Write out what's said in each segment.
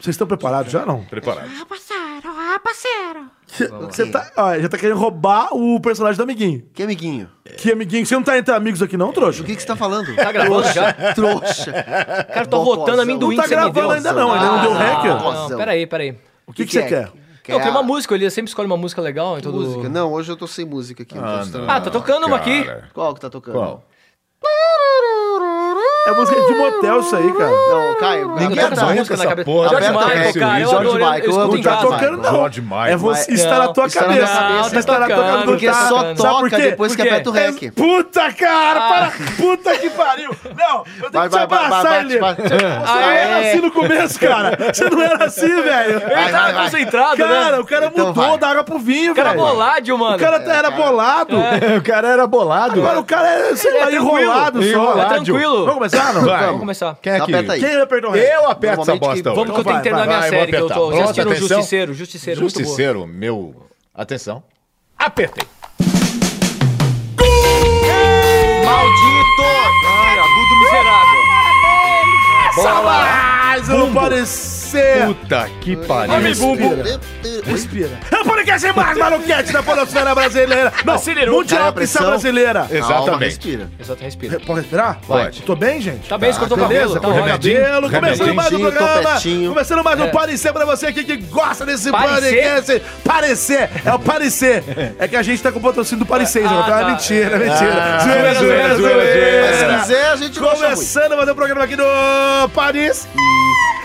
Vocês estão preparados já não? Preparado. Ah, parceiro, ah, parceiro. Você tá, ó, já tá querendo roubar o personagem do amiguinho. Que amiguinho? Que amiguinho, você não tá entre amigos aqui não, trouxa? Do que, que você tá falando? Tá gravando já? Trouxa. Cara, tô rotando amendoim Não tá que você me gravando deu. Ah, ainda não, ainda não deu hack, ó. Não, não, peraí, peraí. O que, que, é? você quer? Não, tem uma música, ele sempre escolhe uma música legal em todo... música. Não, hoje eu tô sem música aqui. não tô escutando. Ah, tá tocando uma aqui. cara. Qual que tá tocando? Qual? É música de motel isso aí, cara. Não, Caio. tá Ninguém tá aberta- essa arranca música na essa cabeça. porra, George aberta a Michael, cabeça, cara, eu George adoro, eu- eu Michael, escuto amo em Tá George casa. Michael. tocando não. George Michael. É você Não, está na tua está na minha cabeça. cabeça. Está na tua Tá cabeça. tocando, Porque é Tá- só sabe por toca quê? depois que Por quê? aperta o É- REC. Puta, cara! Para! Puta que pariu! Não! Eu tenho que te Vai, vai, vai, vai, abraçar, bate, ele. bate. Você não era Aê. assim no começo, cara! Você não era assim, velho! Ele Vai, vai, tava vai. concentrado, Cara, né? o cara Então mudou vai. da água pro vinho, O cara é velho! boládio, mano. O cara tá- era bolado! É, O cara era bolado. Agora o cara é, sei Ele é lá, tranquilo. enrolado só! É Enrolado. tranquilo. Vamos começar, não? Vai. Vamos começar. Quem é que... Aperta aí. Quem vai perder o resto? Eu aperto essa bosta Normalmente que- hoje. Vamos que eu Então tenho que vai, terminar minha vai, vou série, que eu apertar. tô. Vocês Pronto, assistiram o atenção. Justiceiro, Justiceiro, muito bom. Justiceiro, meu... Atenção. Apertei. Maldito! Agudo miserável. Mas eu não parecer! Puta que Homem pariu. bumbo. Respira. É o podcast mais maluquete da podosfera brasileira. Não, Acelerou. Cara, mundial a pizza pressão. brasileira. Calma, Exatamente. respira. Exato, É, respira. Pode respirar? Pode. Tô bem, gente? Tá bem, escutou o cabelo? Beleza, Tá com ótimo. cabelo. Começando Remedinho, mais um programa. topetinho. Começando mais um parecer pra você aqui que gosta desse Parecer? podcast. Parecer. É o parecer. É que a gente tá com o patrocínio do parecer. Ah, Ah, tá. tá. Mentira, mentira. Ah, Zoeira, zoeira, zoeira, zoeira. Mas se quiser, a gente gosta muito. Começando mais um programa aqui no Paris.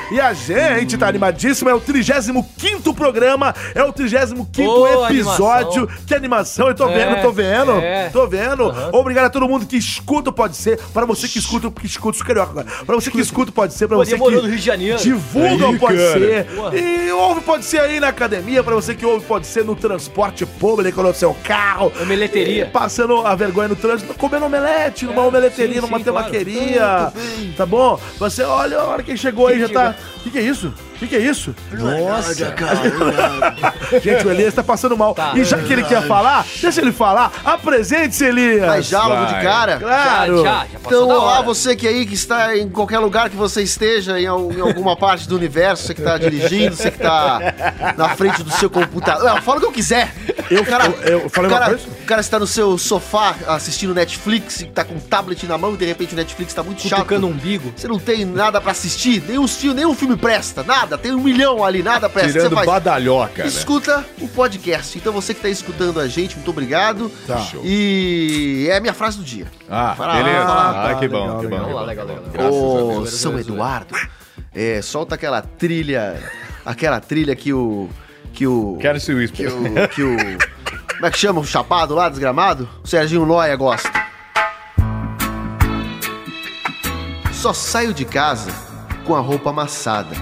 E a gente tá animadíssima, é o 35 programa, é o 35 Ô, episódio. Que animação, eu tô É, vendo, tô vendo, é. tô vendo. Obrigado a todo mundo que escuta, o pode ser. Pra você que escuta, que escuta os carioca agora. Pra você que escuta, o pode ser. Pra Pô, você ele morou no Rio que de Janeiro. divulga, o Aí, pode cara. ser. Porra. E ouve, pode ser aí na academia. Pra você que ouve, pode ser no transporte público, no seu carro. Uma meleteria. E Passando a vergonha no trânsito, comendo omelete, numa É. omeleteria, sim, numa sim, temaqueria. Tá bom? Você olha a hora que chegou aí, já tá. O que, que é isso? O que, que é isso? Nossa, cara. Gente, o Elias tá passando mal. Tá. E já que ele quer falar, deixa ele falar. Apresente-se, Elias. Mas já logo de Vai. cara. Claro. Já, já, já passou Então, da olá, hora. você que aí que está em qualquer lugar que você esteja, em, al- em alguma parte do universo, você que está dirigindo, você que está na frente do seu computador. Não, fala o que eu quiser. Eu- O cara, eu- eu falei o uma cara, coisa? o cara está no seu sofá assistindo Netflix, tá com um tablet na mão e de repente o Netflix tá muito chato. Cutucando o umbigo. Você não tem nada pra assistir, nenhum filme, nenhum filme presta, nada, tem um milhão ali, nada presta. Tirando você faz, badalhoca, né? Escuta o podcast. Então você que tá escutando a gente, muito obrigado. Tá. Show. E é a minha frase do dia. Ah, Fala, beleza. fala. Ah, que Legal, bom, legal. que bom. que Legal, bom, legal, que bom. legal. Graças a Deus. Ô, São Eduardo, é, solta aquela trilha, aquela trilha que o... Que o... Quero esse Que whisper. o... Que o como é que chama o chapado lá, desgramado? O Serginho Noia gosta. Só saio de casa com a roupa amassada.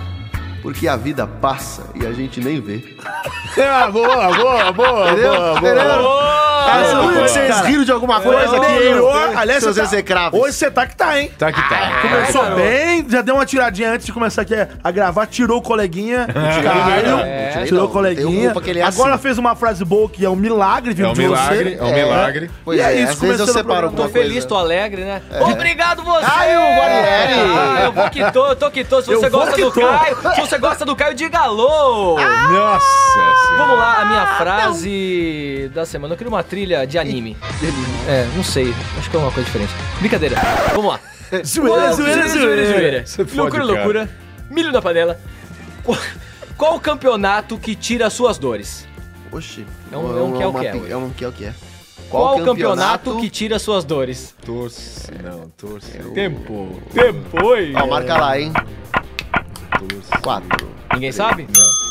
Porque a vida passa e a gente nem vê. Ah, boa, boa, boa, Entendeu? boa, Entendeu? boa. Essa Olha, foi, vocês tá cara. riram de alguma coisa que eu, Melhor. Aliás, seus você tá... execráveis. hoje você tá que tá, hein? Tá que tá. Começou garoto. bem, já deu uma tiradinha antes de começar aqui a gravar, tirou o coleguinha, não, caiu, não tirei tirou não, o É, tem coleguinha. culpa que ele é Agora assim. fez uma frase boa que é um milagre, viu? É um de milagre, você. é um milagre. Pois E é é, isso, às vezes eu começando o separo programa. alguma Tô coisa. feliz, tô alegre, né? Obrigado você! Ai, o Guarnieri! Ah, eu vou que tô, eu tô que tô. Se Eu você vou gosta que do tô. Caio, se você gosta do Caio, diga alô! Ah, Nossa senhora. Vamos lá, a minha frase da semana. Eu queria uma trilha de anime. É, não sei. Acho que é uma coisa diferente. Brincadeira. Vamos lá. Zoeira, zoeira, zoeira. Você fode, Loucura, cara. loucura. Milho na panela. Qual, qual o campeonato que tira suas dores? Oxi. É um- é um que é o uma que é, pi- ué. É um que é o que é. Qual, o campeonato, que tira suas dores? Torce, não, torce. Tempo. Tempo, oi. Ó, marca lá, hein? Torce. Quatro. Ninguém sabe? Não.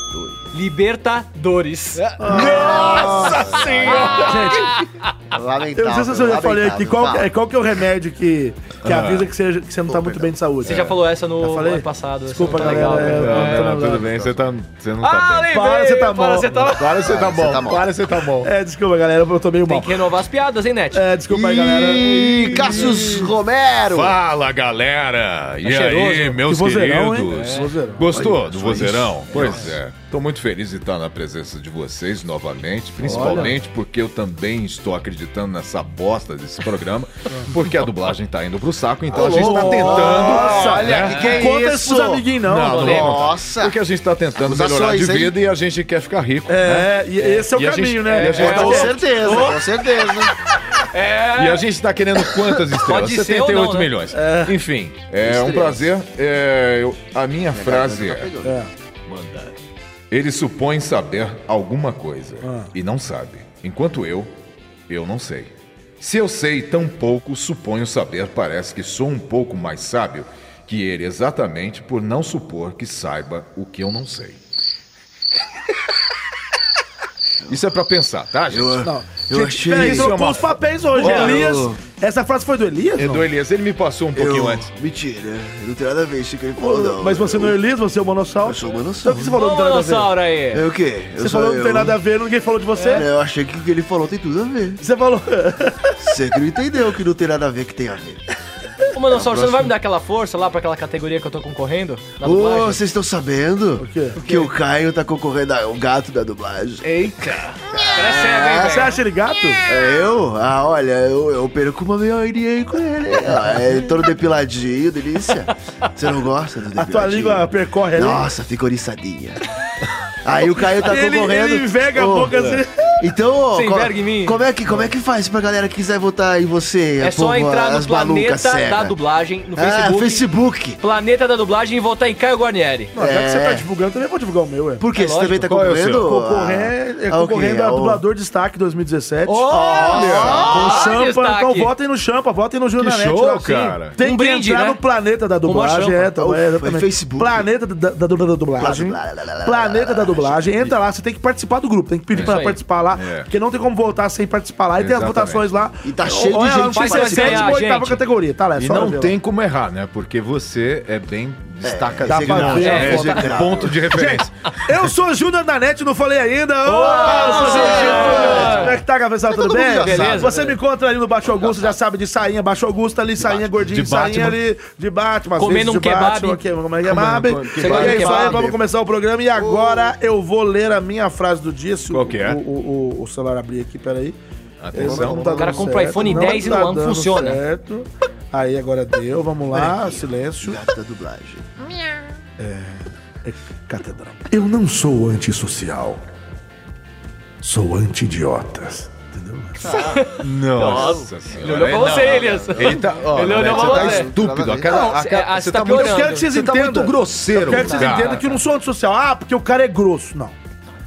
Libertadores. Gente, eu Lamentável. não sei se eu já falei aqui, qual, que- lamentável. é, qual que é o remédio que, que Ah. avisa que você, que você não tá muito bem de saúde? Você já falou essa no Eu falei? ano passado. essa Desculpa, não tá galera, legal, né? eu- é, tô Não, não, lembrado. tudo bem, você, tá, você não Ah, tá bem. lembrei! Para, você tá bom. Para, você tá Para, você tá bom, tá bom. para, você tá bom. É, desculpa, galera, eu tô meio Tem mal. que renovar as piadas, hein, Net? É, desculpa aí, galera. E Cassius Romero. Fala, galera! e cheiroso? aí, meus Que vozeirão, hein? queridos? É. Vozeirão. Gostou do vozeirão? Pois é. Estou muito feliz de estar na presença de vocês novamente, principalmente porque eu também estou acreditando nessa bosta desse programa, porque a dublagem tá indo pro saco, então a gente tá tentando. Nossa, olha, né? que que é Conta isso isso? pros amiguinhos, não. Não, não mano. é. Nossa! Porque a gente tá tentando Acusações, melhorar de hein? vida e a gente quer ficar rico. né? É, e esse é o E a caminho, gente- né? é, a gente É, tá Com o- certeza, com certeza. E a gente tá querendo quantas estrelas? Pode ser 78 ou não, né? milhões. Enfim, é um Estrelas. prazer. É, eu- a minha frase Tá é. Ele supõe saber alguma coisa e não sabe. Enquanto eu, eu não sei. Se eu sei tão pouco, suponho saber, parece que sou um pouco mais sábio que ele, exatamente por não supor que saiba o que eu não sei. Isso é pra pensar, tá, gente? Não. Eu Gente, achei- Peraí, Isso é trocou uma- os papéis hoje. Olha, Elias. eu- Essa frase foi do Elias? É não? do Elias, ele me passou um pouquinho Eu... antes. Mentira, eu não tem nada a ver isso que ele falou, não. Mas você não é o Elias, você é o Monossauro. Eu sou o Então o Manossauro. que você falou não tem nada a ver? Monossauro aí. É o quê? Eu Você sou falou que não tem eu. nada a ver, ninguém falou de você? É, Eu achei que o que ele falou tem tudo a ver. Você falou. Você que não entendeu que não tem nada a ver que tem a ver. Ô, Manossauro, você não vai me dar aquela força lá pra aquela categoria que eu tô concorrendo? Na Ô, dublagem? vocês estão sabendo quê? que o Caio tá concorrendo ao gato da dublagem? Eita! Percebe, é hein, Você velho? acha ele gato? É eu? Ah, olha, eu, eu perco uma meia horinha aí com ele. Ah, é todo depiladinho, delícia. Você não gosta do A depiladinho? tua língua percorre ali? Nossa, fica oriçadinha. Aí o Caio tá Ele- concorrendo. ele enverga a boca assim. Então, ó, Você co- enverga em mim? Como é, que, como é que faz pra galera que quiser votar em você? É só povo, entrar no as malucas Planeta cega? da Dublagem, no Ah, Facebook. Facebook. Planeta da Dublagem e votar em Caio Guarnieri. Não, já que você tá É. divulgando, também vou divulgar o meu, ué. Por quê? É você também tá lógico. Qual é o concorrendo? seu? Concorrer, é Ah, ok, concorrendo a ao- dublador destaque 2017. Com o Olha! Sampa, Destaque. então votem no Champa, votem no Júnior Que na net, show, não, sim. cara. Tem que Um brinde, entrar né? no planeta da uma dublagem, champa. é, tá, Ufa, é, exatamente. é Facebook. Planeta da, da, da- da dublagem. Blá, blá, blá, blá, blá, Planeta da dublagem. Entra lá, você tem que participar do grupo, tem que pedir pra isso aí. participar lá, É. porque não tem como votar sem participar lá. E tem as Exatamente. votações lá. E tá cheio de Olha lá, gente não sei se é participando. sétima ou Gente. oitava categoria, tá, Léo? E Só não ver lá. tem como errar, né? Porque você é bem destaca dá desse pra grau, ver né? a Esse foto. é ponto de referência. Eu sou o Júnior da NET, não falei ainda. Ô, sou o Júnior! Júnior! Como é que tá, cabeçada? Tudo todo mundo bem? já Beleza? sabe, Você me encontra ali no Baixo Augusto, já sabe, de sainha. Baixo Augusto ali, sainha gordinha, de de Batman. sainha ali, de Batman. às Comendo vezes um de kebab. Batman, que- Como é que é kebab? Comendo um E kebab. é isso aí, Kebab. vamos começar o programa. E agora eu vou ler a minha frase do dia. se o- Qual que é? O, o- o- o celular abrir aqui, peraí. Atenção. tá O cara dando compra certo, iPhone não 10 e tá não dando funciona. Certo. Aí agora deu, vamos lá, silêncio. Gato da dublagem. Miau. É Catedral. Eu não sou antissocial. Sou anti-idiotas. Nossa senhora. Ele olhou pra Não, você, não, Elias. não. Ele tá, ó, Ele Alex, olhou pra você tá você. estúpido. A cara- Não, a você- cara- ah, você você tá tá muito- piorando. Eu quero que vocês Você tá entendam. muito grosseiro, Eu quero que vocês cara. entendam que eu não sou antissocial. Ah, porque o cara é grosso. Não.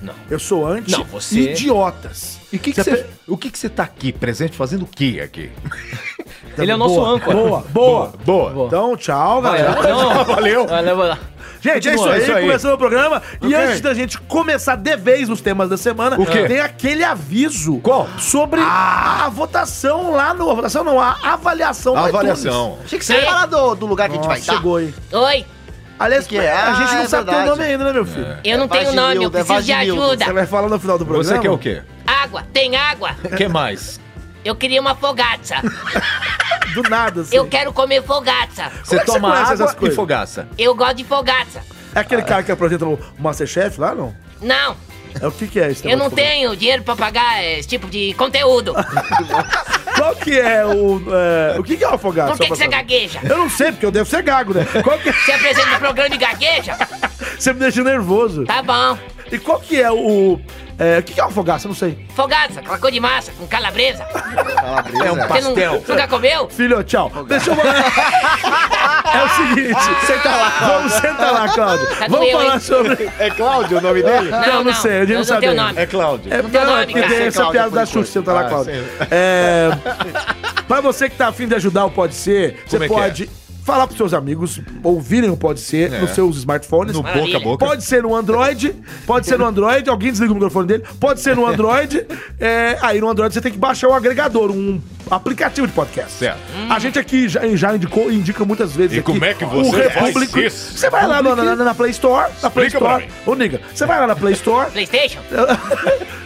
Não. Eu sou Não, você- anti-idiotas. E o que que você- o que que você tá aqui presente fazendo o que aqui? Ele é o nosso Então, boa, âncora. Boa, boa. Boa. Então, tchau, Vai, galera. não. Valeu. Vai, leva lá. Gente, é isso, Continua, aí, é isso aí. começando o programa. E antes da gente começar de vez os temas da semana, O quê? tem aquele aviso Qual? sobre Ah. a votação lá no. A votação não, a avaliação é do iTunes. Avaliação. Achei que É. você ia falar do, do lugar que a gente vai Nossa, estar. chegou aí. Oi, Aliás, Que que é? a gente Ah, não é sabe verdade. teu nome ainda, né, meu filho? eu não É tenho Vaginildo, nome, eu é preciso de Vaginildo. ajuda. Você vai falar no final do programa. Você quer o quê? Água, tem água? O que mais? Eu queria uma fogata. Do nada, assim. Eu quero comer fogata. Você é que você toma conhece essas água e coisas? fogaça. Eu gosto de fogata. É aquele cara que apresenta o Masterchef lá, não? Não, É o que que é esse eu não negócio? tenho dinheiro pra pagar esse tipo de conteúdo. Ah, Qual que é o... é, o que que é o afogado? Por que, Só que você pra saber. gagueja? Eu não sei, porque eu devo ser gago, né? Qual que é? Você apresenta um programa de gagueja? Você me deixa nervoso. Tá bom. E qual que é o... é, o que que é o afogaço? Eu não sei. Fogata, cocô de massa, com calabresa. É um Você, não, pastel. você nunca comeu? Filho, tchau. Deixa eu... é o seguinte... Senta lá, Vamos, senta lá, Cláudio. Tá Vamos doeu, falar hein? sobre... É Cláudio o nome dele? Não, não, sei, Ah, eu não, eu não sabia. tenho nome. É Cláudio. É Não tem nome, porque cara. tem essa Cláudio, piada por da enquanto. Xuxa, senta lá, Ah, Cláudio. sim. É, pra você que tá afim de ajudar o Pode Ser, você Como é que pode falar pros seus amigos, ouvirem o Pode Ser É. nos seus smartphones. No boca Maravilha. a boca. Pode ser no Android, pode ser no Android, alguém desliga o microfone dele, pode ser no Android. é, aí no Android você tem que baixar um agregador, um aplicativo de podcast. Certo. A gente aqui já, já indicou, indica muitas vezes. E aqui como é que o você faz Repúblico. isso? Você vai lá na, na- na Play Store, na Play Explica pra Store. Ô, Niga, você vai lá na Play Store, Playstation?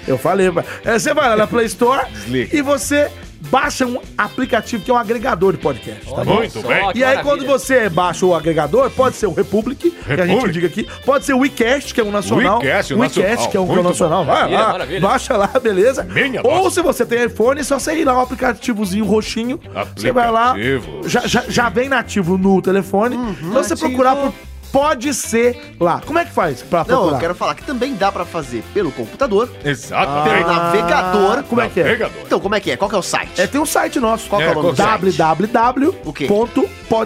eu falei, pai. É, você vai lá na Play Store Desliga. e você baixa um aplicativo que é um agregador de podcast, tá bom? Muito bem. E aí, quando você baixa o agregador, pode ser o Republic, que a gente Republic? diga aqui, pode ser o WeCast, que é um nacional. WeCast, o nacional. que é um que é o Muito nacional. Vai Maravilha, lá, maravilha. baixa lá, beleza? Minha Ou nossa. se você tem iPhone, é só você ir lá, o aplicativozinho roxinho. Você vai lá, Aplicativo. já, já, já vem nativo no telefone. Uhum. Então, você procurar por Pode Ser lá. Como é que faz pra Não, procurar? eu quero falar que também dá pra fazer pelo computador, pelo Ah. Exatamente. navegador. Como é que é? Navegador. Então, como é que é? Qual que é o site? É, tem um site nosso. Qual que é o nome do site? O quê?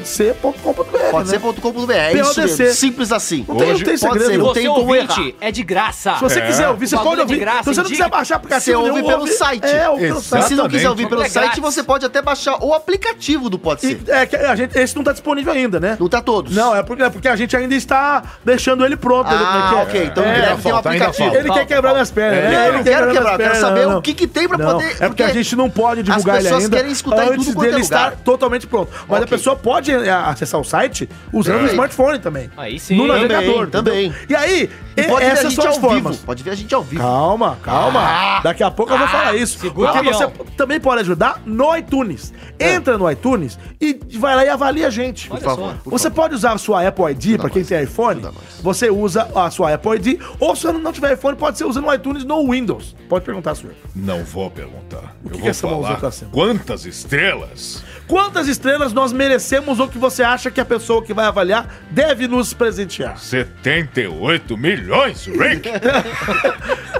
www.podeser.com.br Pode né? ser.com.br. É isso PODC. mesmo. Simples assim. Não tem, não Hoje tem pode segredo. ser, não. não Você tem como ouvinte, é de graça. Se você É. quiser ouvir, você O bagulho pode é ouvir. Então, de graça, Se você não indica- quiser baixar o aplicativo, Você ouve nenhum, pelo site. É, ouve pelo Exato. site. Se não quiser ouvir pelo É site, grátis. você pode até baixar o aplicativo do Pode Ser. E, é, que a gente, esse não tá disponível ainda, né? Não tá todos. Não, é porque, é porque a gente ainda está deixando ele pronto. né, como é que Ah, é? ok. Então É, deve ainda ter um falta, ainda aplicativo. falta. Ele quer quebrar minhas pernas. É, né? eu Ele quer não quero quebrar quebrar, eu quero minhas pernas, saber não, o que que tem pra Não, poder- É porque, porque a gente não pode as divulgar ele ainda. pessoas querem escutar em tudo antes quanto é dele estar lugar. totalmente pronto. Mas a Ok. pessoa pode é, acessar o site usando o É. smartphone também. Aí sim. No Também, navegador. também. entendeu? E aí, E e- pode ver a essas gente são as ao formas. vivo. Ah. Pode ver a gente ao vivo. Calma, calma. Daqui a pouco eu vou falar isso. segura Porque o você peão. também pode ajudar no iTunes. É. Entra no iTunes e vai lá e avalia a gente. Por favor, só. Você pode usar a sua Apple ID, pra quem tem iPhone, você usa a sua Apple ID. Ou se você não tiver iPhone, pode ser usando o iTunes no Windows. Pode perguntar, senhor. Não vou perguntar. que Eu que vou essa mãozinha tá falar sendo? quantas estrelas Quantas estrelas nós merecemos ou que você acha que a pessoa que vai avaliar deve nos presentear? 78 milhões, Rick!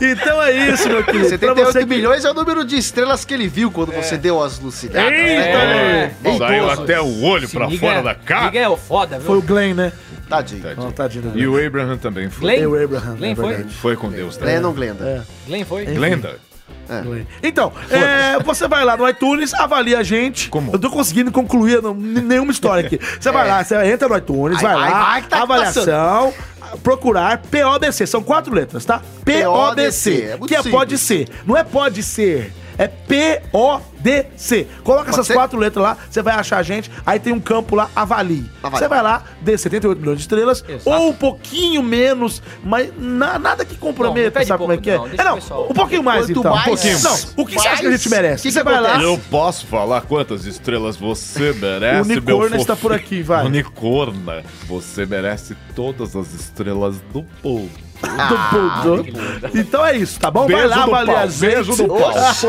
Então é isso, meu querido. Pra 78 você que- É. milhões é o número de estrelas que ele viu quando você deu as né? lucidadas. Eita, É. meu! Saiu Idoso. até o olho pra Nigga- fora da cara. Nigga é o foda, Foi o viu? Glenn, né? Tadinho. Não, tadinho. E o Abraham também foi. Glenn? Eu, Abraham, Glenn é foi? verdade. Foi com Deus também. Glennon É, Glenda. Glenn foi? Glenda. Então, é, você vai lá no iTunes, avalia a gente. Como? Eu tô conseguindo concluir não, n- nenhuma história aqui. Você vai lá, você entra no iTunes, vai, É. Ai, ai, lá, vai que tá avaliação, procurar PODC. São quatro letras, tá? PODC, é PODC, muito que é simples. pode ser. Não é pode ser. É P-O-D-C. Coloca essas ser? quatro letras lá, você vai achar a gente. Aí tem um campo lá, avalie. Avalie. Você vai lá, dê 78 milhões de estrelas, Exato. ou um pouquinho menos, mas na- nada que Não, não comprometa, pede sabe como é pouco, que é? não, deixa é, não, o pessoal. um pouquinho mais, Quanto então. mais- Um pouquinho. Não, o que você acha que a gente merece? Que que você vai lá. acontece? Eu posso falar quantas estrelas você merece, O unicórnio meu fofo. está por aqui, vai. Unicorna, você merece todas as estrelas do povo. Do Budo. Então é isso, tá bom? vai Ah, Beijo lá, do avalia pau, a gente. beijo do pau. Oxe.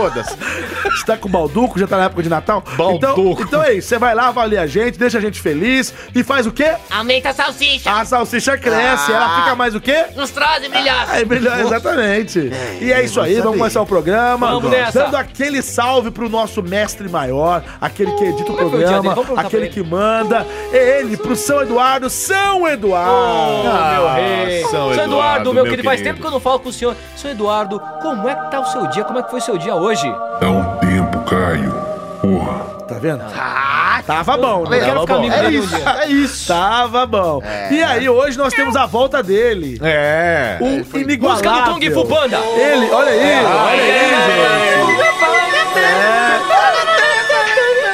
Você tá com balduco, já tá na época de Natal? Então, Balduco. então é isso, você vai lá, avalia a gente, deixa a gente feliz e faz o quê? Aumenta a salsicha. A salsicha cresce, Ah. ela fica mais o quê? Lustrosa e brilhosa. É melhor, exatamente. E é isso aí, vamos começar o programa. Vamos nessa. Dando aquele salve pro nosso mestre maior, aquele que edita o Como é que foi o dia dele? programa, Vamos perguntar aquele pra que manda. É ele, pro São Eduardo, São Eduardo. Ah, meu rei. São São Eduardo, Eduardo, meu, meu querido, faz querido. tempo que eu não falo com o senhor. Senhor Eduardo, como é que tá o seu dia? Como é que foi o seu dia hoje? Dá um tempo, Caio. Porra. Tá vendo? Tava bom, Eu né? quero ficar amigo É dele um isso, dia. é isso. Tava bom. E aí, hoje nós temos a volta dele. É. O Música do Kung Fu inigualável. Panda. Ele, olha aí, olha aí, gente.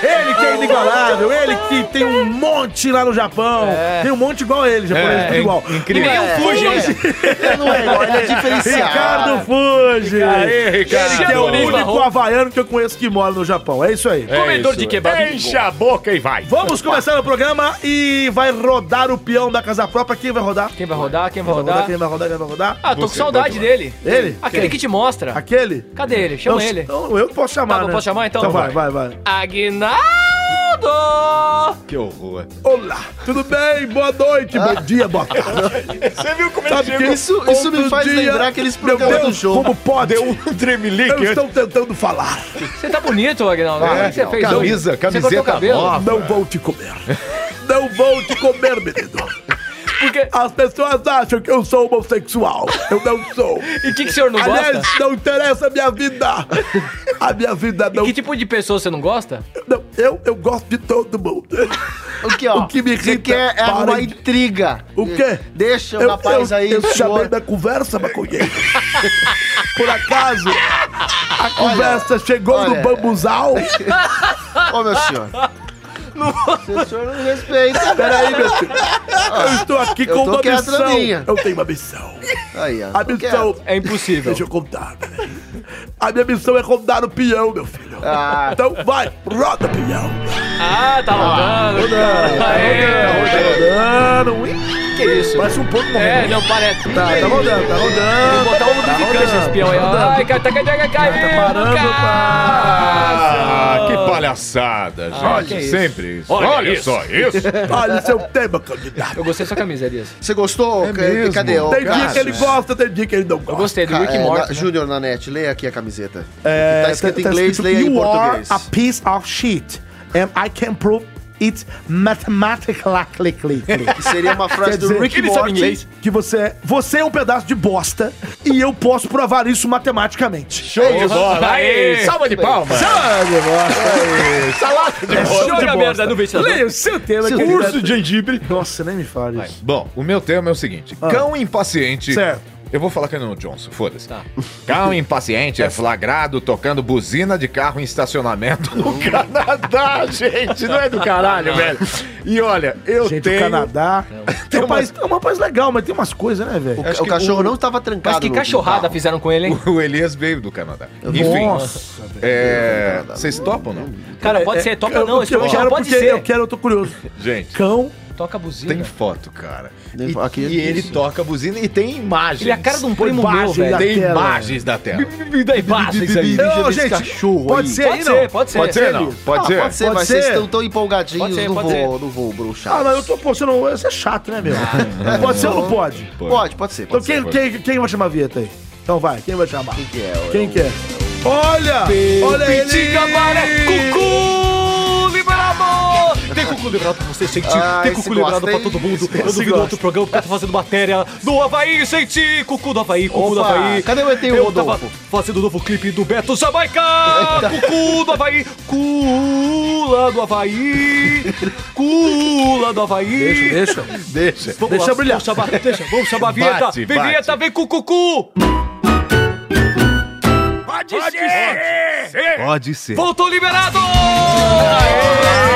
É. Ele que é inigualável, ele que tem um monte lá no Japão. Tem um monte igual a ele, japonês, É, tudo é igual. incrível. E nenhum fuge, hein? Ele não é igual, ele é diferenciado. Ricardo Fuji. Aê, Ricardo. Ele que é o Japonês único marrom. havaiano que eu conheço que mora no Japão. É isso aí. É Comedor isso. de kebab. Enche a boca e vai. Vamos começar o programa e vai rodar o peão da casa própria. Quem vai rodar? Quem vai rodar? Quem vai Vai rodar, rodar? quem vai rodar, quem vai rodar? Ah, tô com Você, saudade pode dele. Ele? Aquele Quem? que te mostra. Aquele? Cadê ele? Chama Então, ele. então eu posso chamar, Tá bom, né? posso chamar, então? vai, vai, vai. Aguinaldo! Que horror. Olá, tudo bem? Boa noite, bom dia, boa tarde. Você viu como Sabe que Isso- isso me outro faz lembrar aqueles Meu programas Deus, do jogo. Como pode? Deu um Eu tremelique. estou tentando falar. Você tá bonito, Aguinaldo. O que que você fez hoje? camisa, Você camiseta cortou o cabelo? nova. Não vou te comer. Não vou te comer, menino. Porque- As pessoas acham que eu sou homossexual. Eu não sou. E o que, que o senhor não Aliás, gosta? não interessa a minha vida. A minha vida não. Que tipo de pessoa você não gosta? não eu, eu gosto de todo mundo. O que, ó? O que me você irrita, quer é para arrumar de- intriga. O quê? Deixa um o rapaz eu, aí, Eu senhor. chamei da conversa, maconheiro. Por acaso, a conversa chegou olha. no bambuzal. É Ô, meu senhor. O senhor não respeita. Peraí, meu filho. Eu estou aqui Eu com tô uma quieto na missão. minha. Eu tenho uma missão. Aí, ó. A missão. É impossível. Deixa eu contar. né? A minha missão é rodar o peão, meu filho. Ah. Então vai, roda o peão. Ah, tá rodando. Aê, Tá Rodando, ui, Que isso? parece um pouco É, morrendo. não, parece. Tá, tá rodando, tá Vou rodando. botar um lubrificante nesse peão aí. ó. Ai, cai, cai, cai, cai, cai. parando, Ah, que palhaçada, gente. que isso. Sempre isso. Olha, só isso. Olha é o seu tema, candidato. Eu gostei da sua camisa, Elias. Você gostou? É Ca- mesmo. Cadê? Ô, Tem dia Cássio? que ele gosta, tem dia que ele não Eu gosta. gostei do Ca- Rick é, na- Morty. né? Júnior Nanete, leia aqui a camiseta. É, tá escrito em tá inglês, escrito, leia em "You are português. a piece of shit. And I can prove it mathematically. Que seria uma frase Quer do dizer, Rick eles sabem Morty. inglês. que você é, você é um pedaço de bosta e eu posso provar isso matematicamente. Show de bola. Aê. Aê, salva de palmas. É Joga a merda no ventilador. Leia o seu tema. Curso de gengibre. Nossa, nem me fale isso. Bom, o meu tema é o seguinte: cão impaciente. Certo. Eu vou falar que é no Johnson, foda-se. Cão impaciente é flagrado tocando buzina de carro em estacionamento no Canadá, gente. Não é do caralho, velho. E olha, eu Gente, tenho. o Canadá. É um, umas- país, é um país legal, mas tem umas coisas, né, velho? Acho que o cachorro não estava trancado. Mas que no- no cachorrada carro. fizeram com ele, hein? O Elias veio do Canadá. Enfim, Nossa, velho. é, vocês topam não? Cara, pode ser. Toca É, não, esse eu homem já quero pode porque ser. Eu quero, eu tô curioso. Gente, Cão. Toca a tem buzina. foto, cara. Nem- E, aqui é e ele isso. toca buzina e tem imagens. Ele é a cara de um Põe primo meu, imagem velho. da Tem tela. imagens da tela. Me dá embaixo isso aí. Ô, desse cachorro pode aí. ser aí, Pode não? ser, pode ser. Pode ser, não? Pode Ah, ser? Pode ser, Pode mas vocês ser? estão tão Pode empolgadinhos. ser, Não pode vou, não vou bruxar. Ah, mas eu tô, pô, você não, você é chato, né, meu? pode ser ou não pode? Pode, pode ser. Então Pode ser. quem, quem, quem vai chamar a vinheta aí? Então vai, quem vai chamar? Quem que é? Quem quer? Olha! Olha ele! Cucu liberado! Tem cucu liberado pra você, gente. Ah, Tem esse cucu liberado gosta, pra hein? todo mundo. Esse Eu gosta. não vi no outro programa porque eu tô fazendo matéria do Havaí, gente. Cucu do Havaí, cucu Opa, do Havaí. cadê o ET e o Eu Rodolfo? tava fazendo o novo clipe do Beto Jamaica. Cucu do Havaí. Cula do Havaí. Cula do Havaí. Deixa, Deixa. Vamos Deixa lá, brilhar. Vamos chamar, deixa, vamos chamar a vinheta. Bate, vem bate. vinheta, vem com o cucu. Pode, ser. Pode ser. Voltou liberado.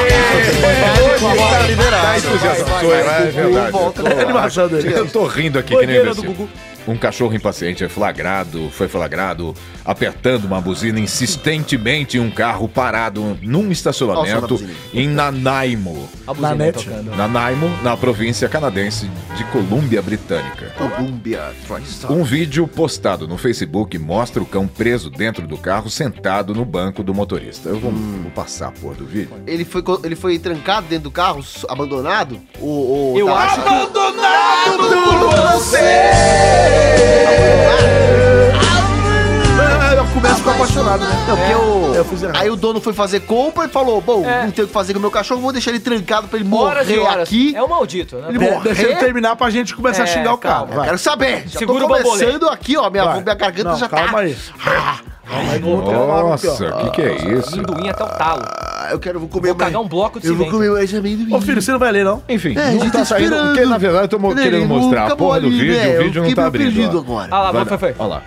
é Tá liberado. Tá entusiasmado. É verdade. volta. É animação dele. Eu tô rindo aqui que nem Banheira do imbecil. Gugu. Um cachorro impaciente é flagrado, foi flagrado, apertando uma buzina insistentemente em um carro parado num Olha o som da estacionamento buzina. em Nanaimo. A buzina net. tocando. Nanaimo, na província canadense de Colômbia Britânica. Colômbia, Tristar. Um vídeo postado no Facebook mostra o cão preso dentro do carro sentado no banco do motorista. Eu vou, vou passar a porra do vídeo. Ele foi, co- ele foi trancado dentro do carro, so- abandonado? O, o, Eu tá- acho que... Eu começo com apaixonado, né? Não, porque o- eu fiz errado. Aí o dono foi fazer compra e falou: Bom, É. não tem o que fazer com o meu cachorro, vou deixar ele trancado pra ele Horas e morrer horas. aqui. É o maldito, né? Ele De- morreu. Deixa ele terminar pra gente começar a É, xingar o carro. calma. Vai. Quero saber. Já Segura o tô começando bambolê. aqui, ó. Minha, Vai. minha garganta Não, já calma tá. aí. Calma aí, vou botar uma água aqui, ó. Nossa, o que, que é isso? Amendoim até o talo. Ah, eu quero vou comer Vou cagar um bloco de Eu vou cimento. comer mais amendoim. Ô filho, você não vai ler, não? Enfim, É, a não gente tá tá saindo, esperando. porque na verdade eu tô mo- Ele querendo não mostrar a acabou porra do ali, vídeo, né? o Eu vídeo não fiquei tá meio abrindo. perdido ó. agora. Ah Vai lá, vai, lá. foi, foi. Olha lá.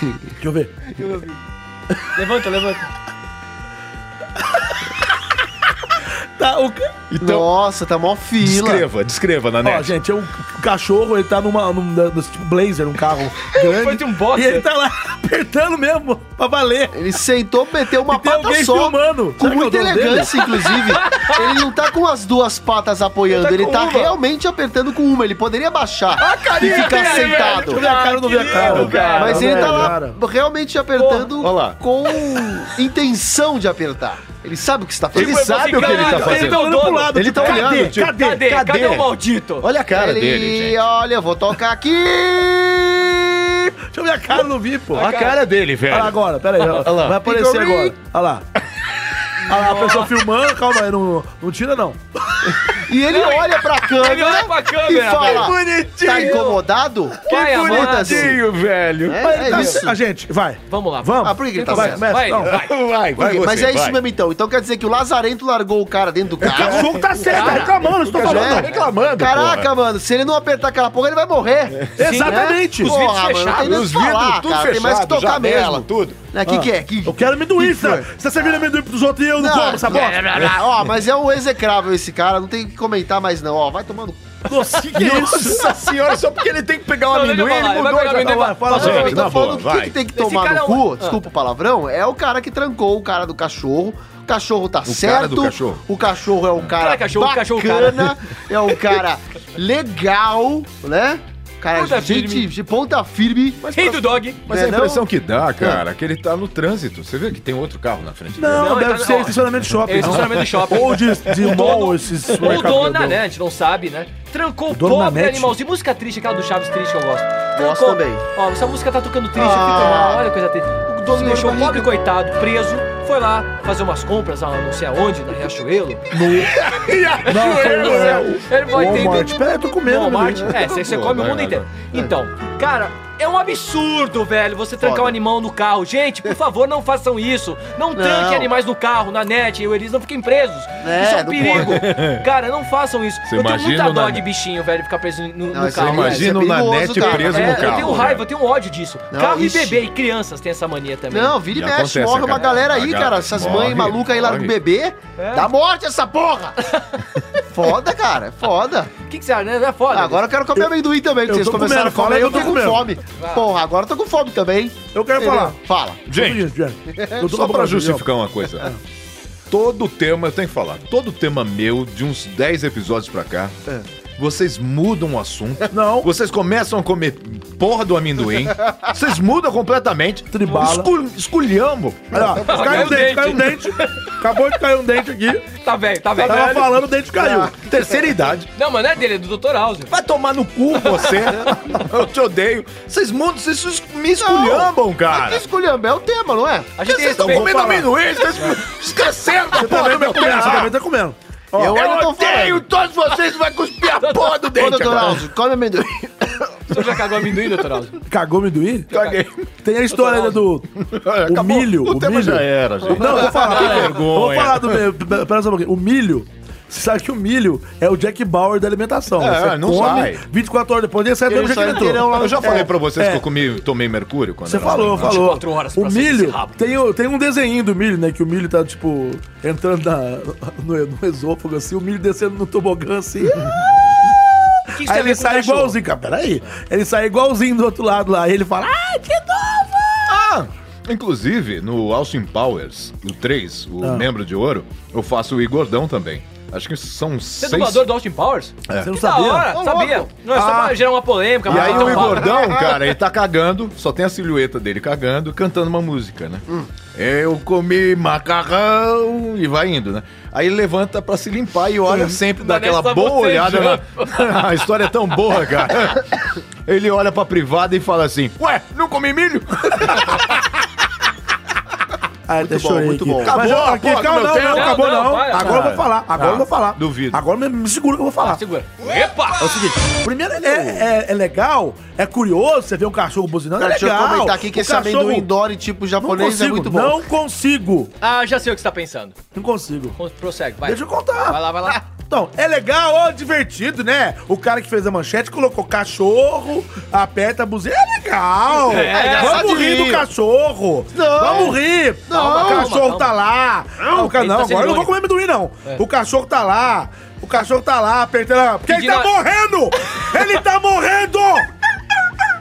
Deixa eu ver. Levanta, levanta. Tá, o... ca- Nossa, tá mó fila. Descreva, descreva, Nanete. Ó, gente, é um cachorro, ele tá numa, num, num- tipo blazer, um carro grande. Foi de um boxer. E ele tá lá apertando mesmo, pra valer. Ele sentou, meteu uma E tem pata alguém só. filmando. Será que é Com o muita dono dele? elegância, inclusive. Ele não tá com as duas patas apoiando, Ele ele tá tá, com uma. realmente apertando com uma. Ele poderia baixar e ficar dele, sentado. Deixa eu ver a cara ou não ver a Ah, cara. lindo, cara. Mas ele tá lá Cara. realmente apertando Ó lá. com intenção de apertar. Ele sabe o que está fazendo. Ele sabe o que ele tá Ele fazendo. tá olhando pro lado. Ele tá cadê? olhando, tipo, Cadê? Cadê? Cadê, Cadê? o maldito? Olha a cara ele, dele, gente. olha, eu vou tocar aqui. Deixa eu ver a cara, eu não vi, pô. A cara dele, velho. Olha lá agora, pera aí. ó. Olha lá. Vai aparecer Picorim. agora. Olha lá. Olha lá, a pessoa filmando, calma aí, não, não tira não. E ele olha pra câmera, Ele olha pra câmera, e fala: Que bonitinho. Tá incomodado? Pai amado. Foda-se. Tadinho, velho. É, Mas ele é tá- isso. A gente, vai. Vamos lá. Vamos. Ah, por que que ele tá vai, certo? começa, Vai, não. vai. Vai, vai você, Mas é isso vai. mesmo então. Então quer dizer que o Lazarento largou o cara dentro do O carro. cachorro tá certo, tá reclamando, isso que eu tô cachorro falando. tá reclamando, Caraca, porra. mano, se ele não apertar aquela porra, ele vai morrer. Exatamente. Os vídeos Porra, mano, não tem fechados. nem o Os que falar, vidros tudo cara. Tem mais que fechado, tocar janela, mesmo. tudo. Né, que que é? Que... Eu quero amendoim, tá? foi? Se você vira amendoim pros outros e eu não, como essa bosta. Ó, mas é um execrável esse cara, não tem o que comentar mais não. Ó, vai tomando Nossa, que que é isso? Nossa senhora, só porque ele tem que pegar um Não, deixa eu amendoim, ele falar, ele vai mudou. já. tá- pegar amendoim, Vai, vai. fala Fala, pra gente, mim. tá Na boa, falando que o que que vai. tem que tomar cara é no um- cu, desculpa o palavrão, é o cara que trancou o cara do cachorro. O cachorro tá certo. cara do cachorro. O cachorro é um cara, Cara, cachorro, cachorro, cara. bacana, é um cara legal, né? Cara, Ponta gente firme. de ponta firme. Rei do dog. Mas Não a é não? impressão que dá, cara, é que ele tá no trânsito. Você vê que tem outro carro na frente dele. Não, Não, deve então, ser ó, estacionamento de shopping. é estacionamento de shopping. Ou de, de O mall, dono- esses... Ou mercado dona, grandão. né? A gente não sabe, né? Trancou o dono da pobre net. animalzinho. Música triste, aquela do Chaves triste que eu gosto. Gosto Trancou- também. Ó, essa música tá tocando triste, Ah. eu fico mal. Olha a coisa triste. O dono Senhor deixou o pobre barriga. coitado preso, foi lá fazer umas compras, ah, não sei aonde, na Riachuelo. Não, foi o... Ele vai entender Walmart. Peraí, eu tô né? comendo. Walmart. menino. É, você, você come o mundo inteiro. Então, cara, é um absurdo, velho, você trancar um animal no carro. Gente, por favor, não façam isso. Não, tranquem animais no carro, na net, eu, eles não fiquem presos. É, isso é um não perigo. Cara, não façam isso. Você eu tenho imagina muita dó na- de bichinho, velho, ficar preso no, no Não, isso carro. aí, velho. isso Imagina é na perigoso, net cara. preso É, no eu carro. tenho raiva, eu tenho ódio disso. Não, carro ixi. e bebê e crianças têm essa mania também. Não, vira e E mexe, acontece, morre uma cara. galera aí, Morre, cara. Essas mães morre. malucas aí É. largam o bebê. Dá morte essa porra! foda, cara, é foda. O que, que você acha? né? É foda. Agora eu quero comer amendoim também, que eu vocês tô começaram comendo, a falar fala aí, eu eu tô tô com comendo. fome. Porra, agora eu tô com fome também. Eu quero Entendeu? falar. Fala. Gente, eu tô Só com pra vontade, justificar uma coisa. Todo tema, eu tenho que falar, todo tema meu, de uns 10 episódios pra cá, vocês mudam o assunto. Não. Vocês começam a comer porra do amendoim. vocês mudam completamente. Tribala. Escul esculhambo. Olha lá, caiu um Caiu dente, dente. caiu um dente. Acabou de cair um dente aqui. Tá velho, tá velho. Tava falando, o dente caiu. Ah. Terceira idade. Não, mas não é dele, é do Dr. House. Vai tomar no cu você. eu te odeio. Vocês mudam, vocês es- me esculhambam, Que cara. esculhamba é o tema, não é? A gente Vocês estão respeita- comendo amendoim, vocês esqueceram da Você também porra tá do comendo, você meu também tá comendo. eu ainda tô falando. todos vocês, vai cuspir a porra do Ô, doutor Alzo, come amendoim. O senhor já cagou amendoim, Dr. House? Cagou amendoim? Caguei. Tem a história ainda do... O milho, O, o tema milho. já era, gente. Não, eu vou falar. Que Eu Vou vergonha. falar do meu. Pera só um pouquinho. O milho. Você sabe que o milho é o Jack Bauer da alimentação. É, Você não come, sai. 24 horas depois, ele sai do mesmo jeito que ele entrou. Eu já falei pra vocês é. que eu comi, tomei mercúrio quando Você era falou, menor. falou. 24 horas pra o sair desse milho, rabo. tem, o- tem um desenho do milho, né? Que o milho tá, tipo, entrando na- no, no esôfago, assim, o milho descendo no tobogã, assim. O que Aí que tem a ver ele com sai cachorro? igualzinho, cara, peraí. Ele sai igualzinho do outro lado lá. Aí ele fala, ah, de novo! Ah! Inclusive, no Austin Powers, o 3, o Ah. membro de ouro, eu faço o Igordão também. Acho que são Você é seis. dublador do Austin Powers? Você não Que da sabia? hora, sabia. Não é só Ah. pra gerar uma polêmica. E mas aí então o fala. Igordão, cara, ele tá cagando, só tem a silhueta dele cagando, cantando uma música, né? Eu comi macarrão e vai indo, né? Aí ele levanta pra se limpar e olha sempre, Hum. dá Mas nem aquela só boa você, olhada Jô. na... A história é tão boa, cara. Ele olha pra privada e fala assim, ué, não comi milho? Ah, muito bom, muito bom. Acabou, Acabou a porra do calma, meu não, tempo. não, acabou Não, não. não, vai, Tá, agora eu vou falar, agora eu vou falar. duvido. Agora me, me segura que eu vou falar. Segura. Epa! Primeiro, é, é, é legal, é curioso, você vê um cachorro buzinando, é Cara, legal. deixa eu comentar aqui que O esse amendoim Dory tipo não japonês consigo, é muito bom. Não consigo, Ah, já sei o que você tá pensando. não consigo. Con- Prossegue, vai. Deixa eu contar. Vai lá, vai lá. Então, é legal ou divertido, né? O cara que fez a manchete colocou cachorro, aperta a buzina. É legal! É, Vamos rir engraçadinho. do cachorro! Não. Vamos rir! Não. o cachorro Calma, calma. tá lá! Não, o ca- Ele tá não, sendo agora eu não vou irônico. comer amendoim, não! O cachorro tá lá! O cachorro tá lá, apertando. a- Porque ele tá Ignora- morrendo! Ele tá morrendo!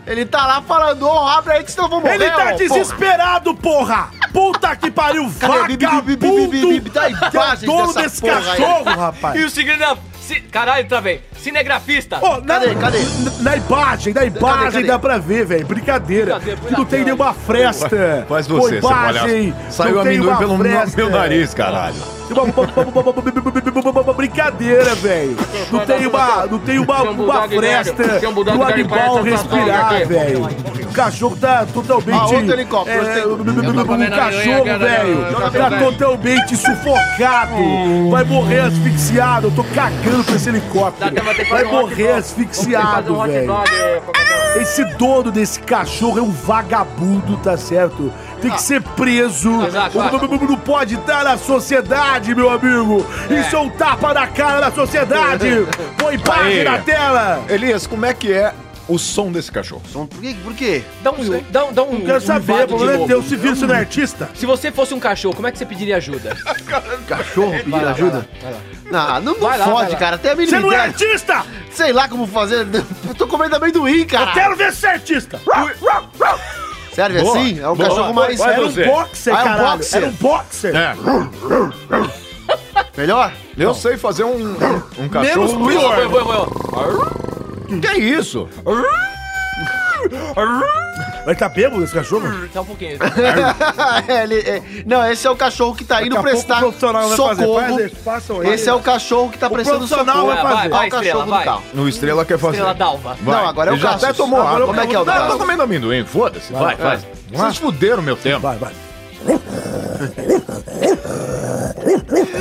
Ele tá lá falando, ô, abre aí que senão eu vou morrer, Ele tá ó, desesperado, porra! Puta que pariu, Cadê? Bi, bi, bi, bi, bi, bi, bi, bi, vagabundo! tá Que é o imagens dono dessa desse porra aí. cachorro, rapaz! E o cinegraf... ci- Caralho, travei. Cinegrafista. Ô, na, Cadê? Cadê? n- Na imagem, na imagem cadê? dá pra ver, velho. Brincadeira. Cadê? Põe Que não tem na câmera. nenhuma fresta. Mas Pô, você, seu imagem. palhaço. Saiu não tem amendoim uma pelo fresta. meu nariz, caralho. Brincadeira, velho. Não tem uma, não tem uma, uma fresta do animal respirar, velho. O cachorro tá totalmente. Ah, outro helicóptero, É, tem- o cachorro, velho, tá totalmente sufocado. Vai morrer asfixiado. Eu tô cagando pra esse helicóptero. Vai morrer asfixiado, um velho. Esse dono desse cachorro é um vagabundo, tá certo? Tem Ah. que ser preso. Exato, Não- não- Não pode estar na sociedade, meu amigo. Isso é um tapa na cara da sociedade. Põe imagem Aí. na tela. Elias, como é que é o som desse cachorro? Som- Por quê? Por quê? Dá um. Dá um, dá um Quero um saber, invado o problema é de teu, lobo. se vira, você não é artista. Se você fosse um cachorro, como é que você pediria ajuda? Cachorro Vai pedir lá, ajuda? Não, não, não Vai lá, vai fode, lá. cara. Até a mínima Você não é ideia. artista! Sei lá como fazer. Eu tô comendo amendoim, cara. Quero ver se é artista! Serve Boa, assim? É um boa, cachorro boa, mais. boa. Era um você. boxer, Ah, é um caralho. boxer. Era um boxer. É, Melhor? eu sei fazer um, um Menos cachorro. pior. Foi, foi, foi. Que é isso? Mas tá bêbado esse cachorro? Só um pouquinho. Ele- é- não, esse é o cachorro que tá indo Daqui a pouco prestar o profissional vai fazer. socorro. Faz, eles passam aí. esse é o cachorro que tá prestando profissional socorro. vai fazer. Olha Vai, o Estrela, cachorro do vai. carro. No Estrela quer fazer. Estrela d'alva. Vai. Não, agora é o Ele já Cassius. até tomou Agora água. Como é que é o Não, eu tô Cassius? comendo amendoim, foda-se. Vai, faz. Vocês fuderam meu tempo. Vai, vai.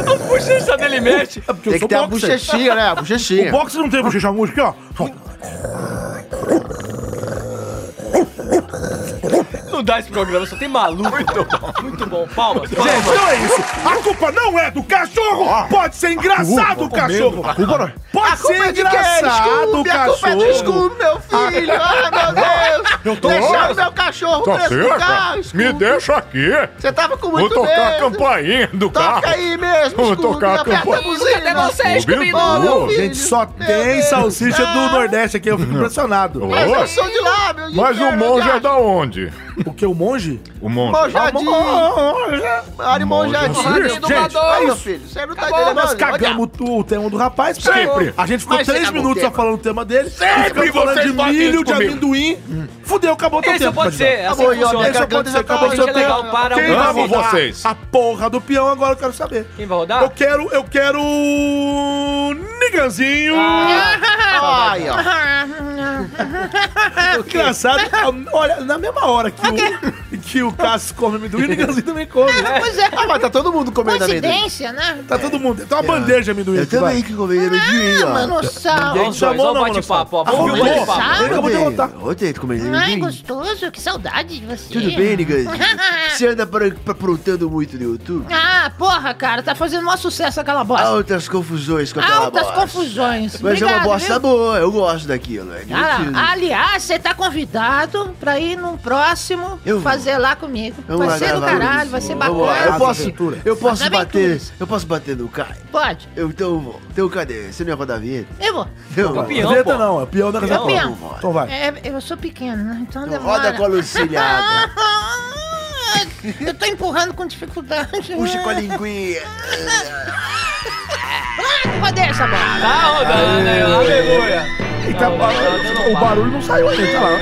A bochecha dele mexe. Porque eu Tem que sou ter a boxer. bochechinha, né? A bochechinha. O boxer não tem bochecha música, ó. Não dá esse programa, só tem maluco. Muito bom. Muito bom. Palmas. palmas. Gente, não é isso. A culpa não é do Tá cachorro. Pode ser engraçado o cachorro. Pode A culpa ser é de quem? engraçado o Scooby, a culpa é do cachorro. Ah, Scooby, meu filho. Ai, meu Deus. Eu tô- Deixaram meu cachorro Tá preso no carro, certo? Me Scooby. deixa aqui. Você tava com Vou muito tocar a medo. campainha do carro. Toca aí mesmo, Vou tocar a Aperta campainha. a buzina. né? Cadê vocês, Scooby-Doo? Ô, meu filho. Gente, só Meu tem Deus. salsicha do Ah. Nordeste aqui. Eu fico impressionado. Mas Ô, eu sou de lá, meu Mas o inferno, monge é viado. da onde? O que, o monge? O monge. Monjadinho. Mário Monjadinho. Monjadinho. Monjadinho. Gente, Ai, meu filho, você não tá Pô, entendendo. nós nada. cagamos o, o tema do rapaz. porque Sempre. A gente ficou Mas três acabou minutos o só tema. falando o tema dele. Sempre Ficamos falando vocês de batem milho, de comigo. amendoim. Hum. Fudeu, acabou o teu Esse tempo. pode ser. É assim Acabou, que e olha, funciona. a Esse pode garganta ser, já tá acabou o Gente, seu é tempo. legal. Para Quem um vai Amo rodar vocês. A porra do peão agora eu quero saber. Quem vai rodar? Eu quero, eu quero. Niganzinho! Ah, Ai, ó. Engraçado, olha, na mesma hora que o, que o Cássio come amendoim, o Niganzinho assim também come. né? Pois é, Ah, mas tá todo mundo comendo amendoim. coincidência, né? Tá todo mundo. Tem uma bandeja de amendoim Eu aqui, vai. também que comi Tá amendoim, ó. Ah, Mano, sal. Olha os dois, chamou, olha o não, bate-papo, ó. Manoel. Vamos ver o Arrumou. bate-papo. Tá Ele acabou de voltar. Ontem tu comeu Ai, amendoim. gostoso, que saudade de você. Tudo bem, Niganzinho? Você anda pra- pra- aprontando muito no YouTube? Ah, porra, cara, tá fazendo maior sucesso aquela bosta. Altas confusões com aquela Ah, Altas tá, bosta. confusões. Mas é uma Obrigado, bosta viu? boa, eu gosto daquilo, é Cara, divertido. aliás, você tá convidado pra ir num próximo Eu vou. fazer lá comigo. Vamos lá vai ser do gravar um caralho, vídeo. vai ser Vamos lá, bacana. Eu posso, Aventura. eu posso Nas bater, aventuras. eu posso bater no Caio. Pode. Eu, então eu vou. Então cadê? Você não ia rodar a vinheta? Eu vou. Então, vai. Campeão, Vinheta pô. não, é o peão da casa Peão. Pobre. Peão. Então vai. É, eu sou pequeno, né? Então Então demora. Ah, roda com a lucilhada. Eu tô empurrando com dificuldade. né? Puxa com a linguinha. Cadê Ah, essa bola? Tá rodando, hein? Aleluia. E tá- É. Não, não, não, o para. barulho não saiu ainda, tá lá. não,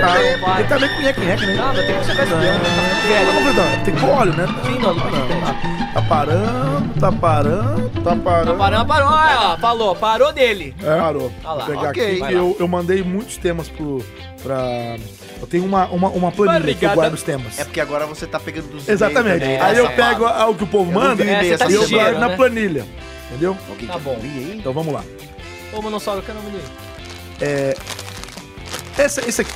Tá, para. ele tá meio cunheque, cunheque, né? Não, mas tem que chegar esse peão, né? Tá ficando Tá velho. completando. Tem que pôr óleo, né? Sim, não, não, não, não. Tá parando, tá parando, tá Tá parando. parando, parou. Olha, ó, falou, parou dele. É. Parou. Tá lá, Vou pegar ok. aqui. Vai que lá. Eu, eu mandei muitos temas pro. pra. Eu tenho uma, uma, uma planilha que eu Obrigada. guardo os temas. É porque agora você tá pegando dos Exatamente. e-mails, né? Aí eu Safado. pego a- o que o povo não manda vi e e-mail Essa tá essa eu semana. ligeira, guardo na né? planilha. Entendeu? Alguém Tá quer bom. dormir aí? Então vamos lá. É, Ô, Monossauro, quer nome dele? Esse, esse aqui.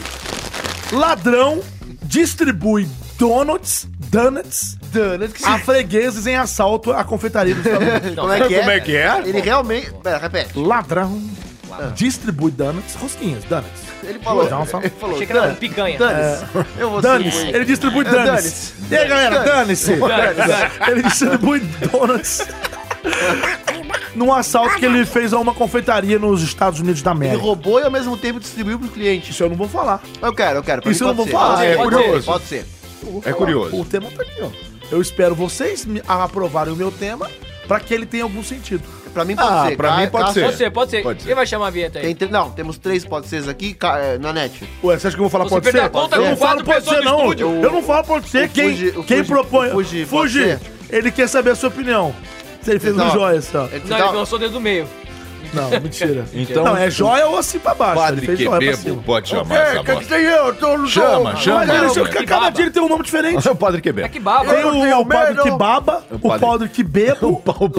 Ladrão distribui donuts, donuts Dana, que se- a fregueses em assalto à confeitaria dos Estados Unidos. Como é que é? Como é que é? Ele realmente... Pera, repete. Ladrão distribui donuts, rosquinhas, donuts. Ele falou. Dá uma só. Ele falou. Achei que era Dana, picanha. Dane-se. Tipo Eu vou assim, Danis, ser ruim. ele distribui Danis. É, dane-se. E aí, galera, dane-se. Dane-se. Ele distribui donuts. Num assalto que ele fez a uma confeitaria nos Estados Unidos da Ele América. roubou e ao mesmo tempo distribuiu pro cliente. Isso eu não vou falar. Eu quero, eu quero. pra Isso mim eu não pode vou falar, é ser, pode ser, pode curioso. ser, Pode ser. Eu vou É curioso. O tema tá aqui, ó. Eu espero vocês me aprovarem o meu tema pra que ele tenha algum sentido. Pra mim pode Ah, ser. pra Ca- mim pode Ca- ser. Pode ser, pode ser. Pode ser. Quem vai chamar a vinheta aí? Tem tre- Não, temos três pode seres aqui ca- eh, na net. Ué, você acha que eu vou falar Você pode perdeu ser? a conta eu com não falo quatro pode pessoas ser, no não. estúdio. Eu não falo pode ser. O Quem, Fuji- o quem Fuji- propõe. o Fuji, pode Fugir. ser? Ele quer saber a sua opinião. Se ele fez um Não. joia só. É que Não, dá- ele lançou o dedo do meio. Não, mentira. Então- não, é joia ou assim pra baixo. Ele Padre fez é joia pra Quebebo cima. pode chamar essa bosta. tem eu? Tô no Chama, chama. Mas ele, Não, seu- que cada baba. dia ele tem um nome diferente. É o Padre Quebebo. É que baba. Tem Eu o, tenho o padre medo. que baba, o padre- padre que bebo, O pau, podre. o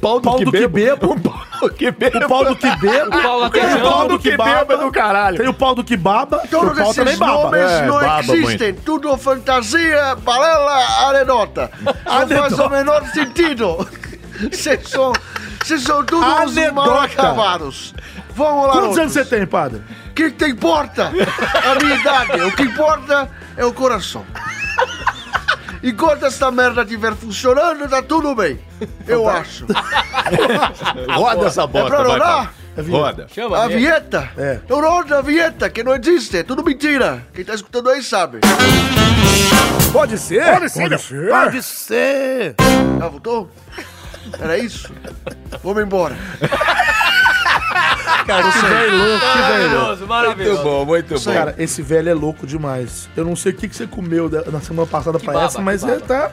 pau do Pau do Quebebo. Quebebo. O pau do Quebebo. o pau do que bebo, O pau tem É o latejão. pau do Então, que Quebebo é baba, do caralho. tem o pau do que baba, que o Todos pau também esses baba. nomes É, não baba, existem. Tudo fantasia, balela, anedota. Não faz Anedota. o menor sentido. Vocês são, vocês são todos Anedota. mal acabados. Vamos lá. Quantos outros. anos você tem, padre? que que importa? A minha idade. O que importa é o coração. Enquanto esta merda estiver funcionando, tá tudo bem. Eu acho. Roda essa É bota, pra vai, rodar? É Paulo. Roda. Chama A mesmo. vinheta? É. Eu rodo a vinheta, que não existe. É tudo mentira. Quem tá escutando aí sabe. Pode ser? Pode ser. Pode ser. Já Tá, voltou? Era isso? Vamos embora. Maravilhoso, Muito maravilhoso. bom, muito bom. Cara, esse velho é louco demais. Eu não sei o que, que você comeu da- na semana passada pra baba, essa, mas que baba. ele tá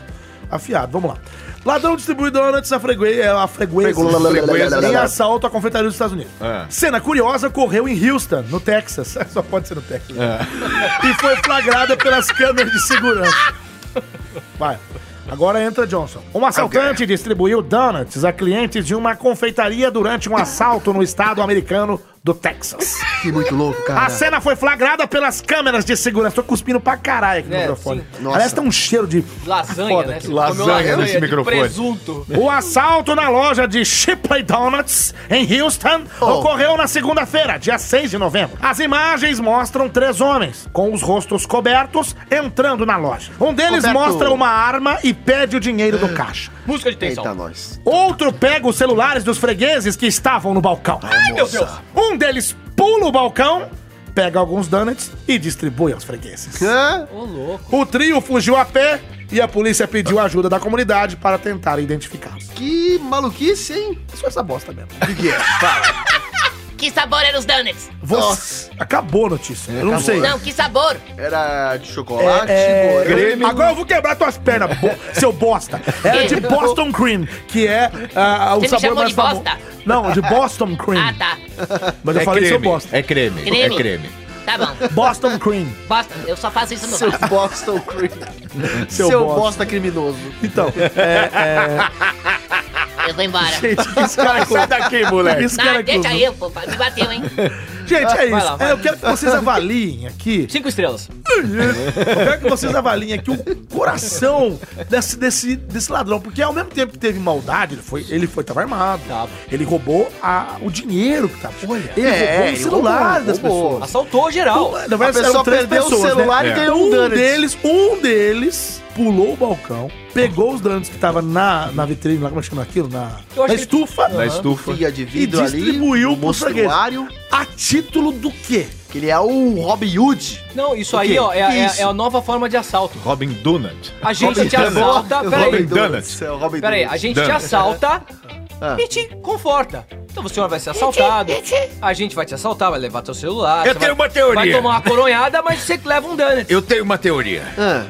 afiado. Vamos lá. Ladrão distribuidor antes da freguesia, é, a freguesia, Freguesa. em assalto à confeitaria dos Estados Unidos. É. Ah. Cena curiosa ocorreu em Houston, no Texas. Só pode ser no Texas. É. E foi flagrada pelas câmeras de segurança. Vai. Agora entra Johnson. Um assaltante distribuiu donuts a clientes de uma confeitaria durante um assalto no estado americano do Texas. Que muito louco, A cara. cena foi flagrada pelas câmeras de segurança. Tô cuspindo pra caralho aqui no É, microfone. sim. Aliás, tá um cheiro de. Lasanha, Foda né? aqui. Você comeu Lasanha nesse de microfone. Presunto. O assalto na loja de Shipley Donuts, em Houston, Oh. ocorreu na segunda-feira, dia 6 de novembro. As imagens mostram três homens, com os rostos cobertos, entrando na loja. Um deles Coberto. mostra uma arma e pede o dinheiro do caixa. Música de tensão. Eita, nós. Outro pega os celulares dos fregueses que estavam no balcão. Ai, meu Deus. Um deles pula o balcão, pega alguns donuts e distribui aos fregueses. Hã? Ô, louco. O trio fugiu a pé e a polícia pediu ajuda da comunidade para tentar identificá-los. Que maluquice, hein? Isso é essa bosta mesmo. O que é? Fala. Que sabor eram os donuts? Você... Acabou a notícia. Eu não sei. É, É, Não, é, tipo, que sabor? Era de chocolate, morango. Grêmio. Agora eu vou quebrar tuas pernas, bo- seu bosta. Era de Boston Cream, que é ah, o Você me sabor chamou mais de famoso. bosta? Não, de Boston Cream. Ah, tá. Mas eu é falei creme, seu bosta. É creme, Creme. é creme. Tá bom. Boston Cream. Basta, eu só faço isso no Seu meu bar. Boston Cream. Seu, bosta. bosta. criminoso. Então, É, Eu vou embora. gente, esse cara Sai daqui, moleque. Esse cara Não, é deixa cuzão. eu, pô. Me bateu, hein? Gente, é Vai isso. lá, vai. É, eu quero que vocês avaliem aqui. Cinco estrelas. Eu quero que vocês avaliem aqui o coração desse, desse, desse ladrão. Porque ao mesmo tempo que teve maldade, ele foi, ele foi tava armado. Tava. Ele roubou a- o dinheiro que tava. ele É, roubou o ele celular roubou, das roubou. pessoas. Assaltou geral. Na verdade, A pessoa eram três perdeu o pessoas, celular e né? ganhou um um donut. deles, um deles pulou o balcão, pegou os donuts que tava na, na vitrine, lá como é que chama aquilo? Na, Eu acho na que- estufa. Da estufa. Fia de vidro ali. distribuiu no pro freguês. mostruário, A título do quê? que ele é o Robin Hood. Não, isso O aí, quê? ó, é, Que é- isso? é a nova forma de assalto. Robin Donut. A gente te Robin assalta. Tá, Peraí, Robin Hood, Donut. isso é o Robin peraí. Hood. A gente te Dano. assalta Ah. e te conforta. Então você vai ser assaltado. A gente vai te assaltar, vai levar teu celular. Eu você tenho vai, uma teoria. Vai tomar uma coronhada, mas você que leva um dano. Eu tenho uma teoria. Ah,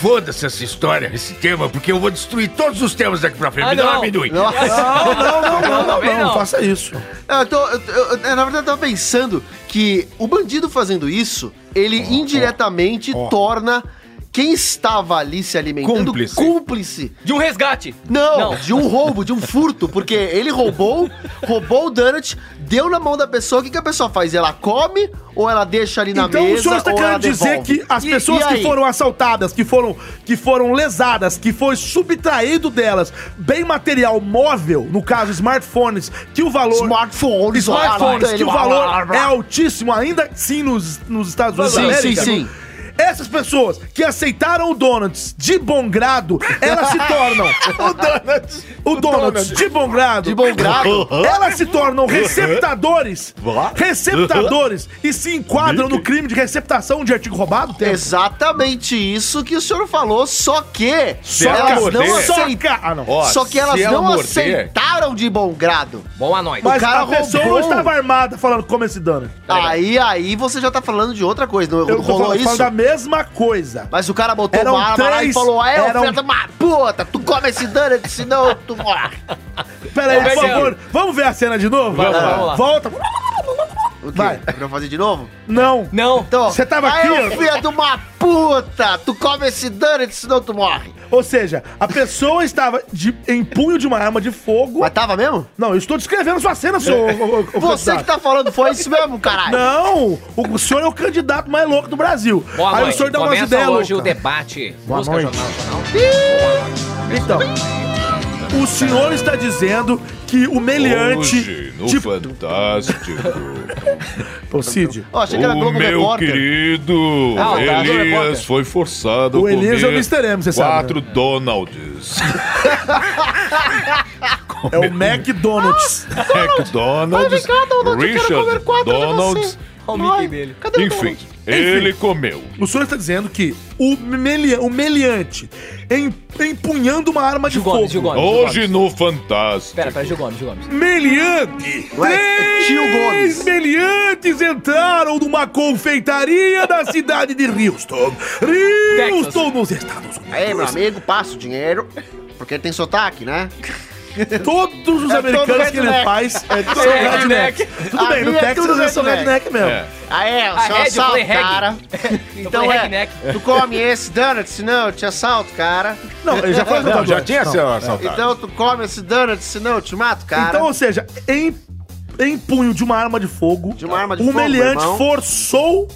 Foda-se essa história, esse tema, porque eu vou destruir todos os temas daqui pra frente. Ah, Me dá não. um amendoim. Não, não, não, também não. faça isso. Ah, Eu tô, eu- eu- eu- na verdade, eu tava pensando que o bandido fazendo isso, ele indiretamente torna quem estava ali se alimentando Cúmplice. cúmplice. De um resgate. Não, Não. de um roubo, de um furto, porque ele roubou, roubou o donut, deu na mão da pessoa, o que, que a pessoa faz? Ela come ou ela deixa ali na Então mesa? o senhor está ou ela querendo dizer devolve? que as E- pessoas e que aí? foram assaltadas, que foram, que foram lesadas, que foi subtraído delas bem material móvel, no caso smartphones, que o valor. Smartphones, smartphones, olha, que o blá, valor blá, blá. é altíssimo, ainda sim nos, nos Estados Unidos. da Sim, América. sim, sim. Essas pessoas que aceitaram o Donuts de bom grado, elas se tornam. o Donuts. O, donuts, de bom grado. De bom grado. Elas se tornam receptadores. Receptadores e se enquadram no crime de receptação de artigo roubado? Tem. Exatamente isso que o senhor falou, só que Se ela elas não morder- aceitaram. Ah, não. Ó, Só que se elas ela não morder- aceitaram de bom grado. Bom a nós. Mas cara a pessoa roubou. estava armada falando como esse dano. Aí, aí você já tá falando de outra coisa, não Eu tô rolou falando, isso? falando a mesma coisa. Mas o cara botou Eram uma arma lá e três- falou: É, ô eram- filho da uma puta, tu come esse donut, senão tu morre. Pera aí, Vai, por Sérgio. favor. Vamos ver a cena de novo? Vamos lá, vamos lá. Volta. O quê? Vai. Pra fazer de novo? Não. Não. Então, Você tava aqui, aí, ô ó. filho de uma puta, tu come esse donut, senão tu morre. Ou seja, a pessoa estava de, em punho de uma arma de fogo. Mas tava mesmo? Não, eu estou descrevendo sua cena, senhor. ô, ô, ô, É. Você deputado. que tá falando, foi isso mesmo, caralho. Não! O, o senhor é o candidato mais louco do Brasil. Boa Aí noite. o senhor dá umas Começa ideias hoje o loucas. debate. Boa Música, noite. jornal, jornal. Então, o senhor está dizendo que o meliante. Hoje, no tipo, Fantástico. Ô, Cid. Ó, achei que era o Globo meu Repórter. querido Ah, o da Globo Elias Repórter. foi forçado O a Elias é o comer Mr. M, você sabe, quatro Donalds. É o McDonald's. McDonald's, Richard Donalds, Olha o Mickey dele. enfim, ele comeu. O senhor está dizendo que o, melia, o meliante em- empunhando uma arma de Gil Gomes, Gil fogo. Gomes. Gil Hoje Gomes. no Fantástico. Pera, pera, Gil Gomes, Gil Gomes. Meliante! Gil Três Gomes. meliantes entraram numa confeitaria da cidade de Houston. Houston, nos Estados Unidos. Aí, meu amigo, passa o dinheiro. Porque tem sotaque, né? Todos os É todo americanos que ele redneck. faz são todo redneck. Tudo A bem, no minha é Texas tudo eles são redneck. redneck mesmo. É. Aí, eu Ah, sou é, de play assalto, reggae. cara. então play é, reggae. tu come esse donut, senão eu te assalto, cara. Não, ele já foi Não, lutador. já tinha Não. sido assaltado. Então tu come esse donut, senão eu te mato, cara. Então, ou seja, em, em punho de uma arma de fogo, De uma arma de o fogo, meliante irmão. forçou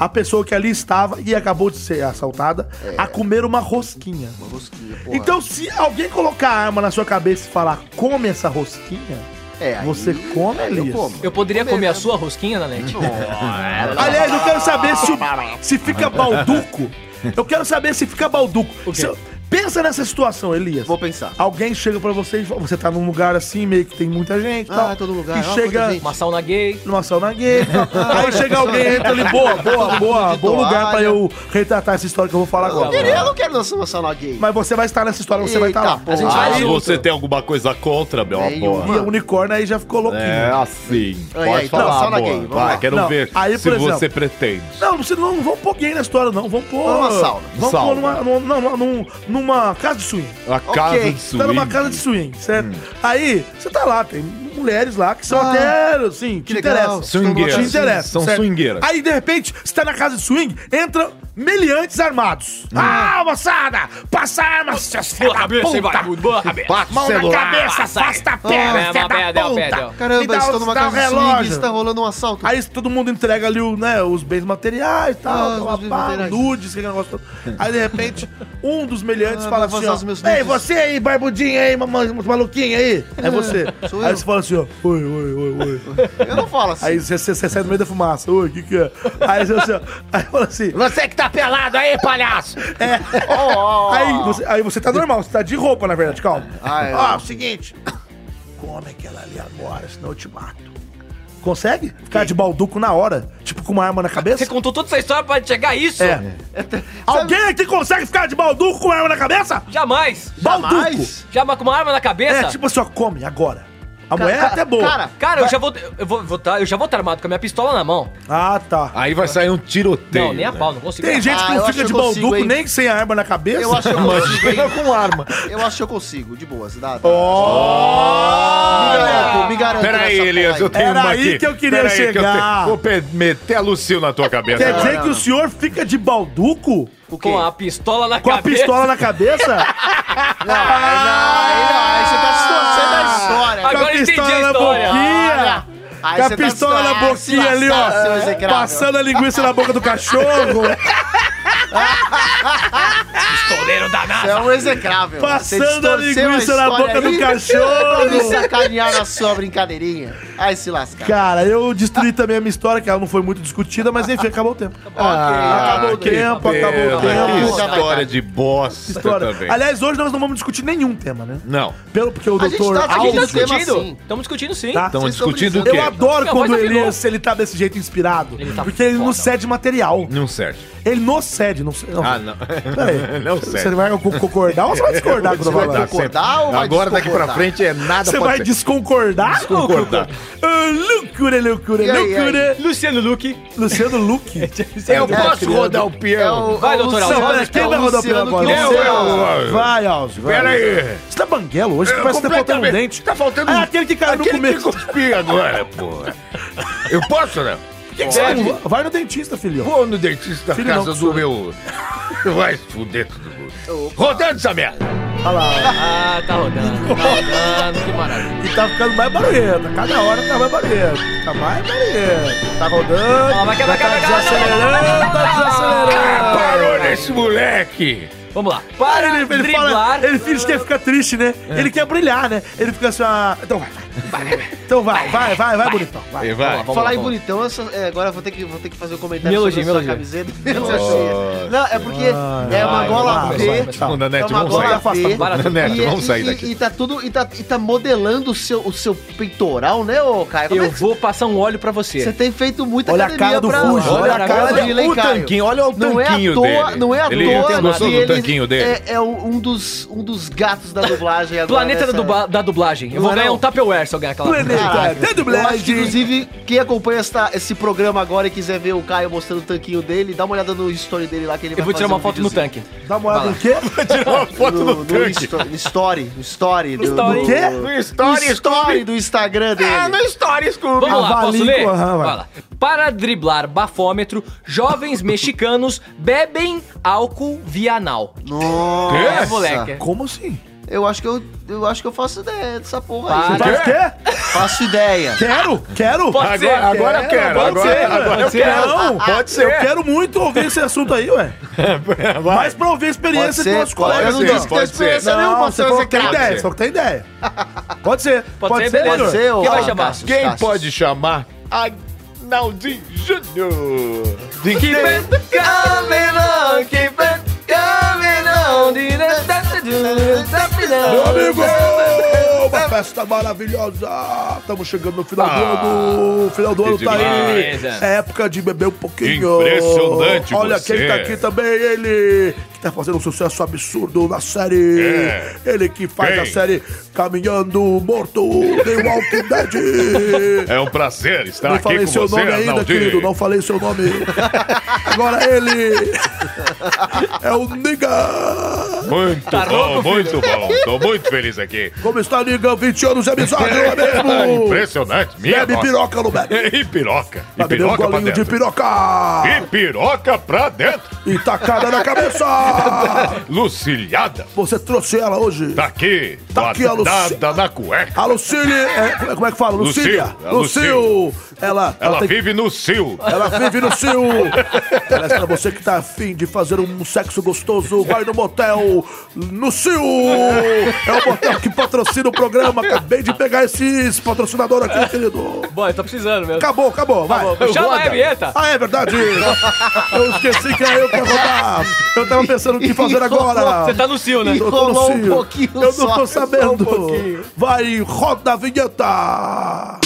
a pessoa que ali estava e acabou de ser assaltada a comer uma rosquinha. É. Uma rosquinha, porra. Então, se alguém colocar a arma na sua cabeça e falar, come essa rosquinha, É, aí- você come, aí eu Elias? como. Eu poderia comer a sua rosquinha, Nanete? Ah, Aliás, eu quero saber se, o- se fica balduco. Eu quero saber se fica balduco. Se eu- pensa nessa situação, Elias. Vou pensar. Alguém chega pra você e fala, você tá num lugar assim, meio que tem muita gente. e Ah, tal, todo lugar, E ah, chega muita gente. Uma sauna gay. numa sauna gay. e tal. Aí chega alguém, entra ali, boa, boa, boa, de bom lugar pra toalha. eu retratar essa história que eu vou falar Eu, não agora. queria, eu não quero dançar uma sala gay. Mas você vai estar nessa história, você vai estar Eita, lá. porra. gente vai Ah, junto. você tem alguma coisa contra, meu Tem amor? E o unicórnio aí já ficou louquinho. É assim. Aí, Pode tá, aí, falar, não, só na amor. gay, vamos Vai, lá. quero Não, ver aí, se por exemplo- você pretende. Não, você não vão pôr gay na história, não. Vão pôr. Numa sauna. Vão Sauna. pôr numa, num- não, numa, num- numa casa de swing. A casa de Tá numa swing. casa de swing, certo? Hum. Aí, você tá lá, tem mulheres lá que são até, assim, que te Ah. legal. interessam. Swingueiras. Te interessam. São certo? swingueiras. Aí, de repente, você tá na casa de swing, entra meliantes armados. Hum. Ah, moçada! Passa a arma, seu filho da puta! boa cabeça. Bate Mão na cabeça, afasta a perna, Ah, filha da pé, deu, pé, puta! deu. Me Caramba, dá estou o- numa dá o casa de swing, relógio. está rolando um assalto. Aí todo mundo entrega ali o, né, os bens materiais e Ah, tal, os pá, bens pá, materiais. nudes, aquele negócio todo. Aí de repente, um dos meliantes Ah, fala vou assim: vazar ó, os meus Ei, nudes." você aí, barbudinho aí, mama- maluquinho aí. É você. sou aí eu. você fala assim: ó, oi, oi, oi, oi. Eu não falo assim. aí você, você- você sai no meio da fumaça, oi, o que que é? Aí você, você- aí fala assim: Você que tá pelado aí, palhaço! é. Aí, você, aí você tá normal, você tá de roupa na verdade, calma. Ah, é. Ó, é o seguinte: come aquela ali agora, senão eu te mato. Consegue? Ficar de balduco na hora, tipo com uma arma na cabeça? Você contou toda essa história pra chegar a isso? É. Alguém aqui consegue ficar de balduco com arma na cabeça? Jamais! Balduco! Já ma- com uma arma na É, cabeça? tipo assim, ó, come agora. A mulher é Ca- até boa. Cara, Cara, eu já vou. Eu vou, vou tá, eu já vou estar armado com a minha pistola na mão. Ah, tá. Aí vai sair um tiroteio. não, nem a né? pau, não consigo. Tem gente que Ah, eu não acho fica que de eu consigo, balduco hein? nem sem a arma na cabeça. eu acho que eu consigo, hein? com arma. Eu acho que eu consigo, de boas. Dá, dá. Ó! Me garanto, me garanto. Pera aí, nessa porra Elias, eu tenho Era uma aí aqui. que eu queria Pera aí eu chegar. tenho- Vou pe- meter a Lucio na tua cabeça. Quer agora. dizer que o senhor fica de balduco O quê? Com a pistola na com a cabeça. pistola na cabeça? Não, aí não, aí não. Aí você Ah! tá distorcendo a história. com a Agora eu entendi pistola a na história. boquinha. Aí com a você tá pistola na distor- Ah, se boquinha ali, lascar, seu ó. execrável. Passando a linguiça na boca do cachorro. Pistoleiro danado. É um execrável. Você Passando a distorceu linguiça na história boca do aí é- cachorro. Pra me sacanear na sua brincadeirinha. Aí se lascar. Cara, eu destruí também a minha história, que ela não foi muito discutida, mas enfim, acabou o tempo. Ah, acabou o que tempo, pena, né? acabou o que tempo. história de bosta História. também. Aliás, hoje nós não vamos discutir nenhum tema, né? Não, Pelo porque o A gente doutor tá- a gente Alves, tá Estamos Alves, discutindo. sim. Estamos discutindo sim. tá? estão Vocês estão discutindo o brisando. quê? Eu adoro Minha quando o voz afinou. Elias, ele tá desse jeito inspirado. Ele tá porque ele não foda. cede material. Não serve. Ele não cede, não cede. Não. Ah, não. Peraí. Não Você serve. vai co- concordar ou você vai discordar quando eu Vai falar? dar concordar certo. ou vai Agora daqui pra discordar? frente é nada Você pode vai ser. desconcordar? Concordar. Ah, loucura, loucura, E aí, loucura. Luciano Luque. Luciano Luque. Eu Tá posso criando. rodar o É É peão? Vai, doutor Não, pera, Alves. quem vai rodar o peão agora? Luciano. Você, Eu, Alves. eu. Vai, Alves. vai. Pera aí. Você tá banguelo hoje, Eu parece que tá faltando um completamente- dente. Tá faltando Ah, um aquele que caiu no Aquele que começo. cuspi agora, porra. Eu posso, né? Vai- Vai no dentista, filhão. Vou no dentista da Filho não, casa professor. do meu... Vai se fuder tudo. Rodando essa merda. Olha lá. Ah, tá rodando. Tá rodando. Que maravilha. E tá ficando mais barulhento. Cada hora tá mais barulhento. Tá mais barulhento. Tá rodando. Ó, vai quebrar, já tá quebrar, quebrar, desacelerando, tá Ah, desacelerando. parou nesse moleque. Ô, Vamos lá. Para ele, ele driblar... fala, ele finge que fica triste, né? Ele quer brilhar, né? Ele fica assim, ah, então vai, vai, vai, vai. então vai, vai, vai, vai, bonitão, vai. E vai. Vamos lá, Falar em vamos lá. bonitão, essa- é, agora eu vou ter que, vou ter que fazer um comentário Me sobre elogie, a sua me elogie. camiseta. Não, é porque é uma Vai, gola vai, V. vai, vai. Não, Nanete, é uma vamos sair. gola V. Barato. Neto, e- vamos e- sair e- daqui. E tá tudo. E tá, e tá modelando o seu, o seu peitoral, né, ô Caio? Como é Eu que vou passar um óleo pra você. tá Você tem feito muita Olha a academia cara do pra- Fuji, olha a cara pra Brila, Olha hein, o Caio? tanquinho, olha o Não é à tanquinho toa, dele. não é à Ele toa tem noção que do ele tanquinho dele? É, é um, dos, um dos gatos da dublagem agora. Planeta da, nessa- dubla- da dublagem. Eu vou Não, ganhar não. um Tupperware se eu ganhar aquela. Planeta, até Eu acho que, dublagem. inclusive, quem acompanha esta- esse programa agora e quiser ver o Caio mostrando o tanquinho dele, dá uma olhada no story dele lá que ele vai Eu vou tirar fazer uma um foto no videozinho. tanque. Dá uma olhada Vai no quê? No, no, histo- no story, no story. do- story. Ah, do- Quê? No story, story do Instagram dele. Vamos lá, Avalie posso ler? com- aham, vai. Vai lá. Para driblar bafômetro, jovens mexicanos bebem álcool via anal. Nossa. É, moleque. Como assim? Eu acho que eu, eu acho que eu faço ideia dessa porra Ah, aí. Vai o quê? Faço ideia. Quero, quero. Pode ser. Agora, agora eu quero. Pode Agora, ser, agora mano. eu quero. Não, Pode Eu ser. quero muito ouvir esse assunto aí, ué. Mas pra ouvir a Pode experiência do ser, nosso colega, colega. eu não ser, disse que tem pode ser. experiência nenhuma, pode você ser falou você que tem craque. ideia, só que tem ideia. Pode ser, Pode pode ser, ser, beleza. Júnior. Pode ser, ô Quem vai ô, chamar? Cassius, Quem Cassius. pode chamar? Agnaldi Júnior. De que Meu amigo, uma festa maravilhosa. Estamos chegando no final do Ah, ano. O final do que ano tá aí. demais. É época de beber um pouquinho. Impressionante Olha você. quem tá aqui também, ele que tá fazendo um sucesso absurdo na série. É. Ele que faz Quem? a série Caminhando Morto, The Walking Dead. É um prazer estar Não aqui falei com seu você, nome ainda, Arnaldi. querido. Não falei seu nome. Agora ele é o Nigga. Muito Tá bom, louco, muito bom. Tô muito feliz aqui. Como está, Nigga? 20 anos de amizade, não é mesmo? Impressionante. Minha Bebe nossa. É, piroca, não bebe? E piroca. E Pra beber um piroca pra golinho de dentro. piroca E piroca pra dentro. e tacada na cabeça. Lucilhada. Você trouxe ela hoje. Tá aqui. Tá aqui a Luci- guardada na cueca. A Lucille, é, como, é, como é que fala? Lucília. Lucil, é Lucil. Ela, ela, Ela tem- vive no cio. ela vive no Sil. Aliás, pra você que tá afim de fazer um sexo gostoso, vai no motel no Sil. É o motel que patrocina o programa. Acabei de pegar esses patrocinadores aqui, querido. Boy, tá precisando mesmo. Acabou, acabou, vai. Chama a vinheta. Ah, é verdade! Eu esqueci que era eu que ia rodar! Eu tava pensando o que fazer agora! Você tá no cio, né? Eu tô Rolou no um cio. pouquinho Eu não só, tô só um sabendo! pouquinho. Vai, roda a vinheta!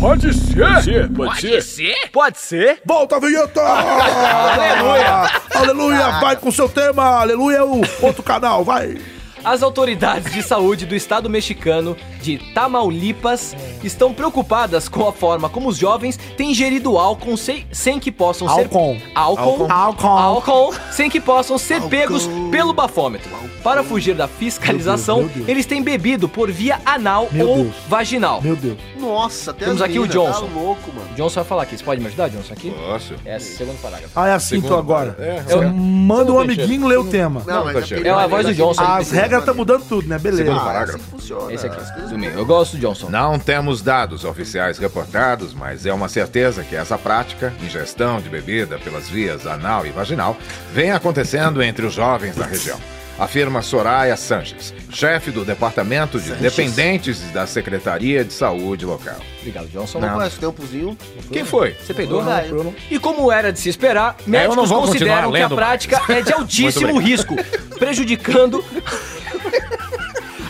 Pode ser. Pode ser. Pode ser? Volta a vinheta! aleluia! Aleluia! Vai com o seu tema! Aleluia é o outro canal, vai! As autoridades de saúde do estado mexicano de Tamaulipas É. estão preocupadas com a forma como os jovens têm ingerido álcool sem, sem que possam Álcool. ser álcool, álcool, álcool, sem que possam ser pegos pelo bafômetro. Para fugir da fiscalização, Meu Deus, meu Deus. eles têm bebido por via anal Meu ou Deus. vaginal. Meu Deus! Nossa, até Temos as aqui o meninas, Johnson. Tá louco, mano. Johnson vai falar aqui. Você pode me ajudar, Johnson, aqui? Nossa. É, segundo parágrafo. Ah, é assim então agora. Você eu- manda um amiguinho ler o tema. Não, mas tá é cheio. perigoso. É a voz do Johnson. As regras tá mudando tudo, né? Beleza. Segundo Ah, parágrafo. assim funciona. Esse aqui, do meio. Eu gosto do Johnson. Não temos dados oficiais reportados, mas é uma certeza que essa prática, ingestão de bebida pelas vias anal e vaginal, vem acontecendo entre os jovens da região. Afirma Soraya Sanches, chefe do Departamento de Dependentes da Secretaria de Saúde Local. Obrigado, Johnson. Não conhece o tempozinho. Quem foi? Você peidou? Vai. E como era de se esperar, médicos não vou consideram continuar que a lendo prática é de altíssimo risco, prejudicando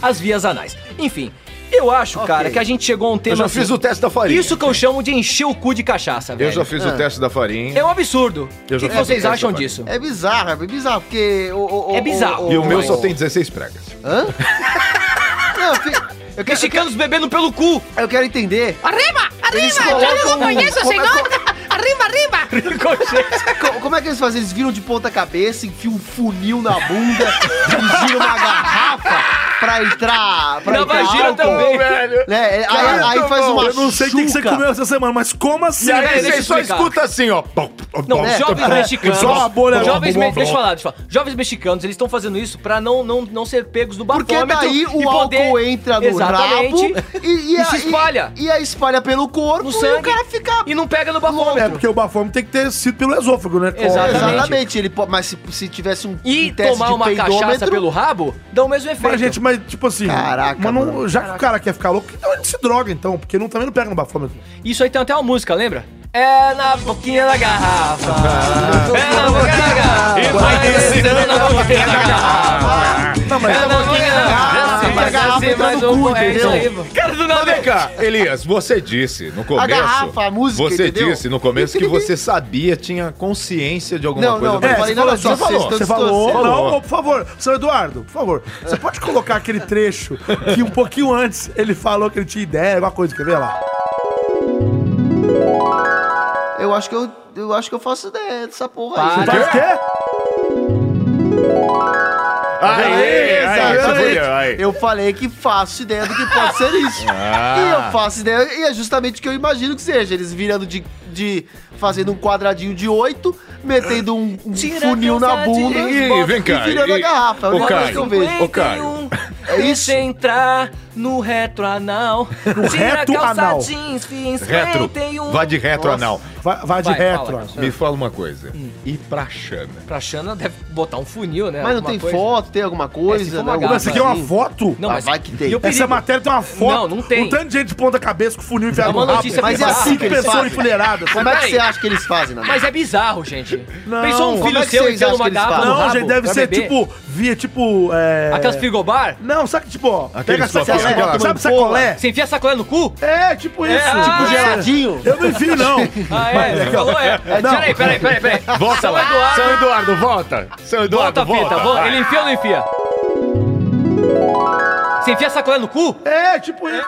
as vias anais. Enfim, eu acho, cara, que a gente chegou a um tema. já fiz o teste da farinha. Ah. Isso que eu chamo de encher o cu de cachaça, velho. Eu já fiz o teste da farinha. É um absurdo. Eu O já que, que fiz vocês o teste acham agora. disso? É bizarro, é bizarro, porque... o- o- o- É bizarro. E o meu só mas- tem 16 pregas. Ah. Hã? Não, eu que- eu quero, eu quero- Mexicanos bebendo pelo cu. eu quero entender. Arriba, Eles arriba, yo colocam no lo um- conozco, como- señor. Arriba, arriba. Co- Como é que eles fazem? Eles viram de ponta cabeça, enfiam um funil na bunda, dirigiram uma garrafa pra entrar... Pra Na entrar vagina álcool, também. é. tá Né? Aí, aí faz uma Então, Eu não sei o que que você chuca. comeu essa semana, mas como assim? aí, Aí deixa você eu só explicar. escuta assim, ó. Não, É. jovens É. mexicanos. Só uma bolha- jovens, uma me- deixa eu bolha. falar, deixa eu falar. Jovens mexicanos, eles estão fazendo isso pra não, não, não ser pegos no Porque bafômetro. daí o e poder- álcool entra no Exatamente. rabo e, E se espalha. E, e aí espalha pelo corpo No e o sangue. cara fica... E não pega no bafômetro. É porque o bafômetro tem que ter sido pelo esôfago, né? Exatamente. Exatamente, ele pode, mas se, se tivesse um, E um teste tomar de uma peidômetro- cachaça pelo rabo, dá o mesmo efeito. Mas, gente, mas tipo assim. Caraca, mas não- já que o cara quer ficar louco, então ele se droga, então. Porque não, também não pega no bafômetro. Isso aí tem até uma música, lembra? É na boquinha da garrafa. É na boquinha da garrafa. E vai descendo na boquinha da garrafa. Não, mas- é na boquinha da garrafa. Sempre a Mas garrafa assim, entra mais no um- cu, é isso aí, Tá entendeu? mano. Cara, do nada, Vem cá, Elias, você disse no começo. garrafa, a música, Você entendeu? disse no começo que você sabia, tinha consciência de alguma Não, coisa. mas- não, não você falei falou, nada disso. você falou, vocês você estão falou. distorcendo. Não, por favor, seu Eduardo, por favor, você pode colocar aquele trecho que um pouquinho antes ele falou que ele tinha ideia, alguma coisa, quer ver lá? Eu acho que eu, eu acho que eu faço ideia dessa porra Você aí. faz o quê? Aê, aê, Exatamente. isso foi, aê. Eu falei que faço ideia do que pode ser isso. Ah. E eu faço ideia, e é justamente o que eu imagino que seja. Eles virando de. de fazendo um quadradinho de oito, metendo um, um Tira funil a na calça de- bunda Ih, vem cá. e virando a ih, garrafa. É o Ô, negócio que eu Caio, vejo. ô, Caio. É isso. entrar no retro anal. No retro anal. jeans, fiz um. Retro. Vai de retro anal. Vai, vai de Vai, retro. fala. Me fala uma coisa. E pra Xana? Pra Xana deve botar um funil, né? Mas não alguma tem coisa. foto, tem alguma É, se coisa? for uma né? garrafa. Mas isso aqui é uma foto? Não, mas vai que tem. E o perigo? Essa matéria tem uma foto. Não, não tem. Um tanto de gente de ponta cabeça com funil enfiado É uma no rabo. notícia Mas é bizarra, assim que velho. eles pessoa fazem. enfileirada. Como é que Peraí. você acha que eles fazem, né, Naná? Mas é bizarro, gente. Não, Pensou um como é filho que seu vocês enfiando acham uma que eles garrafa fazem? Ah, no Não, rabo gente, deve pra ser beber? tipo, via tipo. É... Aquelas frigobar? Não, sabe que tipo, ó, pega sua sacolé, filha, aquela sabe é? sacolé? Você enfia sacolé no cu? É, tipo isso. É, tipo ah, geladinho. Eu não enfio, não. Ah, é, você falou, é. Não. Peraí, peraí, peraí, peraí. Volta São lá. Eduardo. São Eduardo, volta. São Volta Eduardo, a fita, volta. volta. vai. Ele enfia ou não enfia? Você enfia sacolé no cu? É, tipo isso.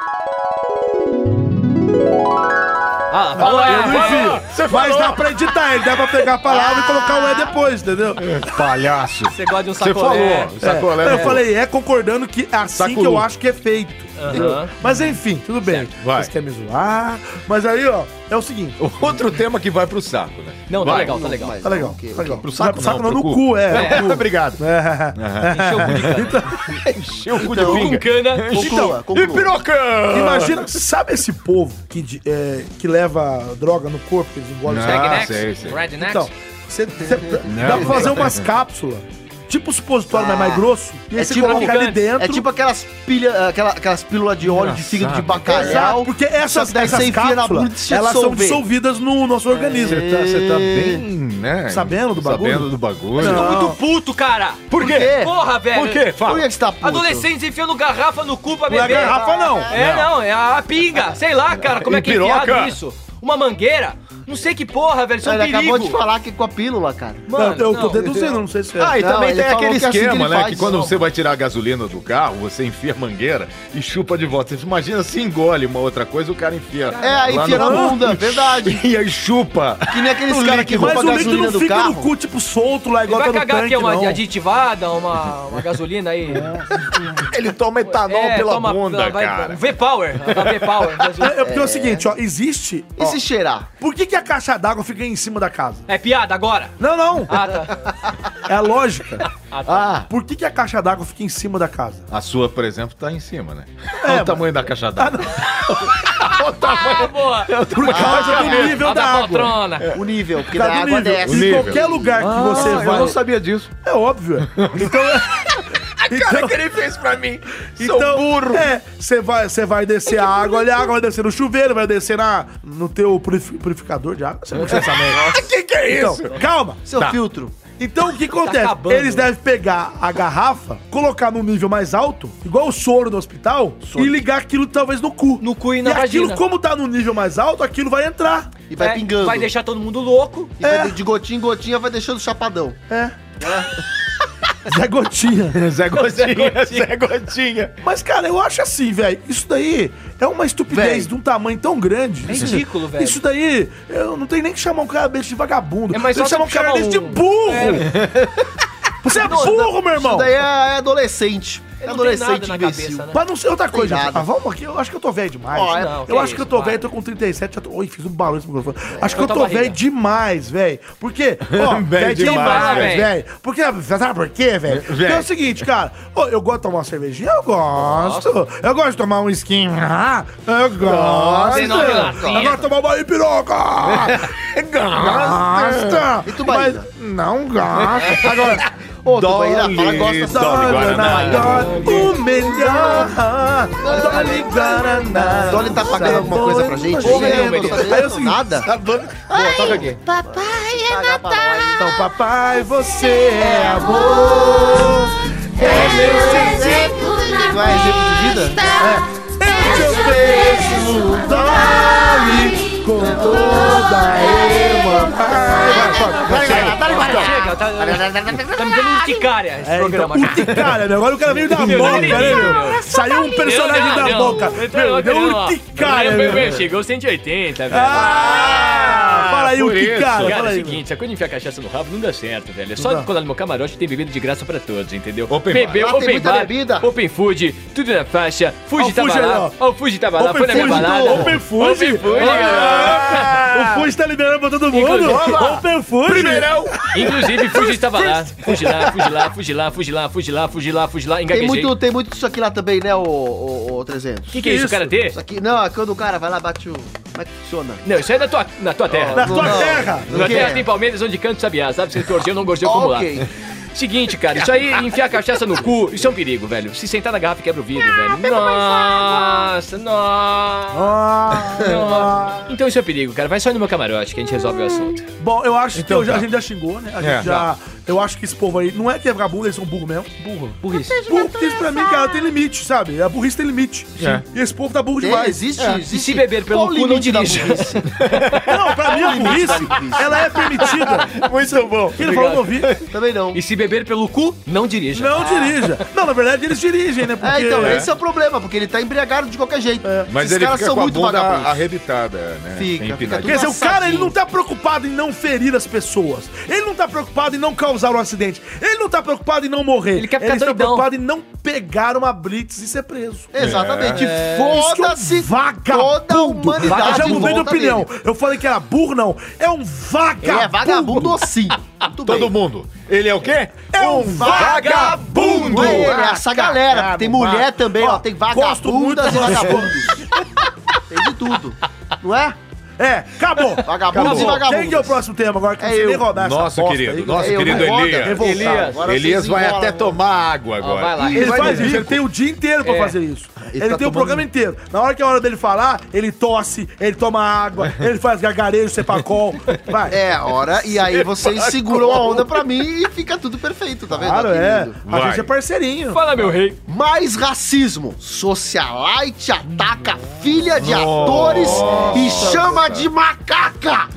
Ah, falou, é. eu não falou. enfio. Mas dá pra editar, ele dá pra pegar a palavra e colocar o E depois, entendeu? Palhaço. Você gosta de um Você sacolé. falou. Sacolé. eu falei, é concordando que é assim Saculu. que eu acho que é feito. Aham. Mas enfim, tudo bem. vai. Vocês querem me zoar? Mas aí, ó, é o seguinte. Outro tema que vai pro saco, né? Não, tá Vai. legal, tá legal. Tá legal, tá legal. Pro saco saco não, não, pro no cu. cu, é. no cu. Obrigado. Encheu o cu de cana. Encheu o cu Então, de Com pinga. cana. Conclua, E conclua. piroca! Imagina, sabe esse povo que, de- é, que leva droga no corpo, que eles engolem Ah, Não. os caras? Rednecks? sei, sei. Rednecks? Então, cê, cê- dá pra não. fazer umas cápsulas, tipo supositório, mas mais grosso, e aí É você tipo coloca ali picante. dentro. É tipo aquelas, pilha, aquela, aquelas pílulas de óleo de fígado de Exato, bacalhau. porque só que essas, daí você essas enfia na bunda e cápsulas, se elas são dissolver. dissolvidas no nosso organismo. Você tá, você tá bem, né? Sabendo do bagulho? Sabendo do bagulho. Eu tô muito puto, cara. Por quê? Porra, velho. Por quê? Fala. Por é que que você tá puto? Adolescentes enfiando garrafa no cu pra Não é beber. garrafa, não. É, não, é a pinga. Sei lá, cara, como é que é Piroca. enfiado isso? Uma mangueira? Não sei que porra, velho. Isso é um Ele perigo. acabou de falar que é com a pílula, cara. Não, eu tô não. deduzindo, não sei se é. Ah, e Não, também ele tem falou aquele que é assim que esquema, ele né? faz. Que quando Não. você vai tirar a gasolina do carro, você enfia a mangueira e chupa de volta. Você imagina se engole uma outra coisa, o cara enfia. É, aí lá enfia na no- bunda, é verdade. E aí chupa. Que nem aqueles O caras que líquido. roubam mas a o leite gasolina não do fica carro. no cu, tipo, solto lá, Ele igual tá vai no cagar é aqui tanque, uma não. aditivada, uma, uma gasolina aí. Ele toma um etanol É, pela toma- bunda, vai- cara. V-Power. a V-Power. É, é porque é o seguinte, ó, existe... E ó, se cheirar? por que, que a caixa d'água fica em cima da casa? É piada agora. Não, não, Ah, tá. é a lógica. Ah, Por que, que a caixa d'água fica em cima da casa? A sua, por exemplo, tá em cima, né? É, Olha o mas- tamanho da caixa d'água. Ah, boa. Por causa do nível Ah, da da água. poltrona. o nível, porque Por da causa do água Tá nível. Né, desce. O Em nível. qualquer lugar que você vai... sabia disso. É óbvio. Então... então... é ele fez pra mim. Então, É, você vai, você vai descer a água ali, a água vai descer no chuveiro, vai descer na, no teu purifi- purificador de água. Você não precisa saber. O que, que é Então, isso? calma. Seu filtro. Então o que acontece? acabando. Eles devem pegar a garrafa, colocar num nível mais alto, igual o soro do hospital, e ligar aquilo talvez no cu. No cu e na aquilo, vagina. como tá no nível mais alto, aquilo vai entrar. E vai pingando. É, Vai deixar todo mundo louco. E vai de- de gotinha em gotinha, vai deixando chapadão. É. É. Zé Gotinha. Zé Gotinha, Zé Gotinha. Mas, cara, eu acho assim, velho. Isso daí é uma estupidez Véi. de um tamanho tão grande. É ridículo, velho. Isso daí, eu não tenho nem que chamar um cara desse de vagabundo. É, mas Tem que só chamar um você cara chamar desse de um- é burro. Você é burro, meu irmão. Daí é, é adolescente. Ele não tem adolescente nada na imbecil. cabeça, né? Mas não sei outra Tem coisa, gente. nada. Ah, vamos aqui. Eu acho que eu tô velho demais. Ó, é- Não, eu que acho que eu isso, tô para. velho, tô com 37. Já tô... Oi, fiz um balanço no microfone. acho que eu Quanta tô velho barriga. demais, velho. Por quê? Ó, Velho velho demais, demais, velho. velho. Porque, sabe por quê, velho? Porque é o seguinte, cara. ó, eu gosto de tomar uma cervejinha? Eu gosto. Eu gosto de tomar um skin. ah, Eu gosto. Tem nove latinhas. Eu gosto de tomar uma ipiroca. Gosto. E Tubaína? Mas Não gosto. Agora... Ô, Tubaína, fala, gosta Dolly, Guaraná, O melhor. Dolly Guaraná. Dolly tá pagando alguma coisa pra gente? Porra Não, nenhuma, não tá Aí eu fazendo segui- nada. Pô, toca aqui. Papai é Natal. Então, papai, você é amor. É meu Exemplo na Vai, exemplo de vida? É, festa. Eu te ofereço um Dolly com toda a emoção. Chega, tá, tá me dando urticária esse É, então, programa. cara. urticária, meu. Agora o cara veio da Meu, boca, não, né, não, meu? Saiu um personagem Não, não, da não. boca. Então, Meu, deu não, ó. urticária, Meu, meu, meu, meu. Chegou 180, velho. Ah, fala aí, por urticária. Cara, Fala é o aí. seguinte, a coisa de enfiar cachaça no rabo não dá certo, velho. É só Não dá. quando no meu camarote tem bebida de graça pra todos, entendeu? Open Bebeu, bar. Lá Ah, tem open muita bar, bebida. open food, tudo na faixa. Fuji Ó, tava Fuji lá, aí, ó, o Fuji tava lá, Open foi na minha Fuji, balada. do Open Fuji? Open Fuji, Ah! galera. O Fuji tá liberando pra todo mundo. Inclusive- Open Fuji. Primeirão. Inclusive, Fuji tava lá. Fuji lá, Fuji lá, Fuji lá, Fuji lá, Fuji lá, Fuji lá, Fuji lá, Tem engaguejei. muito, tem muito disso aqui lá também, né, ô, ô, ô 300? Que que é isso, cara? T? Isso aqui, não, é quando o cara vai lá, bate o... Como é que funciona? Não, isso é da tua, na tua terra. Na tua Não. terra. Na O quê? terra tem Palmeiras onde canto sabiá, sabe? Se torceu, não gordeu como lá. Ok. Seguinte, cara, isso aí, enfiar cachaça no cu, isso é um perigo, velho. Se sentar na garrafa, quebra o vidro, velho. Nossa, nossa. Ah, Então isso é um perigo, cara. Vai só no meu camarote que a gente resolve o assunto. Bom, eu acho Então que eu já- tá. a gente já xingou, né? A gente É. já. Eu acho que esse povo aí. Não é que é vagabundo, eles são burro mesmo. Burro. Por isso. Burro, porque isso pra mim, cara, tem limite, sabe? A burrice tem limite. É. E esse povo tá burro Tem, demais. É, existe, existe. E se beber pelo Qual o cu, não limite da dirija. burrice? Não, pra mim a burrice, ela é permitida. Muito bom. Ele falou não ouvi. Também não. E se beber pelo cu, não dirija. Não dirija. Não, na verdade eles dirigem, né? Porque É, então, esse é o problema, porque ele tá embriagado de qualquer jeito. Mas ele fica com a bunda arrebitada, né? Fica, Empinadinha. fica Quer dizer, o cara ele Engraçadinho. não tá preocupado em não ferir as pessoas. Ele não tá preocupado em não causar um acidente. Ele não tá preocupado em não morrer. Ele quer ficar tá doidão. preocupado em não pegar uma blitz e ser preso. Isso que Exatamente. é um Foda-se vagabundo. toda a humanidade. Eu já em mudei de volta opinião. dele. Eu falei que era burro, não. É um vagabundo. Ele é vagabundo sim. Muito Todo mundo. Ele é o quê? É um vagabundo. Não é ele, é essa galera. Caramba, tem mulher também, ó. Tem gosto muito vagabundas e dessa vagabundos. tem de tudo. Não é? É, acabou. Vagabundos e Acabou. vagabundas. Quem que é o próximo tema agora? Que É não sei eu. nem rodar essa Nosso bosta querido, aí. nosso Eu querido roda, Elias. revoltado. Elias. Agora vocês Elias vai enrolam. até tomar água Ó, vai agora. lá. Ele vai faz no isso, bico. ele tem o dia inteiro pra É. fazer isso. Ele, tem tá o tomando- programa inteiro. Na hora que é a hora dele falar, ele tosse, ele toma água, ele faz gargarejo, cepacol. Vai. É a hora, e aí vocês seguram a onda pra mim e fica tudo perfeito, tá vendo? Claro, Ó, que é. lindo. A Vai. gente é parceirinho. Fala, meu rei. Mais racismo. Socialite ataca filha de atores e chama de macaca.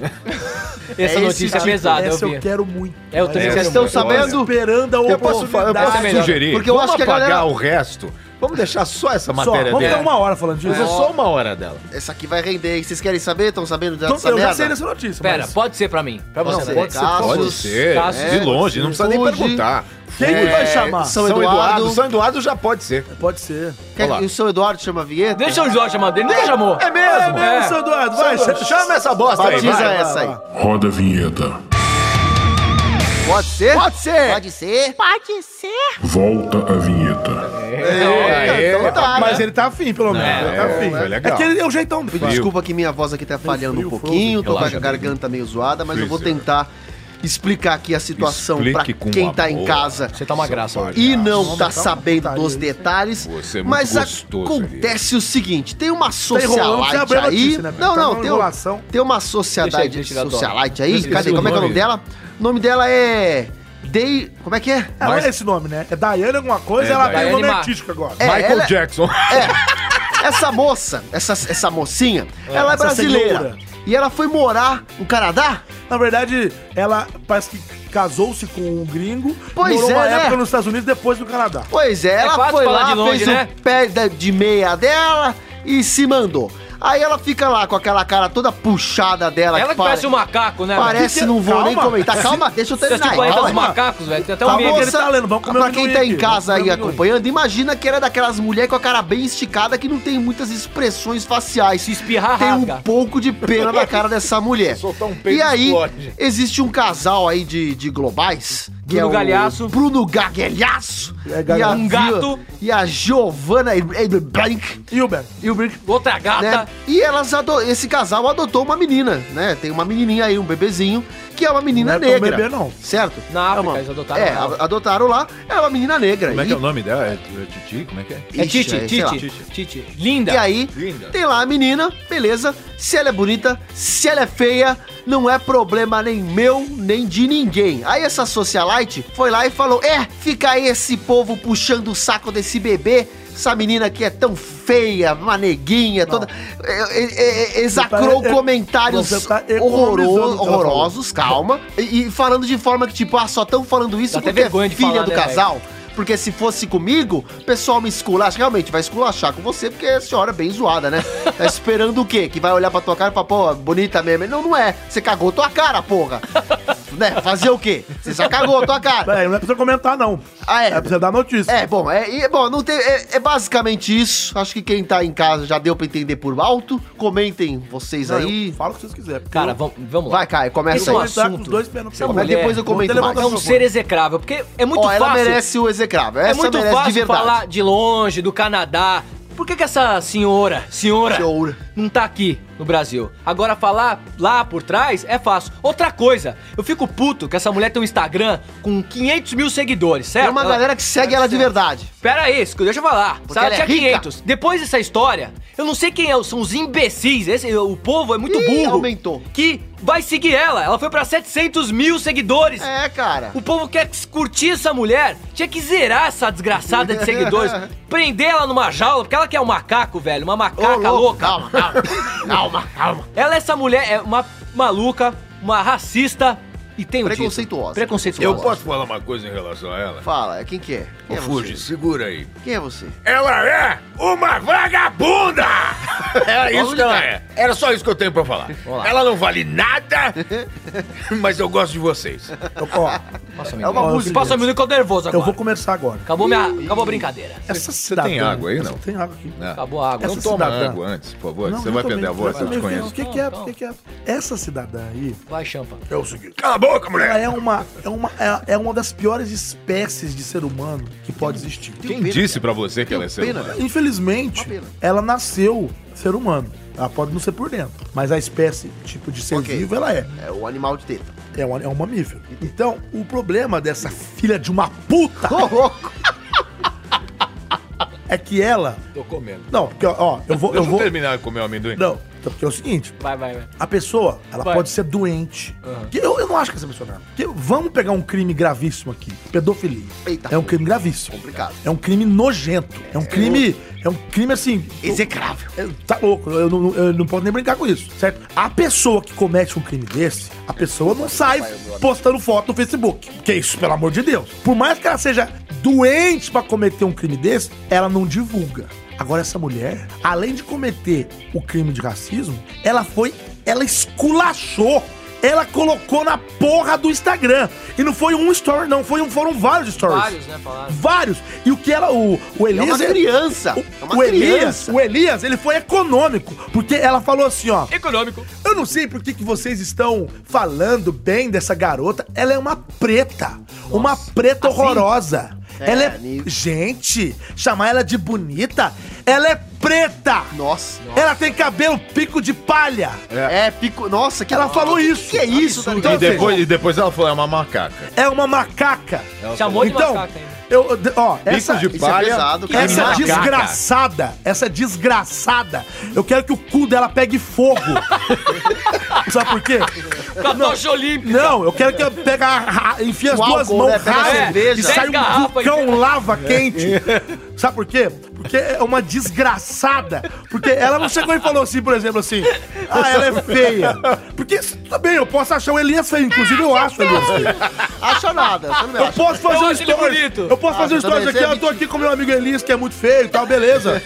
Essa esse notícia é tipo- pesada, eu Essa vi. eu quero muito. É, eu também Essa quero. Vocês estão eu sabendo? Esperando a Eu posso fa- eu posso oportunidade. melhor. Sugerir. Porque eu vamos acho que a apagar galera- o resto. Vamos deixar só Só, essa matéria vamos ficar dela. uma hora falando Mas é disso. só uma hora dela. Essa aqui vai render. hein? Vocês querem saber? Estão sabendo Então, dessa eu já merda? sei dessa notícia. Pera, mas- pode ser pra mim. Pra Pode você. ser. Pode ser. Casos- Pode ser. É. Casos- de longe, não precisa nem Fuji. perguntar. Quem que vai chamar? São São Eduardo. Eduardo. São Eduardo já pode ser. Pode ser. Quer Olha lá. que o seu Eduardo chama a vinheta? Deixa o Jorge chamar dele, nunca chamou. É mesmo, é mesmo, É. seu Eduardo. Vai, Eduardo, Chama essa bosta aí, Batiza vai. essa aí. Roda a vinheta. Pode ser? Pode ser. Pode ser. Pode ser? Volta a vinheta. É, Aê, Então tá, Mas né? ele tá afim, pelo menos. ele tá é, afim. foi legal. É que ele é o jeitão dele. Desculpa que minha voz aqui tá falhando frio, um pouquinho, tô com a Relaxa, garganta meio zoada, mas eu vou Freezer. tentar explicar aqui a situação pra Explique com quem tá em amor. casa. Você tá uma graça hoje. e não tá uma sabendo putaria, dos hein? detalhes. Você é muito mas gostoso, acontece o seguinte: tem uma Tá enrolando, você socialite abriu a aí. notícia, né, velho? não, Tá não, uma tem, um- enrolação. tem uma sociedade Deixa eu tirar a dó. socialite aí. Esqueci Cadê? o Como é que é o nome. nome dela? O nome dela é. Dei. Como é que é? Ela é esse nome, né? É Daiane alguma coisa, É, ela tem Daiane um nome Mar- artístico agora. É, Michael ela- Jackson. Essa moça, essa, essa mocinha, ela é essa brasileira. senhora. E ela foi morar no Canadá? Na verdade, ela parece que casou-se com um gringo, Pois morou é, uma né? época nos Estados Unidos, depois no Canadá. Pois é, É ela fácil foi falar né? lá, de longe, fez né? o pé da- de meia dela e se mandou. Aí ela fica lá com aquela cara toda puxada dela. Ela que pare- parece um macaco, né? Parece, não vou nem comentar. Calma, deixa eu terminar. Você aí, calma. dos macacos, velho. Tem até Tá, um meme. moça, pra quem tá em casa aí um acompanhando, imagina que era daquelas mulheres com a cara bem esticada que não tem muitas expressões faciais. Se espirrar, Tem um rasga. pouco de pena na cara dessa mulher. peido, e aí, explode. existe um casal aí de, de globais. é Bruno Galhaço. O Bruno Gaguelhaço. e a, Um gato. E a Giovanna Hilberg. Hilberg. Outra gata. E elas ado- esse casal adotou uma menina, né? Tem uma menininha aí, um bebezinho, que é uma menina Não é tão negra. bebê, não. Certo? Na É uma- África, eles adotaram É, na África. a- adotaram lá. É uma menina negra. Como é E- que é o nome dela? É, é Titi? Como é que é? É Ixi, Titi, é, sei lá. Titi. Linda. E aí, Linda. tem lá a menina, beleza. Se ela é bonita, se ela é feia, não é problema nem meu, nem de ninguém. Aí essa socialite foi lá e falou: É, fica aí esse povo puxando o saco desse bebê. Essa menina que é tão feia, uma neguinha, toda. É, é, é, Exacrou Você tá- é- comentários você tá economizando o que horrorosos, ela falou. horrorosos, calma. E, e falando de forma que, tipo, ah, só tão falando isso Dá até porque é vergonha de filha falar, do né, casal. velho? Porque se fosse comigo, o pessoal me esculacha. Realmente, vai esculachar com você, porque a senhora é bem zoada, né? Tá esperando o quê? Que vai olhar pra tua cara e falar, pô, bonita mesmo. Não, não é. Você cagou tua cara, porra. né? Fazer o quê? Você só cagou tua cara. É, não é pra você comentar, não. Ah, é? É pra você dar notícia. É, bom, é, e, bom não tem, é, é basicamente isso. Acho que quem tá em casa já deu pra entender por alto. Comentem vocês Não, aí. Fala o que vocês quiserem. porque Cara, eu- vamos, vamos lá. Vai, Caio, começa Esse aí. é um Tá com assunto. os dois pés no Essa chão. mulher Depois eu comento não tem mais. É um ser execrável, porque é muito Ó, ela fácil. merece o execrável. é Essa muito merece de fácil verdade. falar de longe, do Canadá. Por que, que essa senhora, senhora, não tá aqui no Brasil? Agora falar lá por trás é fácil. Outra coisa, eu fico puto que essa mulher tem um Instagram com 500 mil seguidores, certo? Tem uma galera que segue ela de verdade. Pera aí, escuta, deixa eu falar. Porque Se ela ela é tinha rica. 500. Depois dessa história, eu não sei quem é, são os imbecis. Esse, o povo é muito Ih, burro. aumentou. Que vai seguir ela. Ela foi pra 700 mil seguidores. É, cara. O povo quer curtir essa mulher. Tinha que zerar essa desgraçada de seguidores. prender ela numa jaula, porque ela quer um macaco, velho. Uma macaca louca. Calma, calma. calma, calma. Ela, essa mulher, é uma maluca, uma racista e tem o título. Preconceituosa. Preconceituosa. Eu posso falar uma coisa em relação a ela? Fala, quem que é? Ô, Fuji, segura aí. Quem é você? Ela é uma vagabunda! É isso que ela é. Era só isso que eu tenho pra falar. Ela não vale nada, mas eu gosto de vocês. Ó, É uma música. Passa a minuto que eu tô nervoso agora. Eu vou começar agora. Acabou, minha, acabou a brincadeira. Essa Você tem cidadã- água aí, essa não? Tem água aqui. Acabou a água. Não Essa toma cidadã- água antes, por favor. Não, você eu vai tô perder bem, a voz, tô eu te bem, conheço. O que, que é? O que, que é? Essa cidadã aí. Vai, champa. É o seguinte. Cala a boca, mulher! Ela é uma, é uma, é, é uma das piores espécies de ser humano que pode existir. Quem disse pra você que ela é seu? humano? Infelizmente, Uma pena. ela nasceu ser humano. Ela pode não ser por dentro, mas a espécie, tipo de ser vivo, ela é. É o animal de teta. É um, é um mamífero. Então, o problema dessa filha de uma puta Oh. é que ela. Tô comendo. Não, porque, ó, ó, eu vou. Eu Deixa eu vou terminar de comer o amendoim. não, então, porque é o seguinte. Vai, vai, vai. A pessoa, ela Vai. pode ser doente. Aham. Que Eu, eu não acho que essa pessoa não. é. Porque Vamos pegar um crime gravíssimo aqui. Pedofilia. é um crime gravíssimo. Complicado. É um crime nojento. É um crime... É um crime, assim... Execrável. eu- Tá louco. Eu não, eu não posso nem brincar com isso, certo? A pessoa que comete um crime desse, a pessoa não sai postando foto no Facebook. Que isso, pelo amor de Deus. Por mais que ela seja doente pra cometer um crime desse, ela não divulga. Agora, essa mulher, além de cometer o crime de racismo, ela foi... Ela esculachou ela colocou na porra do Instagram. E não foi um story, não. Foi um, foram vários stories. Vários, né, falaram. Vários. E o que ela. O, o Elias. é uma ele- criança. O, É uma o Elias, criança. o Elias, ele foi econômico. Porque ela falou assim, ó. Econômico. Eu não sei por que, que vocês estão falando bem dessa garota. Ela é uma preta. Uma preta horrorosa. Assim? É, ela é. ni- Gente, chamar ela de bonita. Ela é preta. Nossa. Ela tem cabelo pico de palha. É, pico. Nossa, que ela falou isso. Que é isso, E depois, e depois ela falou, é uma macaca. é uma macaca. É Ela Chamou de então, macaca. Eu, de- ó, Bico essa, de isso é palha, pesado, cara. essa Macaca. desgraçada, essa desgraçada, eu quero que o cu dela pegue fogo. Sabe por quê? Com a tocha olímpica. Não, eu quero que eu pegue, a ra- enfie as O duas álcool, mãos né? Pega rápido cerveja. e saia Dez garrafas um vulcão lava quente Sabe por quê? Porque é uma desgraçada. Porque ela não chegou e falou assim, por exemplo, assim, ah, ela é feia. Porque isso também, eu posso achar o Elias feio. Inclusive, eu acho o Elias feio. Acha nada. você não me Eu acha. posso fazer um stories. Eu posso Ah, fazer um você também, stories aqui, você é ó, eu tô aqui com meu amigo Elias, que é muito feio e tal, beleza.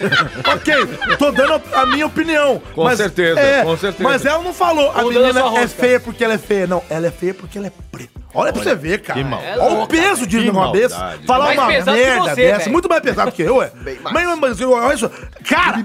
ok, tô dando a minha opinião. é, Com certeza, com certeza. Mas ela não falou, a Ou menina dando a sua é rosca. feia porque ela é feia. Não, ela é feia porque ela é preta. Olha, pra você ver, cara. que maldade. Olha o peso de Que uma cabeça. maldade. Falar Mais uma pesado que merda você, dessa. velho. Muito mais pesado que eu, é. Mas, mas, olha isso. Cara,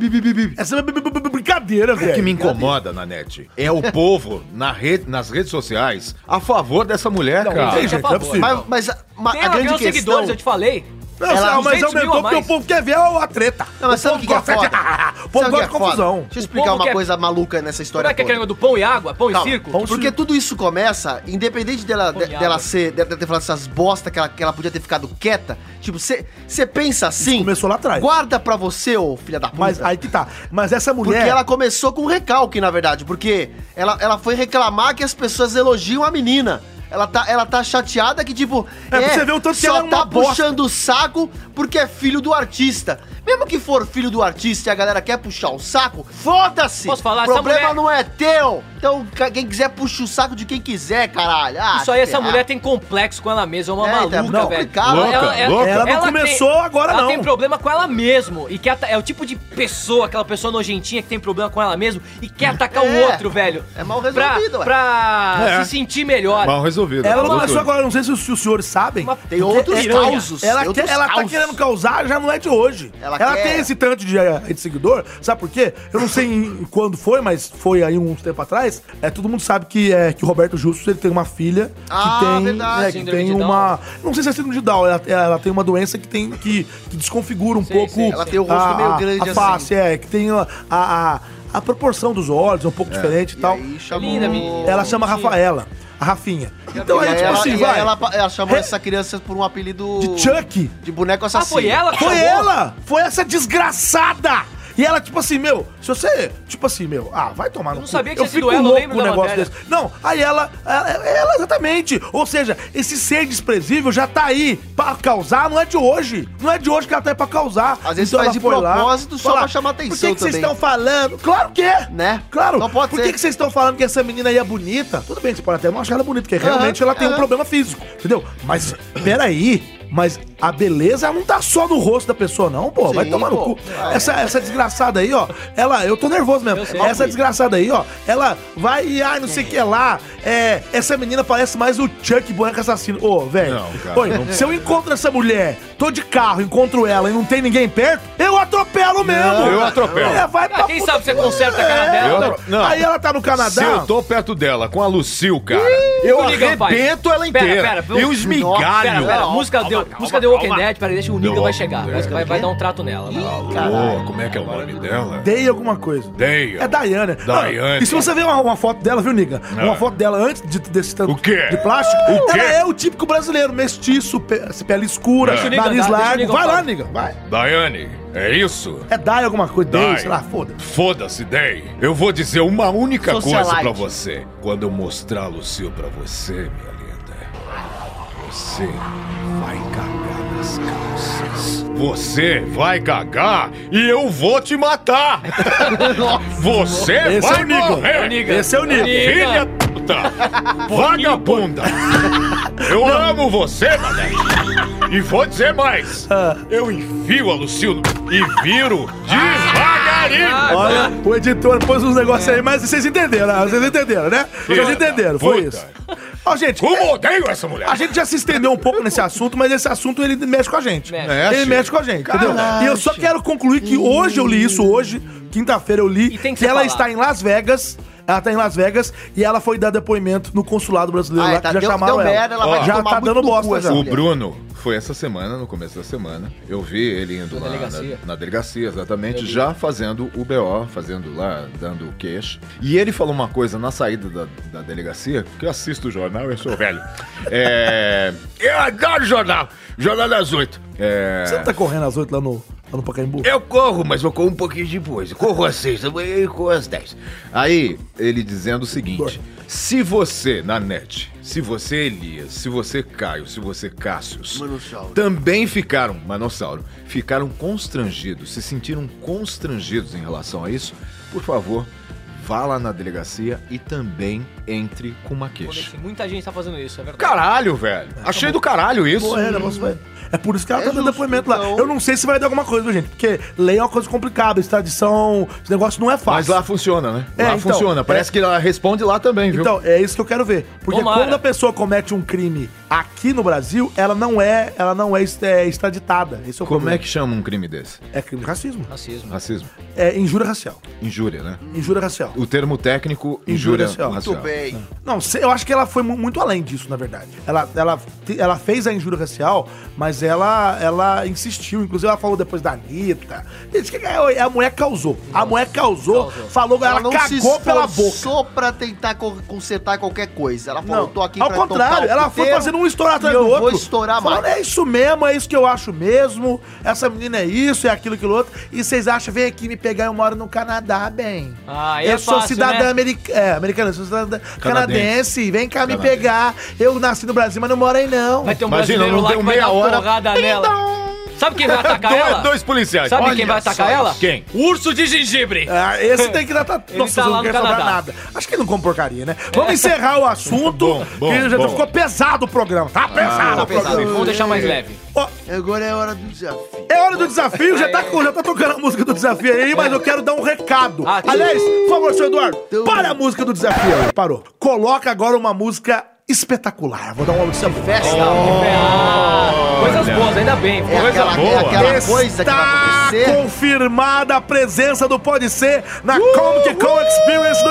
essa é brincadeira, velho. O que me incomoda na net é o povo na rede, nas redes sociais a favor dessa mulher, Não, cara. gente, é possível. Mas, mas a- ma- Tem a grande alguns questão... seguidores, eu te falei. Não, é é um sabe, mas 200 mil aumentou a mais. porque o povo quer ver a, treta. Não, mas O sabe o povo que, que é gosta foda? de- Ah, Sabe o povo que gosta é de foda? confusão. Deixa eu O explicar povo uma quer- coisa maluca nessa história Como é que é toda. aquele negócio do pão e água, pão Calma, e circo? Porque tudo isso começa, independente dela, de- água. dela ser, dela ter falado essas bosta que ela, que ela podia ter ficado quieta, tipo, você pensa assim... começou lá atrás. Guarda pra você, ô filha da puta. Mas aí que tá. Mas essa mulher... Porque ela começou com recalque, na verdade, porque ela, ela foi reclamar que as pessoas elogiam a menina. Ela tá, ela tá chateada que, tipo, É, pra você ver o tanto que só ela é uma tá bosta. puxando o saco porque é filho do artista. Mesmo que for filho do artista e a galera quer puxar o saco, foda-se! Posso falar? O Essa problema mulher- não é teu! Então, ca- quem quiser puxa o saco de quem quiser, caralho. Ah, Isso aí, essa ferrar. mulher tem complexo com ela mesma, é uma É, então, maluca, é muito velho. complicado. Louca, louca. Ela não começou agora, ela não. tem problema com ela mesmo. E quer ata- é o tipo de pessoa, aquela pessoa nojentinha que tem problema com ela mesmo e quer atacar É. o outro, velho. É mal resolvido, pra, ué. pra É. se sentir melhor. Mal resolvido. Ela falou não é começou tudo. agora, não sei se os, se os senhores sabem. tem porque outros é- causos, Ela, tem quer- outros ela tá causos. querendo causar, já não é de hoje. Ela Ela, quer. tem esse tanto de, eh, de seguidor, sabe por quê? Eu não sei em- em quando foi, mas foi aí uns tempo atrás. É, todo mundo sabe que, é, que o Roberto Justus ele tem uma filha que Ah, tem, verdade, né, que síndrome tem de Down. uma. Não sei se é síndrome de Down, ela, ela tem uma doença que tem que, que desconfigura um pouco. sim, ela tem o rosto a- meio grande a assim. face, é, que tem a. a, a a proporção dos olhos é um pouco diferente e tal. chamou- Linda, menina. Ela chama Rafaela, a Rafinha. Então aí, E aí tipo ela, assim, e aí vai. ela, ela chamou essa criança por um apelido... De Chuck? De boneco Ah, assassino. foi ela que Foi chamou? ela! Foi essa desgraçada! E ela, tipo assim, meu, se você. Tipo assim, meu, ah, vai tomar no não cu. sabia que eu tinha fico sido ela, eu louco lembro com um da negócio matéria. desse. Não, aí ela, ela. ela, exatamente. Ou seja, esse ser desprezível já tá aí pra causar, não é de hoje. Não é de hoje que ela tá aí pra causar. Então Às vezes ela faz de foi lá, propósito só falar, pra chamar Por que atenção que vocês também." estão falando? Claro que é! Né? Claro. Não pode Por ser. que, que vocês estão falando que essa menina aí é bonita? Tudo bem, você pode até não achar ela bonita, porque Aham, realmente ela tem um aham. problema físico, entendeu? Mas, peraí, mas a beleza ela não tá só no rosto da pessoa, não, pô. Vai Sim, tomar no pô. cu. Essa, essa desgraçada aí, ó, ela... Eu tô nervoso mesmo. sei. Essa desgraçada aí, ó, ela vai e, ai, não sei o que lá. É, essa menina parece mais o Chuck Boneca Assassino. Ô, velho. Não, cara, Oi, não- se eu encontro essa mulher, tô de carro, encontro ela e não tem ninguém perto, eu atropelo mesmo. eu atropelo. É, vai pra Ah, quem sabe você conserta a cara É, dela? Eu não. atro- não. Aí ela tá no Canadá. Se eu tô perto dela com a Lucil, cara, eu O Nigga vai. arrebento ela Pera, inteira. pera, eu esmigalho. Pera, pera, música deu, música deu Walking Dead, peraí, deixa o Niga Deu vai Walking chegar. Dead. Música vai, vai dar um trato nela. vai lá. Pô, como é que é o nome dela? Dei alguma coisa. Deia. É Daiane. Daiane. Não, E se você ver uma, uma foto dela, viu, Niga? Ah. Uma foto dela antes de, desse tanto quê? de plástico, O quê? ela é o típico brasileiro, mestiço, pe pele escura, Deixa o Niga nariz andar, deixa largo. o Niga Vai lá, falar. Niga, vai. Daiane, é isso? É Dai alguma coisa, Dai, Dai. sei lá, foda-se. Foda-se, Day. Eu vou dizer uma única Socialite. coisa pra você. Quando eu mostrar a Lucil pra você, minha linda, você vai cagar nas calças. Você vai cagar e eu vou te matar. você Esse é vai o Nigo. É o morrer. Niga. Esse é o Niga. Filha da puta. Vagabunda. Eu amo você, mané. E vou dizer mais. Ah. Eu enfio a Lucil no- e viro devagarinho. Ah, Olha, o editor pôs uns negócios aí, mas vocês entenderam, né? vocês entenderam, né? Vocês Filha entenderam, da foi puta. isso. Ó, gente, é Como odeio essa mulher? A gente já se estendeu um pouco nesse assunto, mas esse assunto ele mexe com a gente. Mexe. Ele mexe com a gente, entendeu? Caraca. E eu só quero concluir que hoje eu li isso, hoje, quinta-feira eu li, E tem que que ser ela falado. está em Las Vegas. Ela tá em Las Vegas e ela foi dar depoimento no consulado brasileiro Ah, lá, tá, que já deu- chamaram deu ela. merda, ela Ó, vai já tomar tá muito dando no cu bosta essa já. O Bruno foi essa semana, no começo da semana. Eu vi ele indo lá delegacia. Na, na delegacia, exatamente, já fazendo o BO, fazendo lá, dando o queixo. E ele falou uma coisa na saída da, da delegacia, que eu assisto o jornal, eu sou velho. É, eu adoro jornal! Jornal das oito. É, Você não tá correndo às oito lá no Lá no Pacaembu? Eu corro, mas eu corro um pouquinho depois. Eu corro às seis, eu corro às dez. Aí, ele dizendo o seguinte: se você, na net, se você, Elias, se você, Caio, se você, Cássius, Manossauro. também ficaram, Manossauro, ficaram constrangidos, se sentiram constrangidos em relação a isso, por favor, vá lá na delegacia e também entre com uma queixa. Muita gente tá fazendo isso, é verdade. Caralho, velho. Achei do caralho isso. Tá Porra, é, negócio vai- é por isso que ela tá dando depoimento lá. Eu não sei se vai dar alguma coisa, viu, gente? Porque lei é uma coisa complicada, extradição, esse negócio não é fácil. Mas lá funciona, né? É, lá então, funciona. Parece é. que ela responde lá também, viu? Então, é isso que eu quero ver. Porque Tomara. quando a pessoa comete um crime aqui no Brasil, ela não é, ela não é, est- é extraditada. Esse é o Como problema. é que Ah, tá. chama um crime desse? É crime de racismo. Racismo. né? Racismo. É injúria racial. Injúria, né? Injúria racial. O termo técnico, injúria, racial. racial. Não, se- eu acho que ela foi mu- muito além disso, na verdade. Ela, ela, te- ela fez a injúria racial, mas ela, ela insistiu. Inclusive, ela falou depois da Anitta. Diz que é? a a mulher causou. A mulher causou, falou, ela, cagou pela boca. Só pra tentar co- consertar qualquer coisa. Ela Não, falou, tô aqui Ao pra tocar contrário, o ela foi puteiro fazendo um estourar atrás e do eu outro. vou estourar falando, mais. é isso mesmo, é isso que eu acho mesmo. Essa menina é isso, é aquilo, aquilo outro. E vocês acham, vem aqui me pegar, eu moro no Canadá, bem. Ah, eu sou cidadã america- é, americana, sou cidadã canadense. Vem cá me Canadense. pegar. Eu nasci no Brasil, mas não moro aí, não. Vai ter um brasileiro lá que vai dar uma porrada nela. Sabe quem vai atacar Dois- ela? Então- é dois policiais. Sabe Olha quem vai atacar só. ela? Quem? Urso de gengibre. Ah, esse tem que dar... Tá... Ele Nossa, tá eu lá não no quer sobrar Canadá. É. nada. Acho que ele não come porcaria, né? Vamos encerrar o assunto, bom, que já bom. ficou pesado o programa. Ah, Tá pesado tá o programa. pesado. Vamos deixar mais leve. Ó, Agora é hora do desafio. É hora do desafio, já tá, com- já tá tocando a música do desafio aí, mas eu quero dar um recado. Aliás, por favor, senhor Eduardo, para a música do desafio aí. Parou. Coloca agora uma música espetacular. Vou dar um uma música é festa. Ah, Coisas boas, ainda bem. É coisa aquela, boa. é aquela coisa que vai acontecer. confirmada a presença do Pode Ser na Comic Con Experience 2017.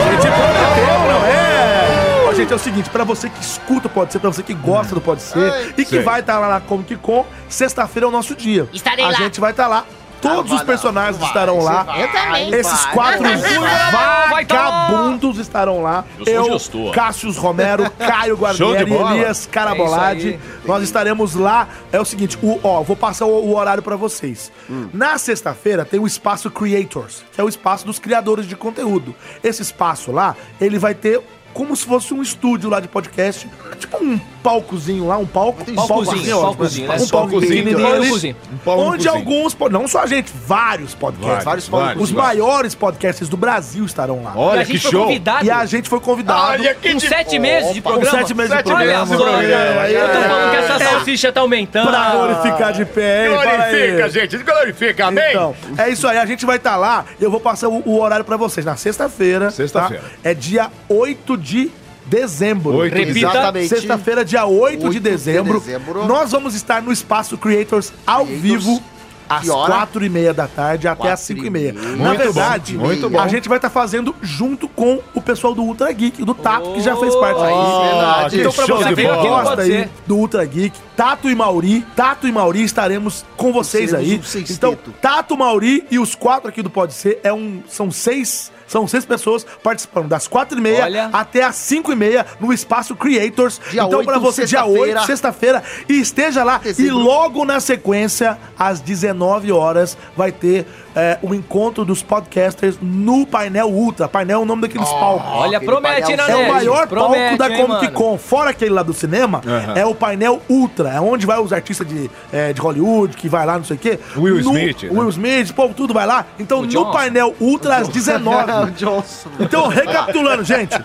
A gente prometeu, não é? Ó, gente, é o seguinte, pra você que escuta o Pode Ser, pra você que gosta do Pode Ser e que Sei. vai estar lá na Comic Con, sexta-feira é o nosso dia. Estarei a lá. Ah, gente vai estar lá. Todos os personagens estarão lá. Eu também. Esses Vai. quatro Eu também. Vai tá lá. vagabundos estarão lá. Eu sou gestor. Cássius Romero, Caio Show de Guarnieri, bola. Elias É Carabolade. isso Nós estaremos lá. É o seguinte, o, ó, vou passar o, o horário pra vocês. Hum. Na sexta-feira tem o espaço Creators, que é o espaço dos criadores de conteúdo. Esse espaço lá, ele vai ter como se fosse um estúdio lá de podcast, tipo um palcozinho lá, um palco, um palcozinho, ó, palcozinho, né? um palco pequenininho, Palcozinho. Um palco onde cozinho. alguns, pod- não só a gente, vários podcasts, Vários, vários, os vários. maiores podcasts do Brasil estarão lá. Olha, E a gente que foi show. convidado. E a gente foi convidado. Olha, que Com de- sete meses de Com programa. sete meses de Sete programa. é. meses de programa. Eu tô falando que essa salsicha tá aumentando. Pra glorificar de pé, hein? Fala aí. Ah! Glorifica, gente. Glorifica, amém? Então, é isso aí. A gente vai estar lá. Eu vou passar o, o horário pra vocês. Na sexta-feira. Sexta-feira. tá? É dia 8 de dezembro. Oito de Repita. dezembro. Sexta-feira, dia 8, Oito de, de dezembro, dezembro. Nós vamos estar no Espaço Creators ao vivo. Às Que hora? quatro e meia da tarde até às cinco e meia. Na Muito verdade, bom, muito bom. a gente vai estar fazendo junto com o pessoal do Ultra Geek, do Tato, que já fez parte. aí, Oh, é verdade. Então, que pra show você de que bola. gosta Pode aí ser. do Ultra Geek, Tato e Mauri, Tato e Mauri estaremos com vocês Seremos aí. um sexteto. então, Tato, Mauri e os quatro aqui do Pode Ser é um, são seis, são seis pessoas participando das quatro e meia Olha. até as cinco e meia no Espaço Creators. Dia então, oito, pra você, dia sexta-feira. 8, sexta-feira, e esteja lá. E logo na sequência, às 19 horas, vai ter é, o encontro dos podcasters no painel Ultra. Painel é o nome daqueles palcos. olha, Aquele promete, painel hein, É Nanete? o maior palco Promete, da hein, Comic mano? Con. Fora aquele lá do cinema, Aham. é o painel Ultra. É onde vai os artistas de, é, de Hollywood, que vai lá, não sei o quê. Will No- Smith, né? Will Smith, pô, tudo vai lá. Então, no Johnson. painel Ultra, às 19. Então, recapitulando, gente.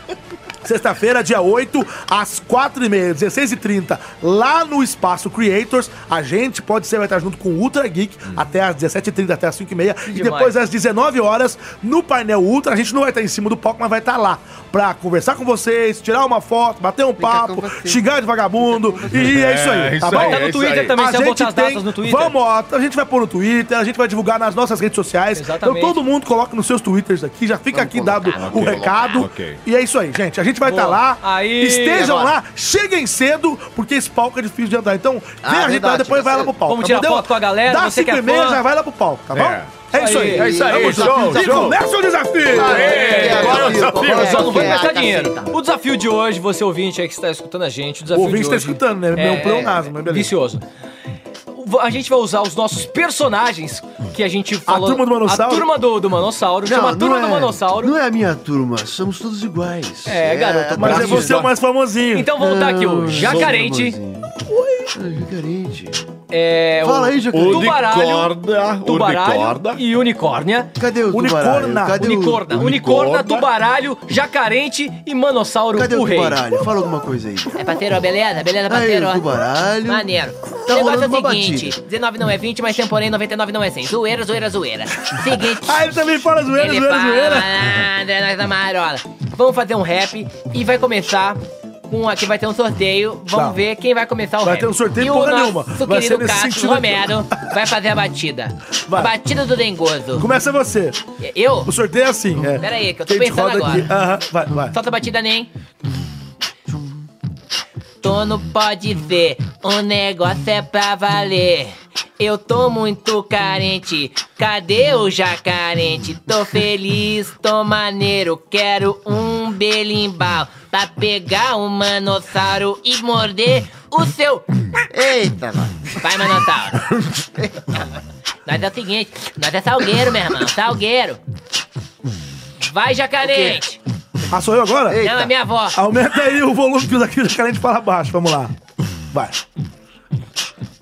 Sexta-feira, dia 8, às 4h30, 16h30, lá no Espaço Creators. A gente pode ser, vai estar junto com o Ultra Geek até às 17h30, até às 5h30. E Uhum. demais. depois, às 19 horas no painel Ultra. A gente não vai estar em cima do palco, mas vai estar lá pra conversar com vocês, tirar uma foto, bater um papo, xingar de vagabundo. E é isso aí, É, tá isso bom? aí, Vai tá no é isso Twitter aí. também, a você vai gente botar as tem... datas no Twitter? Vamos, ó, a gente vai pôr no Twitter, a gente vai divulgar nas nossas redes sociais. Exatamente. Então todo mundo coloca nos seus Twitters aqui, já fica aqui dado o vamos recado. colocar. Ok. E é isso aí, gente. A gente vai estar Boa. lá. Aí, Estejam agora. lá, cheguem cedo, porque esse palco é difícil de entrar. Então, vem Ah, a gente lá, verdade, depois vai lá você- pro palco. Vamos tirar foto com a galera, Dá você que é 5 e meia, fã. já vai lá pro palco, tá bom? É. É isso aí. É isso aí, Vamos lá. show, E show. começa o desafio. Aê, agora é o desafio. Agora Só não vai é, gastar caceta. dinheiro. Tá. Tá, O desafio de hoje, você ouvinte aí que está escutando a gente, o desafio O ouvinte de tá hoje- escutando, né? Meu pleonasmo, mas beleza. Vicioso. v- a gente vai usar os nossos personagens que a gente falou. turma do Manossauro? A turma do, do Manossauro. chama a turma do Manossauro. Não é a minha turma, somos todos iguais. É, garoto, mas braço é você só. o mais famosinho. Então vamos dar aqui o Não, Jacarente. sou É, Fala o aí, Jacaré. O de Tubaralho, corda, tubaralho unicorda. e unicórnia. Cadê o Unicorna. tubaralho? Cadê o- unicorna. o Unicorna, unicorda? tubaralho, jacarente e manossauro Cadê o o rei. tubaralho? Fala alguma coisa aí. É parteiro, beleza? Beleza, parteiro? Aí, o tubaralho. Maneiro. Tá o negócio é rolando o uma seguinte: batida. 19 não é 20, mas temporém 99 não é 100. Zoeira, zoeira, zoeira. Seguinte. Ah, ele também fala zoeira, ele zoeira, fala, zoeira. "Ah, André, nós da marola. Vamos fazer um rap e vai começar. Com aqui vai ter um sorteio. Vamos Tá. ver quem vai começar o Vai rap. ter um sorteio e o porra nosso nenhuma. Vai ser querido nesse Cássio sentido aqui. Romero vai fazer a batida. Batida do Dengoso. Começa você. Eu? O sorteio é assim, é. Pera aí, que eu tô a gente pensando roda aqui. agora. Aham, vai, vai. Solta a batida, nem. Tono pode ser, o negócio é pra valer. Eu tô muito carente, cadê o jacarente? Tô feliz, tô maneiro, quero um belimbau pra pegar o manossauro e morder o seu. é Eita, Vai, manossauro. tá, Nós é o seguinte, nós é salgueiro, meu irmão, salgueiro. Vai, jacarente. Ah, sou eu agora? Eita. Não, é minha avó. Aumenta aí o volume que daqui o jacarente fala baixo. Vamos lá. Vai.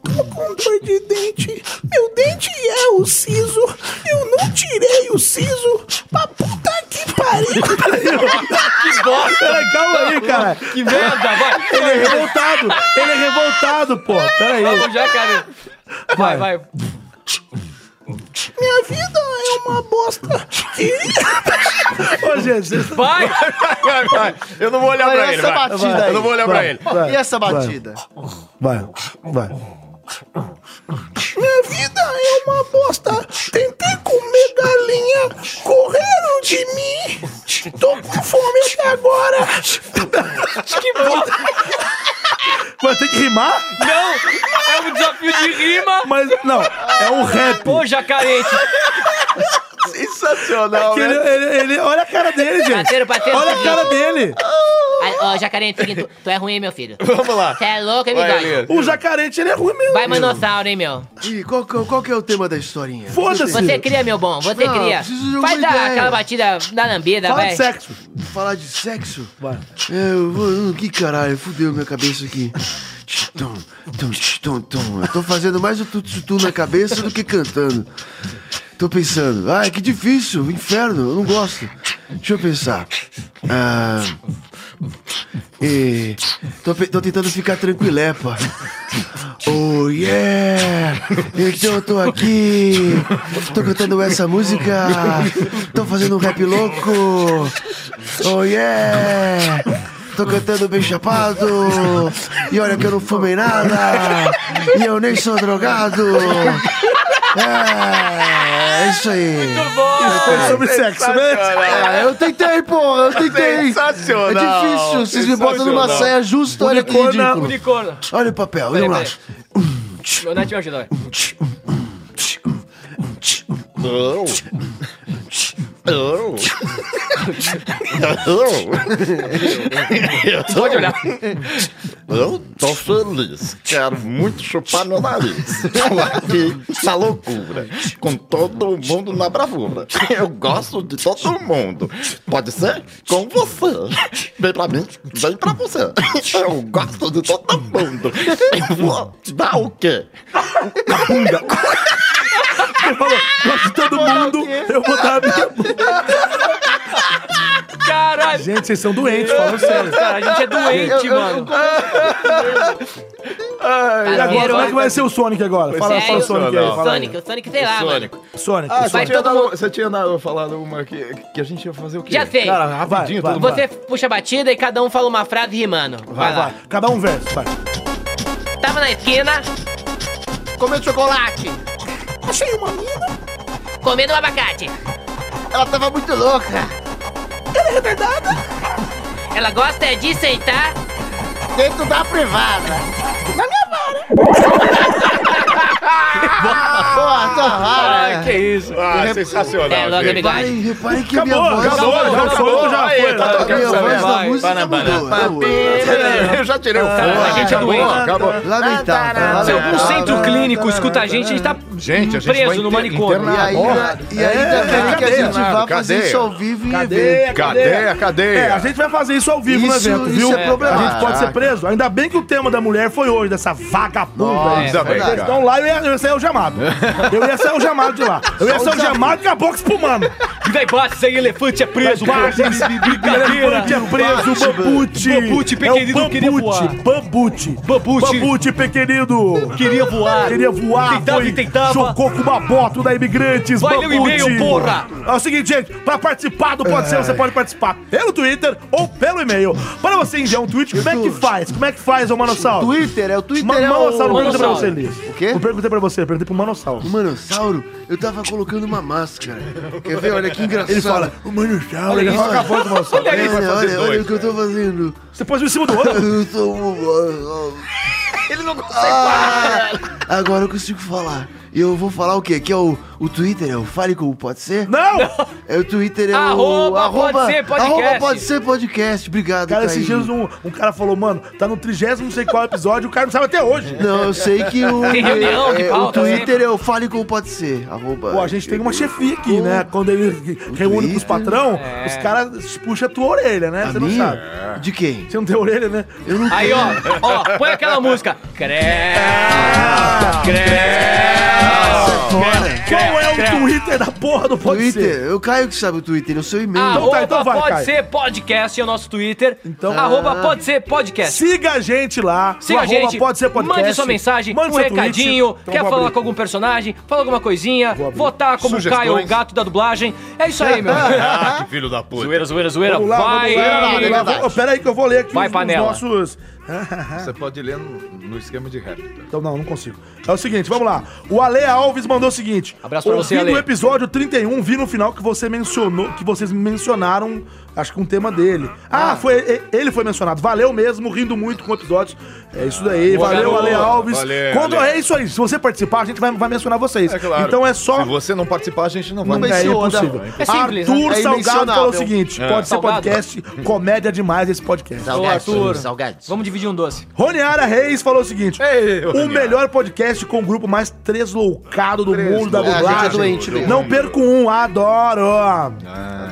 Tô com dor de dente. Meu dente é o siso. Eu não tirei o siso. Pra puta que pariu. que bosta! Peraí, calma aí, cara. Que merda, vai. Ele é revoltado. Ele é revoltado, pô. Peraí. Vamos, jacaré. Vai, vai. Minha vida é uma bosta. Ô, Jesus. Vai! vai, vai. Eu não vou olhar Vai, pra ele, essa vai. batida Eu aí. não vou olhar pra Vai, ele. vai, vai. Vai, vai. Minha vida é uma bosta. Tentei comer galinha, correram de mim. Tô com fome até agora. que bosta! Vai ter que rimar? Não! É um desafio de rima! Mas, não, é um rap. Ô, jacarente! Sensacional, né? É ele, ele- ele- Olha a cara dele, gente. Parceiro, parceiro, olha a parceiro. cara dele. Ó, jacarente, seguinte, tu- tu é ruim, hein, meu filho? Vamos lá. Você é louco, hein, Vai, bigode? Elias. O jacarente, ele é ruim mesmo. Vai, manossauro, hein, meu? E qual, que- qual que é o tema da historinha? Você é cria, meu bom, você Não, cria. preciso de Faz alguma a- ideia. aquela batida na lambida, Fala vai. de sexo. Falar de sexo? Vai. Eu vou. hum, Que caralho, fudeu minha cabeça aqui. Tum, tum, tum, tum. Eu tô fazendo mais o tutu na cabeça do que cantando. Tô pensando, ai, que difícil, inferno, eu não gosto. Deixa eu pensar. Ah, e, tô, pe- tô tentando ficar tranquilepa. Oh yeah! Então eu tô aqui, tô cantando essa música, tô fazendo um rap louco. Oh yeah! Tô cantando bem chapado, e olha que eu não fumei nada, e eu nem sou drogado. É, é isso aí. Muito bom! Isso foi É. sobre sexo, né? É, eu tentei, porra, eu tentei. Sensacional. É difícil, vocês me botam numa Sensacional. saia justa, olha que Unicorna, ridículo. unicorna. Olha o papel, Peraí, vamos lá. peraí. Meu Nath me ajuda, vai. Não. Não. Não. Pode olhar. Eu tô feliz. Quero muito chupar meu nariz. Tô aqui na loucura. Com todo mundo na bravura. Eu gosto de todo mundo. Pode ser com você. Vem pra mim, vem pra você. Eu gosto de todo mundo. Eu vou dar o quê? A bunda. Ele falou, gosto de todo mundo, eu vou dar a minha bunda. Caralho. Gente, vocês são doentes, falando sério. Cara, a gente é doente, mano. E agora, como é que vai ser o Sonic agora? Fala Sério? só o Sonic aí. fala aí. Sonic, o Sonic, sei lá, Ah, mano. Sonic. Ah, você Vai tinha, todo dado, mundo- você tinha dado- falado uma que, que a gente ia fazer o quê? Já sei. Cara, rapidinho, todo tá. mundo. Você puxa a batida e cada um fala uma frase rimando. Vai, Vai, lá. vai. Cada um verso, vai. Tava na esquina, comendo chocolate, Achei uma mina, comendo um abacate. Ela tava muito louca. ela é retardada, Ela gosta é de sentar dentro da privada. na minha vara. Pô, tô rara. Ai, que isso. Ah, sensacional. É, logo gente. Reparem- reparem que minha voz- Acabou, acabou, Acabou, já foi, já acabou. foi. Aí, tá tocando Minha essa voz merda. da Vai, música para, para, mudou. para. Acabou. Eu já tirei o fone. A gente acabou, acabou. Lamentável. Se algum centro clínico escuta a gente, a gente tá Gente, a gente preso foi no inter- manicômio. internado. Porra. E aí, É, também que a cadeia, gente vá cadeia. fazer isso ao vivo e Cadeia, evento. cadeia, É, a gente vai fazer isso ao vivo Isso- no evento, isso viu? é a problemático. gente pode ser preso. Ainda bem que o tema da mulher foi hoje, dessa vagabunda. Nossa, aí. ainda É bem, Vocês cara. estão lá, eu ia, eu ia sair o chamado. Eu ia sair o chamado de lá. Eu ia Só sair um o chamado e daqui a pouco espumando. E daí bate, sem elefante é preso, pô. Bate, Brincadeira. elefante é preso, Bate, bambute. Bambute, É pequenino, queria voar. Bambute, bambute. Bambute, pequenino. Queria voar. Queria voar. Tentava foi- e tentava. Chocou com uma bota da Imigrantes, Vai ler o Bambute. e-mail, porra. É. É o seguinte, gente, pra participar do Pode Ser, você pode participar pelo Twitter ou pelo e-mail. Para você enviar um tweet, como é que faz? Como é que faz, ô Manossauro? Twitter, é o Twitter. Ma- é o- Manossauro, pergunta pra Manossauro. você, Elias. O quê? Eu perguntei pra você, eu perguntei pro Manossauro. O Manossauro, eu tava colocando uma máscara. Quer ver? Olha que engraçado. Ele fala, o Manossauro, Olha ele isso. fala com a voz do Manossauro. Olha isso. Olha, olha, olha o que eu tô fazendo. Você pôs um em cima do outro? Eu tô... Ele não consegue Ah, agora eu consigo falar. E eu vou falar o quê? Que é o, o Twitter, é o Fale Como Pode Ser? Não! É o Twitter, é o... Arroba Pode Ser Podcast. Arroba Pode Ser Podcast, obrigado, Cara, esses Caio. dias um, um cara falou, mano, tá no trigésimo não sei qual episódio, o cara não sabe até hoje. Não, eu sei que o, é, o Twitter é o Fale Como Pode Ser, arroba... Pô, a gente tem uma chefia aqui, né? Quando ele reúne com os patrão, É. os caras puxam a tua orelha, né? Você não minha? sabe. De quem? Você não tem orelha, né? Eu não Aí, ó, ó, põe aquela música. Então Creu, creu, creu, Qual é creu. o Twitter da porra do Pode Twitter, Ser? eu caio que sabe o Twitter, eu sou e-mail. tá, Arroba então pode ser podcast é o nosso Twitter. arroba Ah. pode ser podcast. Siga a gente lá. Siga o a gente, Pode ser podcast. mande sua mensagem, mande um seu tweet. recadinho, Então quer vou falar abrir. com algum personagem, fala alguma coisinha, votar como o Sugestões. Caio, o gato da dublagem. É isso aí, meu. Ah, que filho da puta. zoeira, zoeira, zoeira. Vamos lá, Vai, vamos lá, vamos lá. vai. Vou- Pera aí que eu vou ler aqui Vai, os, os panela. nossos... Você pode ler no, no esquema de rap. Então não, não consigo. É o seguinte, vamos lá. O Ale Alves mandou o seguinte. Abraço pra você, Ouvi no Ale. episódio 31, vi no final que você mencionou, que vocês mencionaram, acho que um tema dele. Ah, foi e- ele foi mencionado. Valeu mesmo, rindo muito com episódios. É isso daí. Boa, valeu, garoto. Ale Alves. Valeu, Quando Ale. é isso aí, se você participar, a gente vai, vai mencionar vocês. claro. Então é só Se você não participar, a gente não vai. é impossível. É simples, Arthur né? Salgado É falou o imencionável. seguinte: É. pode ser Salgado. podcast, comédia demais esse podcast. Ô, Arthur, salgado. vamos dividir um doce. Roniara Reis falou o seguinte: o Roniara. melhor podcast com o grupo mais tresloucado do mundo da É, a gente é dublagem. doente mesmo. Não perco um, adoro.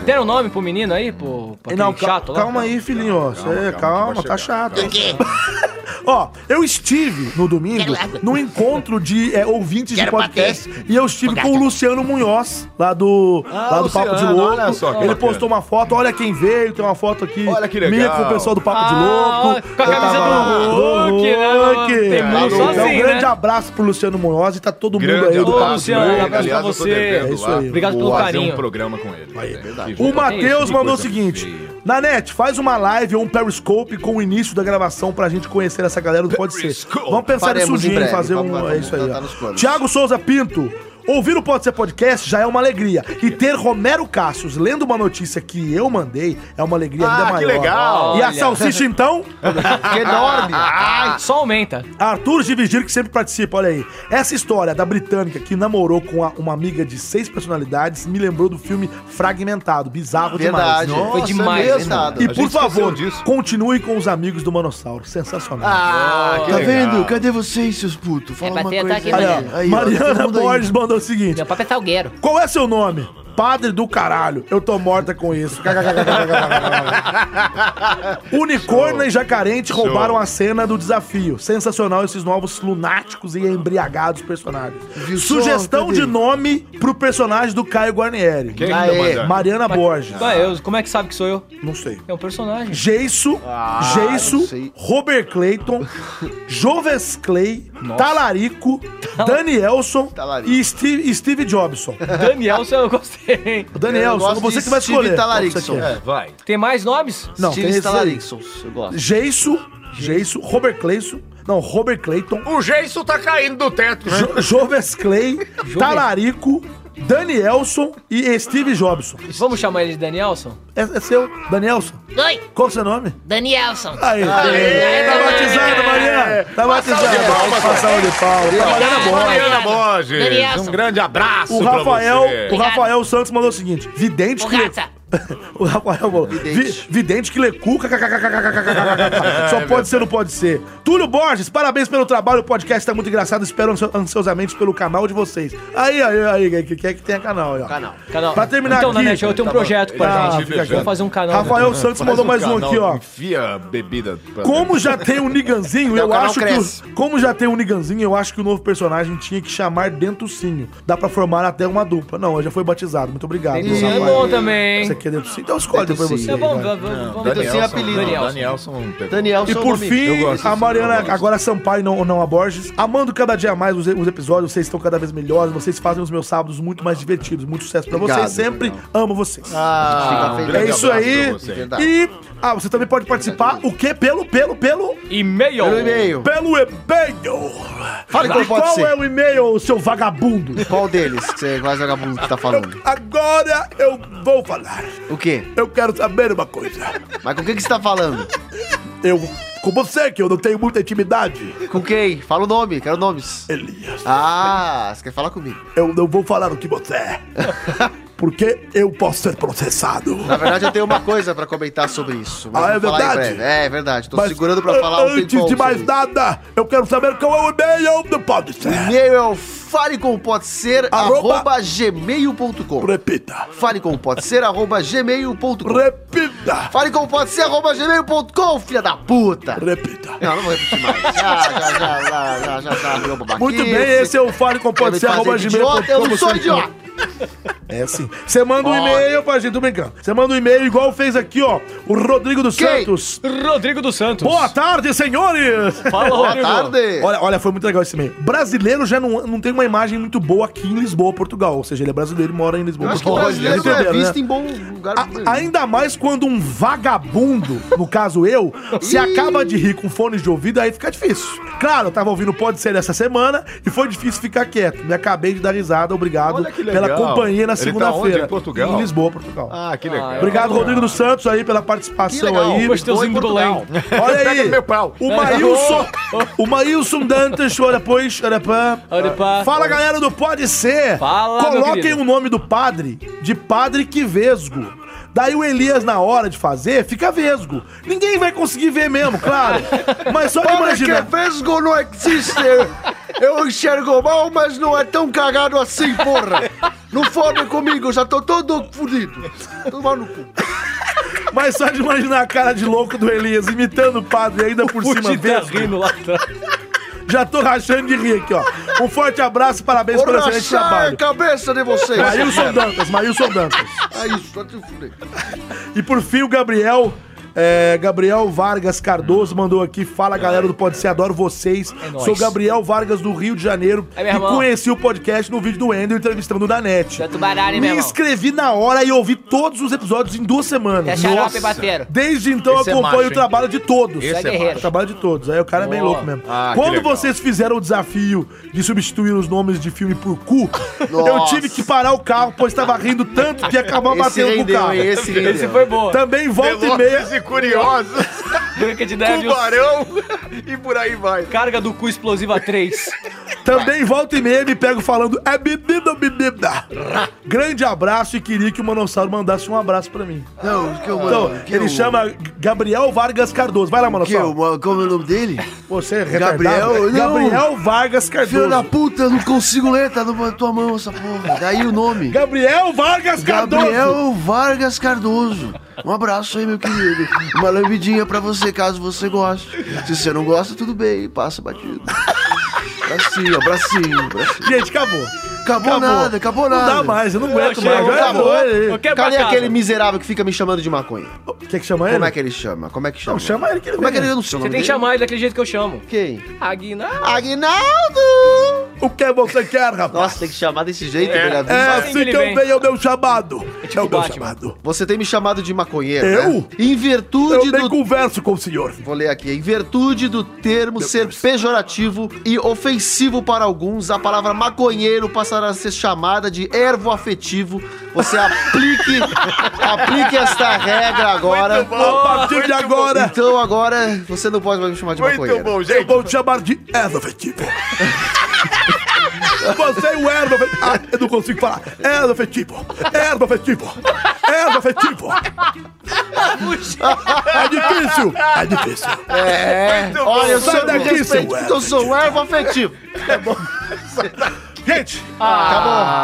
Deram nome pro menino aí, pô? Pra É. Não, aquele cal- chato lá? calma aí, filhinho. ó. Cê- Calma, tá chato. Ó, eu estive no domingo num encontro de é, ouvintes de Quero podcast bater. e eu estive com o Luciano Munhoz, lá do, Ah, lá do Papo de Luciano, Louco. olha só que Ele bacana. postou uma foto, olha quem veio, tem uma foto aqui. Olha que legal. minha com o pessoal do Papo de Ah, Louco. com a Eu camisa tava do lá, Hulk, né, mano? Hulk. Tem muito Então, assim, um né? grande abraço pro Luciano Munhoz e tá todo mundo aí Grande do abraço, Papo de Luciano. Louco. Aliás, eu tô devendo É isso lá. aí. Obrigado Vou pelo fazer carinho. um programa com ele. é verdade. O Matheus mandou o seguinte: Na net, faz uma live ou um Periscope com o início da gravação pra gente conhecer essa galera do Pode Ser. Vamos pensar Faremos nisso em um dia, em breve, fazer vamos, um. vamos, É isso aí. tá- tá ó. nos planos. Tiago Souza Pinto. Ouvir o Pode Ser Podcast já é uma alegria. E ter Romero Cassius lendo uma notícia que eu mandei é uma alegria ainda Ah, maior. que legal. E a Olha. salsicha, então? Que enorme. Ai, só aumenta. Arthur de Vigir, que sempre participa, olha aí. Essa história da britânica que namorou com a- uma amiga de seis personalidades me lembrou do filme Fragmentado. Bizarro Verdade. demais. Foi demais, é hein, mano? E A por gente esqueceu favor, continue com os amigos do Manossauro. Sensacional. Ah, Tá vendo? Cadê vocês, seus putos? Fala pra uma ter- coisa. tá aqui, é, aí. Aí, ó, Mariana. todo Mariana mundo aí. Borges mandou o seguinte. Meu papo é salgueiro. Qual é seu nome? Padre do caralho, eu tô morta com isso. Unicórnio e Jacarente roubaram a cena do desafio. Sensacional esses novos lunáticos e embriagados personagens. só? Sugestão Cadê? de nome pro personagem do Caio Guarnieri. Quem que tá Aê. é? mandando? Mariana Borges. Ué, eu- como é que sabe que sou eu? Não sei. É um personagem. Geisso, Geisso, Robert Clayton, Joves Clay, Talarico, Danielson e Steve, Steve Jobson. Danielson, eu gostei. hein? Danielson, Eu gosto você de que vai Steve escolher. Talarickson. Qual que você quer? É, vai. Tem mais nomes? Não, Steve tem esses aí. Talarickson, eu gosto. Geisso, Geisso, Robert Clayson, não, Robert Clayton, O Geisso tá caindo do teto, né? Jo- Joves Clay, Talarico, Danielson e Steve Jobson. Vamos chamar ele de Danielson? É, é seu, Danielson. Oi, Qual o seu nome? Danielson. Aí. Tá batizado, Maria? Tá batizado. salva de palmas, Uma salva de palmas. Tá Obrigado, valendo a bola. Mariana Borges. Danielson. Um grande abraço O pra Rafael, você. é- o Rafael Santos mandou o seguinte: vidente que. Borracha. o Rafael falou, "Vi- vidente que lecuca. É Só pode ser, não pode ser. Túlio Borges, parabéns pelo trabalho. O podcast tá muito engraçado. Espero ansio- ansiosamente pelo canal de vocês. Aí, aí, aí, que quer que tenha canal aí, ó. Canal. Canal. Pra terminar então, aqui. Nanete, eu tenho um Tá bom. projeto pra Ah, gente. fica Vamos quieto. fazer um canal. Rafael né? Santos mandou mais um canal, aqui, ó. Enfia bebida. Tá pra Como dentro. já tem o Então Niganzinho, eu canal acho que. cresce. o- Como já tem o Niganzinho, eu acho que o novo personagem tinha que chamar Dentucinho. Dá pra formar até uma dupla. Não, ele já foi batizado. Muito obrigado. Dentucinho meu é rapaz. bom também, hein? Você quer Dentucinho? Então escolhe depois você. É bom, vai. vamos, vamos. Danielson, Danielson. Danielson. pegou. E por fim, a Mariana, agora é Sampaio, não, não a Borges. Amando cada dia mais os, os episódios, vocês estão cada vez melhores, vocês fazem os meus sábados muito mais divertidos. Muito sucesso pra Obrigado, vocês, sempre amo vocês. Ah, Fica um feliz. grande é isso abraço aí. pra você. Verdade. E ah, você também pode participar, o quê? Pelo, pelo, pelo... E-mail. Pelo e-mail. Pelo e-mail. Fale qual e pode qual ser. é o e-mail, seu vagabundo? Qual deles que você quase vagabundo que tá falando? Agora eu vou falar. O quê? Eu quero saber uma coisa. Mas com o que, que você tá falando? Eu. Com você, que eu não tenho muita intimidade. Com quem? Fala o nome, quero nomes. Elias. Ah, você quer falar comigo? Eu não vou falar o que você é. Porque eu posso ser processado. Na verdade, eu tenho uma coisa pra comentar sobre isso. mas Ah, é vou falar em verdade? breve. É, é verdade. Tô Mas segurando pra an- falar um Antes tempão de mais sobre isso. nada, eu quero saber qual é o e-mail do Pode O Ser. e-mail é o falecompodser, Arroba- arroba gmail.com. Repita. Falecompodser, arroba gmail.com. Repita. Falecompodser, arroba gmail.com, filha da puta. Repita. Não, não vou repetir mais. Já, já, já, já, já, já, já, virou babaquice. Muito bem, esse é o Fale com Quer Pode me Ser. fazer arroba de gmail ponto idiota? Eu com, não sou você- idiota. É sim. Você manda um Olha. e-mail pra gente, tô brincando. Você manda um e-mail igual fez aqui, ó. O Rodrigo dos Quem? Santos. Rodrigo dos Santos. Boa tarde, senhores! Fala, Boa Rodrigo. tarde. Olha, olha, foi muito legal esse e-mail. Brasileiro já não, não tem uma imagem muito boa aqui em Lisboa, Portugal. Ou seja, ele é brasileiro e mora em Lisboa, Eu acho que o Portugal. brasileiro não é Entenderam, né? visto em bom lugar. A- ainda mais quando um vagabundo, no caso eu, se acaba de rir com fones de ouvido, aí fica difícil. Claro, eu tava ouvindo Pode Ser essa semana e foi difícil ficar quieto. Me acabei de dar risada, obrigado Olha que legal. pela companhia na Ele tá segunda-feira. onde? Em Portugal? Em Lisboa, Portugal. Ah, que legal. Obrigado, Rodrigo dos Santos, aí, pela participação aí. é. Gosteuzinho do Belém. Olha aí. Pega meu pau. O Maílson, o Maílson Dantas, ora pois, ora pá. Ora pá. Fala galera do Pode Ser. Fala, meu Coloquem querido. o nome do padre de Padre Quivesgo. Daí o Elias, na hora de fazer, fica vesgo. Ninguém vai conseguir ver mesmo, claro. Mas só de Para que imaginar. vesgo não existe! Eu enxergo mal, mas não é tão cagado assim, porra! Não fode comigo, eu já tô todo fudido! Toma no cu! Mas só de imaginar a cara de louco do Elias imitando o padre ainda por cima Fugido tá vesgo. rindo lá atrás. Já tô rachando de rir aqui, ó. Um forte abraço, parabéns Vou pelo excelente rachar a é trabalho. cabeça de vocês! Maílson Dantas, Maílson Dantas. É isso, tá te fudendo! E por fim, o Gabriel. é, Gabriel Vargas Cardoso mandou aqui, fala galera do Pode Ser, adoro vocês. nóis. Sou Gabriel Vargas do Rio de Janeiro É, meu e irmão. conheci o podcast no vídeo do Ender entrevistando o Danete. Santo baralho, Me meu irmão. inscrevi na hora e ouvi todos os episódios em duas semanas. É xarope, bateiro. Desde então Esse é acompanho macho, o hein? trabalho de todos. Esse é guerreiro. O trabalho de todos. Aí o cara é bem Boa. louco mesmo. Ah, que Quando legal. vocês fizeram o desafio de substituir os nomes de filme por cu, eu Nossa. tive que parar o carro, pois estava rindo tanto que acabou Esse batendo com o rendeu, carro. hein? Esse rendeu. Esse foi boa. Também volta um e É, meia. Velozes e curiosos. Branca de Neve. Tubarão. E por aí vai. Carga do cu explosiva 3. Também volta e meia me pego falando é bebida, bebida. Grande abraço e queria que o Manossauro mandasse um abraço pra mim. Não, o que eu Então, o que ele eu- chama Gabriel Vargas Cardoso. Vai lá, o Que eu, Manossauro. mano, como é o nome dele? Você é Gabriel- não. retardado. Gabriel Vargas Filho da Cardoso. puta, eu não consigo ler, tá na tua mão essa porra. Daí o nome. Gabriel Vargas Cardoso. Gabriel Vargas Cardoso. Um abraço aí, meu querido. Uma lambidinha pra você, caso você goste. Se você não gosta, tudo bem, passa batido. Bracinho, bracinho, bracinho. Gente, acabou. Acabou, nada, acabou nada. Não dá mais, eu não aguento chego, mais. acabou. Acabou. Eu quero Cadê pra aquele casa. miserável que fica me chamando de maconha? Quer que chama ele? Como é que ele chama? Como é que chama? Não, chama ele que ele Como é que vem. ele eu não sei o Você nome tem que dele. chamar ele daquele jeito que eu chamo. Quem? Aguinaldo. Aguinaldo! O que você quer, rapaz? Nossa, tem que chamar desse jeito, É, velho. é assim que eu venho, é o meu chamado. É, o meu Batman. chamado. Você tem me chamado de maconheiro, Eu? né? Em virtude Eu do... nem converso com o senhor. Vou ler aqui. Em virtude do termo ser pejorativo e ofensivo para alguns, a palavra maconheiro passará a ser chamada de ervo afetivo. Você aplique, aplique esta regra agora. Muito bom, A partir Oh, muito de agora. bom. Então agora você não pode mais me chamar de maconheiro. gente. Eu vou te chamar de erva afetivo. Você é o erva afetivo. Ah, eu não consigo falar. Erva afetivo. Erva afetivo. Erva afetivo. É difícil. É difícil. É. Olha, eu Sai sou daqui, seu respeito, erva. eu sou um ervo afetivo. Gente, Ah.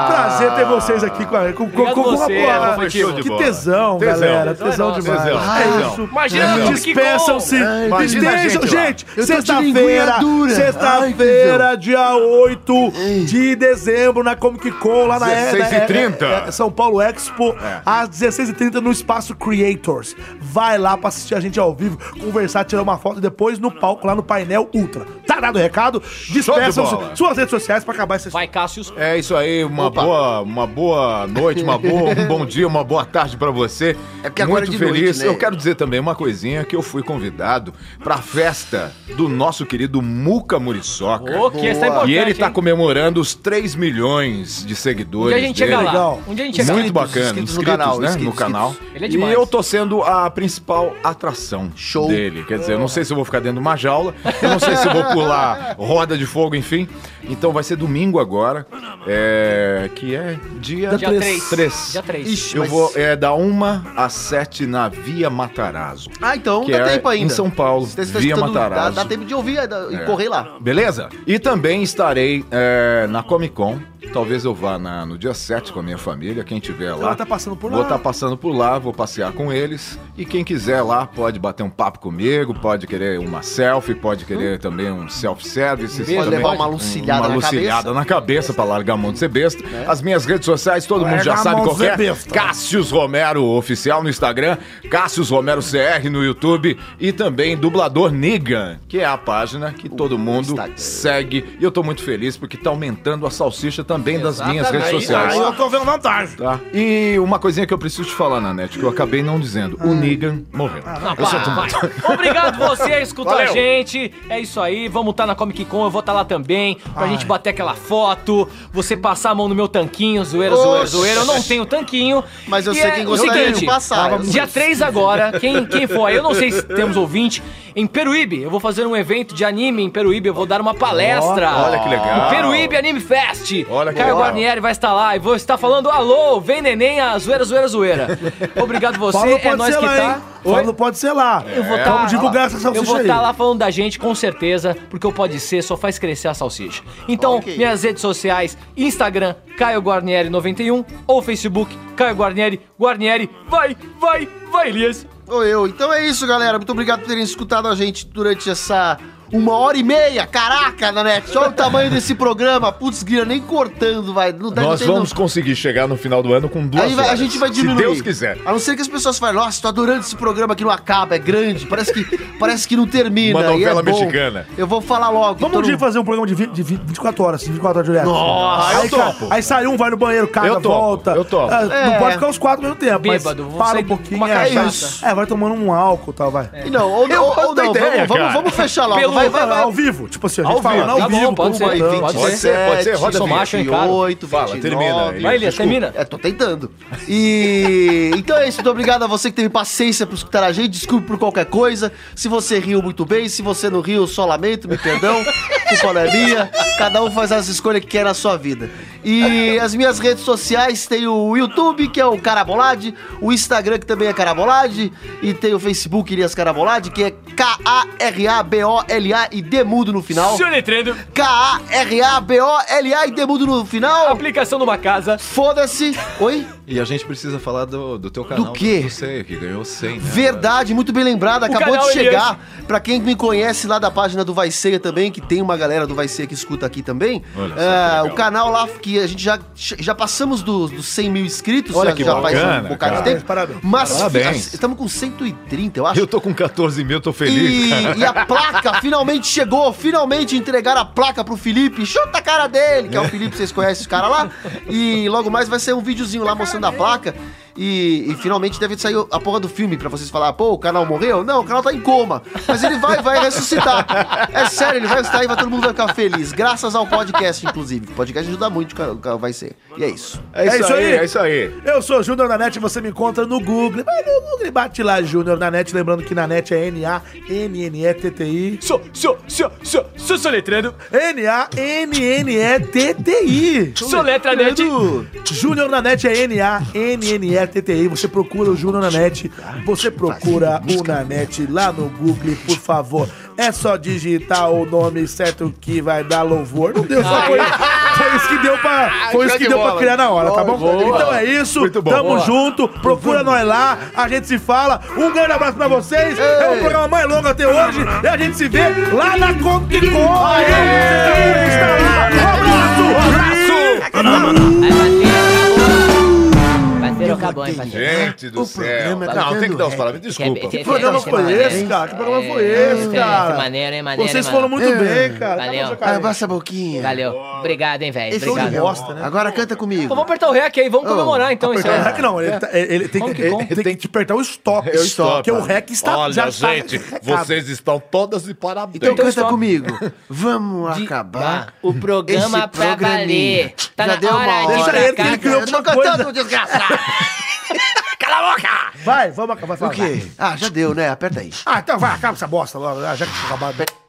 acabou. Prazer ter vocês aqui com a com, com, Obrigado com uma você, boa. foi show de Que bola. tesão, Tesão. galera. Tesão é Tesão nosso. demais. Tesão, É tesão. isso. Então, Imagina, Não. que Despeçam-se. gol. Ai, imagina a Despejam. gente lá. Gente, Eu tô de sexta-feira. linguinha dura. Sexta-feira, dia 8 de dezembro, na Comic Con, lá na 16h30. é- é- é São Paulo Expo, É. às 16h30, no Espaço Creators. Vai lá pra assistir a gente ao vivo, conversar, tirar uma foto e depois no palco, lá no painel Ultra. Tá dado o recado? bola. Despeçam-se. Suas redes sociais pra acabar essa história. Vai, Cássius. É isso aí, uma boa, uma boa noite, uma boa, um bom dia, uma boa tarde pra você. É porque agora Muito é de feliz. noite, né? Eu quero dizer também uma coisinha que eu fui convidado pra festa do nosso querido Muca Muriçoca. Ô, que essa é importante, e ele tá hein? comemorando os 3 milhões de seguidores. Um dia a gente dele. chega lá. Legal. Um dia a gente chega lá. Muito bacana, Inscritos inscritos, no canal, né, inscritos, no canal. inscritos. Ele é demais. E eu tô sendo a principal atração Show. dele. Quer dizer, eu não sei se eu vou ficar dentro de uma jaula, eu não sei se eu vou pular roda de fogo, enfim. Então vai ser domingo agora, é, que é dia, Dia três. três. Dia três. eu mas- vou é, da 1 às 7 na Via Matarazzo. Ah, então que dá é tempo Em ainda. São Paulo, Você tá Via escutando- Dá, Matarazzo. dá tempo de ouvir dá- e É. correr lá. Beleza? E também estarei é, na Comic Con. Talvez eu vá na- no dia 7 com a minha família, quem tiver lá. Ela tá passando por Vou lá. estar passando por lá, vou passear com eles. E quem quiser lá pode bater um papo comigo, pode querer uma selfie, pode querer também um self-service. Pode também levar uma um- lucilhada uma na lucilhada cabeça. É. na cabeça pra largar a mão de ser besta. As minhas redes sociais, todo mundo Larga já a sabe mão qual de que ser é. besta. Cássius Romero Oficial no Instagram, Cássius Romero CR no YouTube e também Dublador Niga, que é a página que todo mundo segue. E eu tô muito feliz porque tá aumentando a salsicha também das minhas redes sociais. tô vendo vantagem. Tá. E uma coisinha que eu preciso te falar, Nanete, que eu acabei não dizendo. O Negan morreu. Ah, Não, Eu só para, tô- vai. Obrigado você, escuta Valeu. a gente. É isso aí, vamos estar na Comic Con, eu vou estar lá também, pra gente bater aquela foto, você passar a mão no meu tanquinho, zoeira, zoeira, Oxi. zoeira. Eu não tenho tanquinho. Mas eu E sei é quem o gostaria seguinte, de passar. tava- Dia 3 agora, quem, quem for, aí, eu não sei se temos ouvinte, em Peruíbe, eu vou fazer um evento de anime em Peruíbe, eu vou dar uma palestra. Olha que legal. No Peruíbe Anime Fest. Olha que Caio legal. Guarnieri vai estar lá e vou estar falando, alô, vem neném, a zoeira, zoeira, zoeira. Obrigado você, Paulo é pode nós ser que lá, tá. hein? Paulo pode ser lá. Eu vou É. tá, Vamos divulgar essa salsicha Eu vou tá. aí. estar lá falando da gente, com certeza, porque o Pode Ser só faz crescer a salsicha. Então, minhas redes sociais, Instagram, Caio Guarnieri91, ou Facebook, Caio Guarnieri, Guarnieri, vai, vai, vai, Elias. Ou eu. Então é isso, galera. Muito obrigado por terem escutado a gente durante essa uma hora e meia. Caraca, Nanete, olha o tamanho desse programa. Putz, grila, nem cortando, vai. Não dá, não Nós tem- vamos conseguir chegar no final do ano com duas tá Aí vai- a horas, gente vai diminuir. Se Deus quiser. A não ser que as pessoas falem, nossa, tô adorando esse programa que não acaba, é grande, parece que, parece que não termina. Uma e é novela bom. mexicana. Eu vou falar logo. então Vamos um dia fazer um programa de, 20, de 20, 24 horas, 24 horas direto. Nossa, aí, Ah, eu topo. ca- Aí sai um, vai no banheiro, caga, Eu topo, volta. eu topo. Ah, Não É. pode ficar os quatro ao mesmo tempo, Bêbado, mas vou para sair um pouquinho. com uma é, cachaça. vai- é, vai tomando um álcool e tal, vai. E Não, ou, Eu ou, gosto ou da não, ideia, vamos, vamos, cara. vamos fechar logo. Pelo- vai, vai, vai. Ao vivo, tipo assim, a gente Ao falando vivo, ao tá bom, vivo. pode como ser, vai, pode vai. ser. Pode ser, roda Sou bem. macho, hein, cara? 28, Fala, 29. termina. Vai, Elias, Desculpa. termina. É, tô tentando. E então é isso, muito obrigado a você que teve paciência por escutar a gente, desculpe por qualquer coisa. Se você riu muito bem, se você não riu, só lamento, me perdão. Culpa não é minha. Cada um faz as escolhas que quer na sua vida. E as minhas redes sociais tem o YouTube, que é o Carabolade, o Instagram, que também é Carabolade, e tem o Facebook Elias Carabolade, que é K-A-R-A-B-O-L-A e Demudo no final. Seu letrando. K-A-R-A-B-O-L-A e demudo no final. Aplicação numa casa. Foda-se. Oi? E a gente precisa falar do, do teu canal. quê? Não sei, que ganhou 100, né? Verdade, muito bem lembrado. O Acabou canal é de Elias. chegar. Pra quem me conhece lá da página do Vai Ceia também, que tem uma galera do Vai Ceia que escuta aqui também. Olha só, ah, que legal. o canal lá que a gente já, já passamos do- dos 100 mil inscritos. Olha já, que já um bacana, cara. Parabéns. Mas assim, Parabéns. estamos com 130, eu acho. Eu tô com 14 mil, tô feliz. cara. E, e a placa finalmente chegou, finalmente entregaram a placa pro Felipe. Chuta a cara dele, que é o Felipe, vocês conhecem os caras lá. E logo mais vai ser um videozinho lá mostrando a placa. E, e finalmente deve sair a porra do filme pra vocês falar, pô, o canal morreu? Não, o canal tá em coma. Mas ele vai, vai ressuscitar. É sério, ele vai ressuscitar e vai todo mundo ficar feliz. Graças ao podcast, inclusive. O podcast ajuda muito, o canal- o canal vai ser. E é isso. É isso, aí, é é isso aí. Eu sou o Júnior da NET, você me encontra no Google. Vai no Google, bate lá Júnior da NET, lembrando que na NET é N-A-N-N-E-T-T-I. Sou, sou, sou, sou, sou soletrando. N-A-N-N-E-T-T-I. Soletra, Net. Júnior na NET é N-A-N-N-E-T-T-I. Você procura o Júnior na NET, você procura o na NET lá no Google, por favor. É só digitar o nome certo que vai dar louvor. Não deu, só Aí. foi, foi isso que deu pra, foi isso que deu pra criar na hora, tá bom? Então é isso, tamo Boa. junto, procura nós lá, a gente se fala. Um grande abraço pra vocês, é o programa mais longo até hoje e a gente se vê lá na Comic Con. tá Um Parceiro, acabou, hein, parceiro. Gente do céu. é tá Não, tem que dando dar os parabéns. Desculpa. Que- que- que- programa que- foi que- esse, cara? Que programa foi esse, cara? maneiro, hein, maneiro. Vocês hein, foram mano? muito bem, cara. Tá Valeu. Abaixa a boquinha. Valeu. Obrigado, hein, velho. Esse foi Obrigado. Tá de bosta, né? Agora canta comigo. Vamos apertar o rec aí, vamos comemorar então. Apertar o rec não, ele, tá- ele- ele tem, que, ele tem que apertar o estoque, Eu estou, porque o rapaz. rec está Olha, já tá- está gente, recado. vocês estão todas de parabéns. Então canta comigo. Vamos acabar o programa esse pra programinha. valer. Tá Já na deu hora uma de ir hora. pra Deixa ele que casa. ele criou alguma coisa. desgraçado. Vai, vamos acabar. O quê? Ah, já deu, né? Aperta aí. Ah, então vai, acaba essa bosta logo, já que acabou.